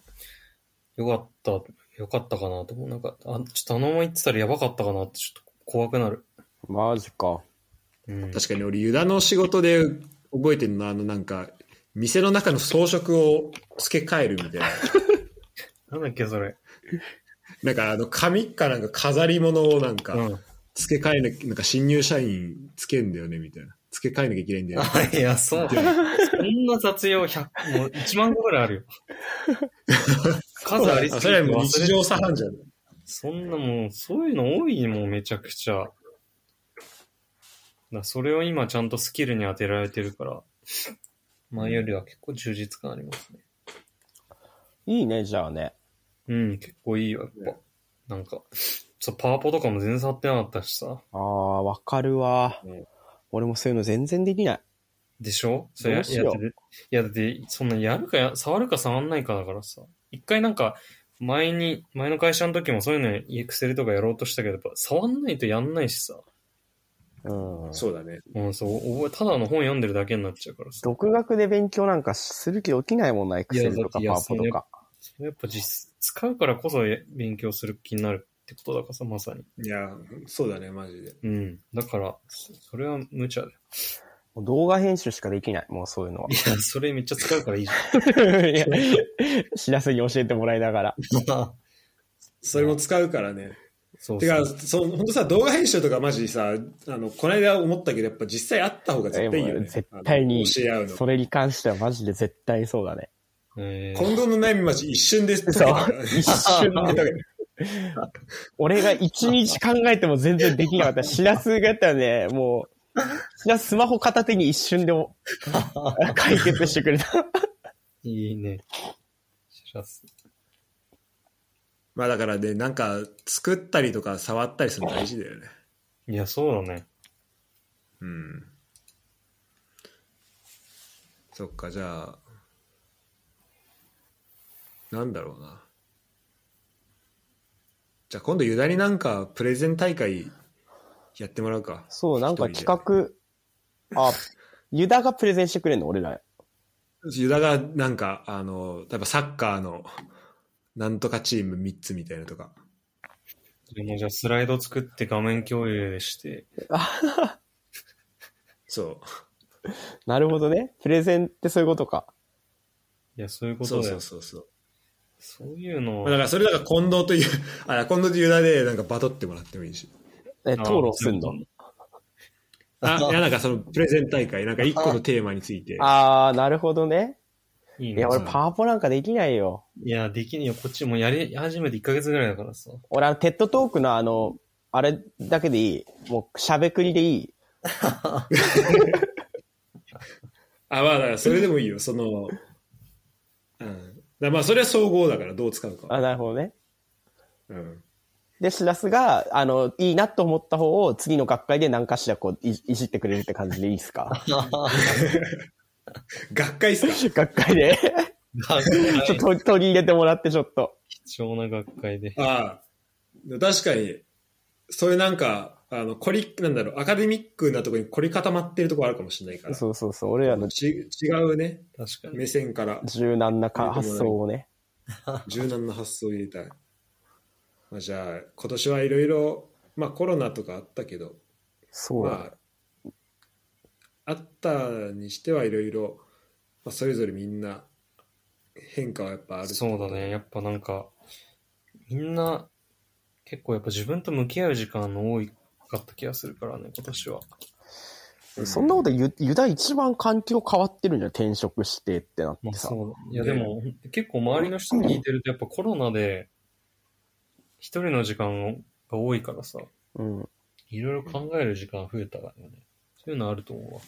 よかった、よかったかなと思う。なんか、あ、ちょっとあのまま行ってたらやばかったかなってちょっと怖くなる。
マジか。
うん。
確かに俺、ユダの仕事で覚えてるのは、あの、なんか、店の中の装飾を付け替えるみたいな。
なんだっけ、それ。
なんかあの紙かなんか飾り物をなん
う
か
ん。
付け替えなきゃ、なんか新入社員つけんだよねみたいな。付け替えなきゃいけないんだよね。
あ、 いや、 そう。そんな雑用100、もう1万個ぐらい あるよ。数ありす
あ
ぎ
そ
て
れは
忘
もう
れて
日常茶飯じゃん。
そんなもう、そういうの多いもん、めちゃくちゃ。だそれを今ちゃんとスキルに当てられてるから、前よりは結構充実感ありますね。
いいね、じゃあね。
うん、結構いいよ、やっぱ。なんか、そう、パワポとかも全然触ってなかったしさ。
ああ、わかるわ
うん。
俺もそういうの全然できない。
でしょそれ
ど
や
うしよう
やってるいや、だって、そんなやるかや、触るか触んないかだからさ。一回なんか、前に、前の会社の時もそういうの、エクセルとかやろうとしたけど、やっぱ触んないとやんないしさ。
うん。
そうだね。
もうそう、覚え、ただの本読んでるだけになっちゃうからさ。
独学で勉強なんかする気起きないもんな、エクセルとかパ
いや
ワポとか。
それやっぱ実、使うからこそえ勉強する気になるってことだからさ、まさに。
いや、そうだね、マジで。
うん。だから、そそれは無茶だよ。
もう動画編集しかできない、も うそういうのは。
いや、それめっちゃ使うからいいじ
いや知らずに教えてもらいながら。
ゃん。
それも使うからね。
そう
て
そ
か、
う。
そう、本当さ、動画編集とかマジさ、あの、この間思ったけど、やっぱ実際あった方が絶対いいよ
も
ね。
う絶対
あ
に
の教え合うの。
それに関してはマジで絶対そうだね。
え
今
ー、
後の悩みマジ一瞬です。
そう
解けたからね。
一 瞬 で。
解け
俺が一日考えても全然できなかった。しらすがやったらね、もう、しらすスマホ片手に一瞬で も解決してくれた。
いいね。知らす。
まあだからね、なんか、作ったりとか触ったりするの大事だよね。
いや、そうだね。
うん。そっか、じゃあ、なんだろうな。じゃあ今度、ユダになんか、プレゼン大会やってもらうか。
そう、なんか
一人
企
で
画、あ、ユダがプレゼンしてくれんの俺ら。
ユダがなんか、あの、例えばサッカーの、なんとかチーム3つみたいなとか。
でもじゃあスライド作って画面共有して、
そ
なるほどね。プレゼンってそういうことか。
いや、そういう
う。
こと
そう
だ
そ
よ
う。そうそう。
そういうの
まあだからそれだから近藤という、あ、近藤とユダでなんかバトってもらってもいいし。
え、討論すんの
あ、いやなんかそのプレゼン大会、なんか1個のテーマについて。
あー、なるほどね。
いい
い
ね
や、
そう
俺パワポなんかできないよ。
いや、できねえよ。こっちもやり始めて1ヶ月ぐらいだからさ。
俺、あの、テッドトークのあの、あれだけでいい。もう、しゃべくりでいい。
あ、まあだからそれでもいいよ、その、うん。だまあそれは総合だからどう使うか。
あ、なるほどね。
うん。
で、シラスが、あの、いいなと思った方を次の学会で何かしらこうい、いじってくれるって感じでいいです か
学会っすか
学会で。ちょっと取り入れてもらって、ちょっと。
貴重な学会で。
ああ、確かに、そういうなんか、あの、凝り、なんだろう、アカデミックなところに凝り固まってるところあるかもしれないから。
そうそうそう。俺らの
ち違うね、
確かに。
目線から
柔軟なか発想をね。
柔軟な発想を入れたい。まあ、じゃあ、今年はいろいろ、まあコロナとかあったけど、
そうだね。
まあ、あったにしてはいろいろ、まあ、それぞれみんな変化はやっぱある。
そうだね。やっぱなんか、みんな、結構やっぱ自分と向き合う時間の多かった気がするからね、今年は。
うん
そんなことユユダ一番環境変わってるんじゃん転職してってなっ
ま
て
あ
さ。
そうだ。いや、でも、結構周りの人に聞いてると、やっぱコロナで、一人の時間が多いからさ、
うん。
いろいろ考える時間増えたからね。そういうのあると思うわ。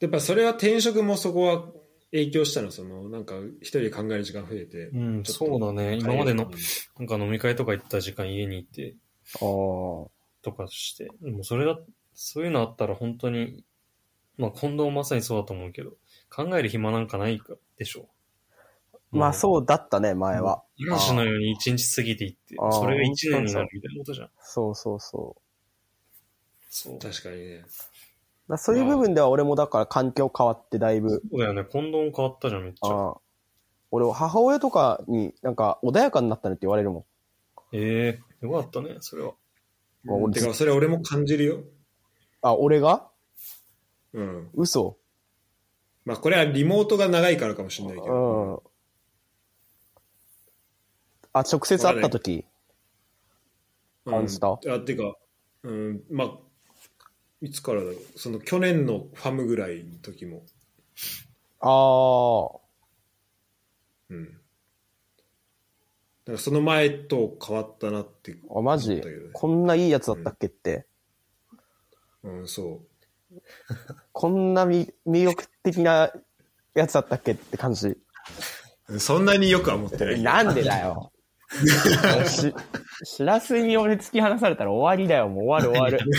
やっぱそれは転職もそこは影響したの、その、なんか一人で考える時間増えて。
うん、
ちょっと
そうだね。今までの、なんか飲み会とか行った時間家に行って、
あー
とかして、でもそれだ、そういうのあったら本当に、まあ近藤まさにそうだと思うけど、考える暇なんかないかでしょう。
まあ
う。
そうだったね、前は。
嵐のように一日過ぎていって
あー、
それが一年になるみたいなことじゃん。
そうそうそう。
そう。
確かにね。
だからそういう部分では俺もだから環境変わってだいぶ。
そうだよね、近藤も変わったじゃん、めっちゃ。
ああ俺、母親とかになんか穏やかになったねって言われるも
ええよかったね、それは。
まあ俺
てか、それ俺も感じるよ。
ん。あ、俺が
うん。
嘘
まあ、これはリモートが長いからかもしれ
う
ないけど。
ん。あ、直接会った時
うん
感じた
あ、てか、うん、まあ、いつからだろう。その、去年のファムぐらいの時も。
ああ。
うん。なんかその前と変わったなって。
あ、マ
思っ
ジ
たけどね
こんないいやつだったっけって。
うん、そ
こんなみ魅力的なやつだったっけって感じ。
う。そんなによくは思ってない。
なんでだよ。し、しらすに俺突き放されたら終わりだよ。もう終わる終わる。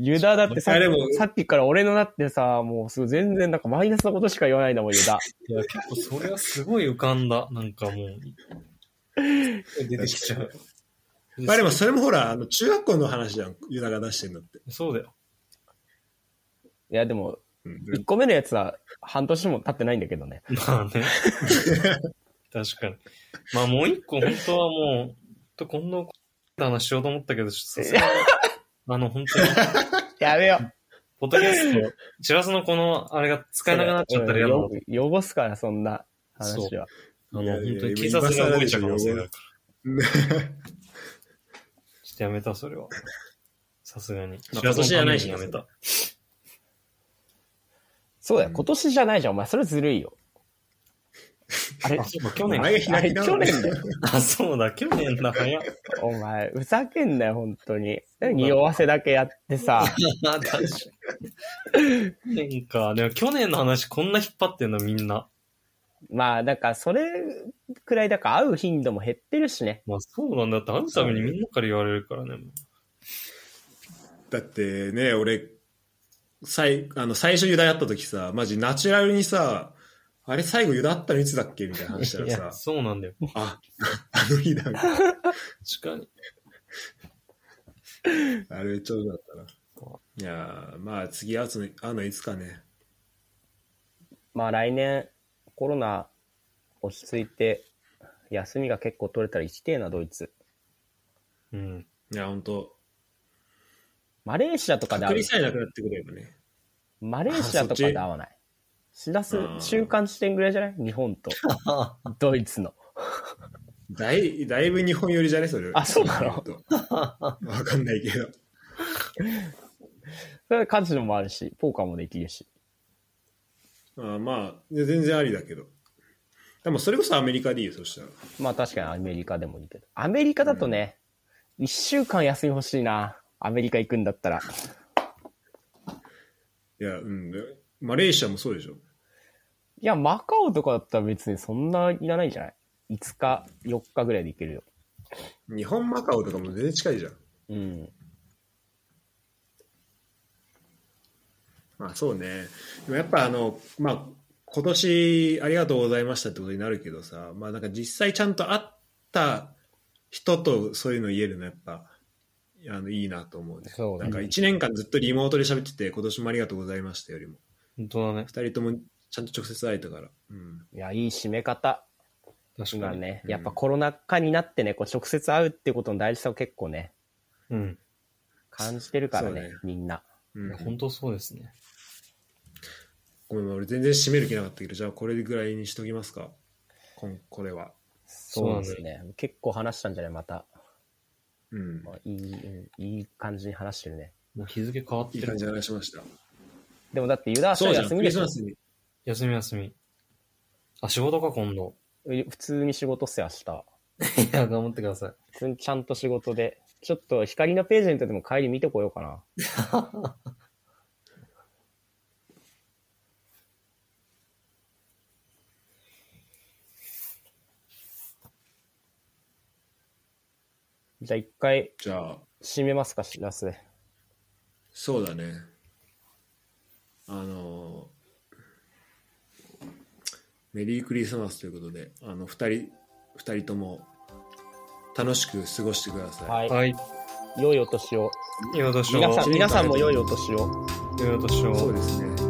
ユダだってさっ
いやでも
きさっきから俺のだってさ、もうすごい全然なんかマイナスのことしか言わないんだもん、ユダ。
いや、結構それはすごい浮かんだ。なんかもう、出てきちゃう。
まあでもそれもほら、あの中学校の話じゃん、ユダが出してんだって。
そうだよ。
いや、でも、
うん
1個目のやつは半年も経ってないんだけどね。
まあね。確かに。まあもう一個、本当はもう、と今度、話しようと思ったけど、ちょっとさすがに、あの、本当に、
やめよ
ポッドキャスト、チラスのこの、あれが使えなくなっちゃったら嫌だな。
よ汚すから、そんな話は。
あの、
いやい
本
や
当に警察が動いちゃう可能性があるから。ちょっとやめた、それは。さすがに。
まあ今年じゃないし
やめた。
そうだよ、今年じゃないじゃん、お前。それずるいよ。あれ
あ、そうか、去
あ
年。
れ開き直
去
る
年だよ。
あ、そうだ、去年だ、早っ。
お前、ふざけんなよ、本当に。匂わせだけやってさ。
まあ、確かに。去年か。でも去年の話、こんな引っ張ってんの、みんな。
まあ、だから、それくらい、だから、会う頻度も減ってるしね。
まあそうなんだって、会うためにみんなから言われるからね。
だってね、俺、最、あの、最初ユダヤった時さ、マジナチュラルにさ、あれ最後ユダあったのいつだっけみたいな話した
い
ら
や、
さ、
そうなんだよ。
あ、あの日だみたいな。
確かに。
あれめっちゃ面白かったな。いやー、まあ次会うの会うのいつかね。
まあ、来年、コロナ落ち着いて、休みが結構取れたら行きてえな、ドイツ。
うん。
いや、ほんと、
マレーシアとかで
隔
会
離
う。
さえなくなってくればね。
マレーシアとかで会わない。しらす
うん、
中間地点ぐらいじゃない日本 と
あ
ドイツの。
だい、だいぶ日本寄りじゃねそれ。
あそうなの
ほんとわかんないけど。
それカジノもあるし、ポーカーもできるし。
あまあ、全然ありだけど。でもそれこそアメリカでいいよ、そしたら。
まあ確かにアメリカでもいいけど。アメリカだとね、一週間休み欲しいな。アメリカ行くんだったら。
いや、うん。マレーシアもそうでしょ。
いや、マカオとかだったら別にそんないらないんじゃない ?5 日、4日ぐらいで行けるよ。
日本マカオとかも全然近いじゃん。
うん。
まあそうね。でもやっぱあの、まあ、今年ありがとうございましたってことになるけどさ、まあなんか実際ちゃんと会った人とそういうの言えるのやっぱ、あの、いいなと思うね。
そう
なんか
ね。
1年間ずっとリモートで喋ってて、今年もありがとうございましたよりも。
本当だね。
2人ともちゃんと直接会えたから。うん。
いや、いい締め方。
確か
今
に。
ね、
うん
やっぱコロナ禍になってね、こう直接会うってことの大事さを結構ね、
うん。
感じてるから
そう
ね
ね、
みんな。
うん、
本当そうですね。
ごめん、俺全然締める気なかったけど、じゃあこれぐらいにしときますか。こんこれは。
そうですね。結構話したんじゃないまた。
うん。
まあいい、うんいい感じに話してるね。
もう日付変わって
いい
る
感。じで話しました。
でもだってユダは明日休みでしょ
に。
休み休み。あ、仕事か、今度。
普通に仕事っすよ、明日。
いや、頑張ってください。
普通にちゃんと仕事で。ちょっと光のページにとでも帰り見てこようかな。じゃあ一回
じゃあ、
締めますか、しらす。
そうだね。あのメリークリスマスということで、あの、二人、二人とも楽しく過ごしてください。
はい。
はい。
良いお年を。
よいお年を。
皆さん、皆さんも良い
よ
お年を。
いお年を。
そうですね。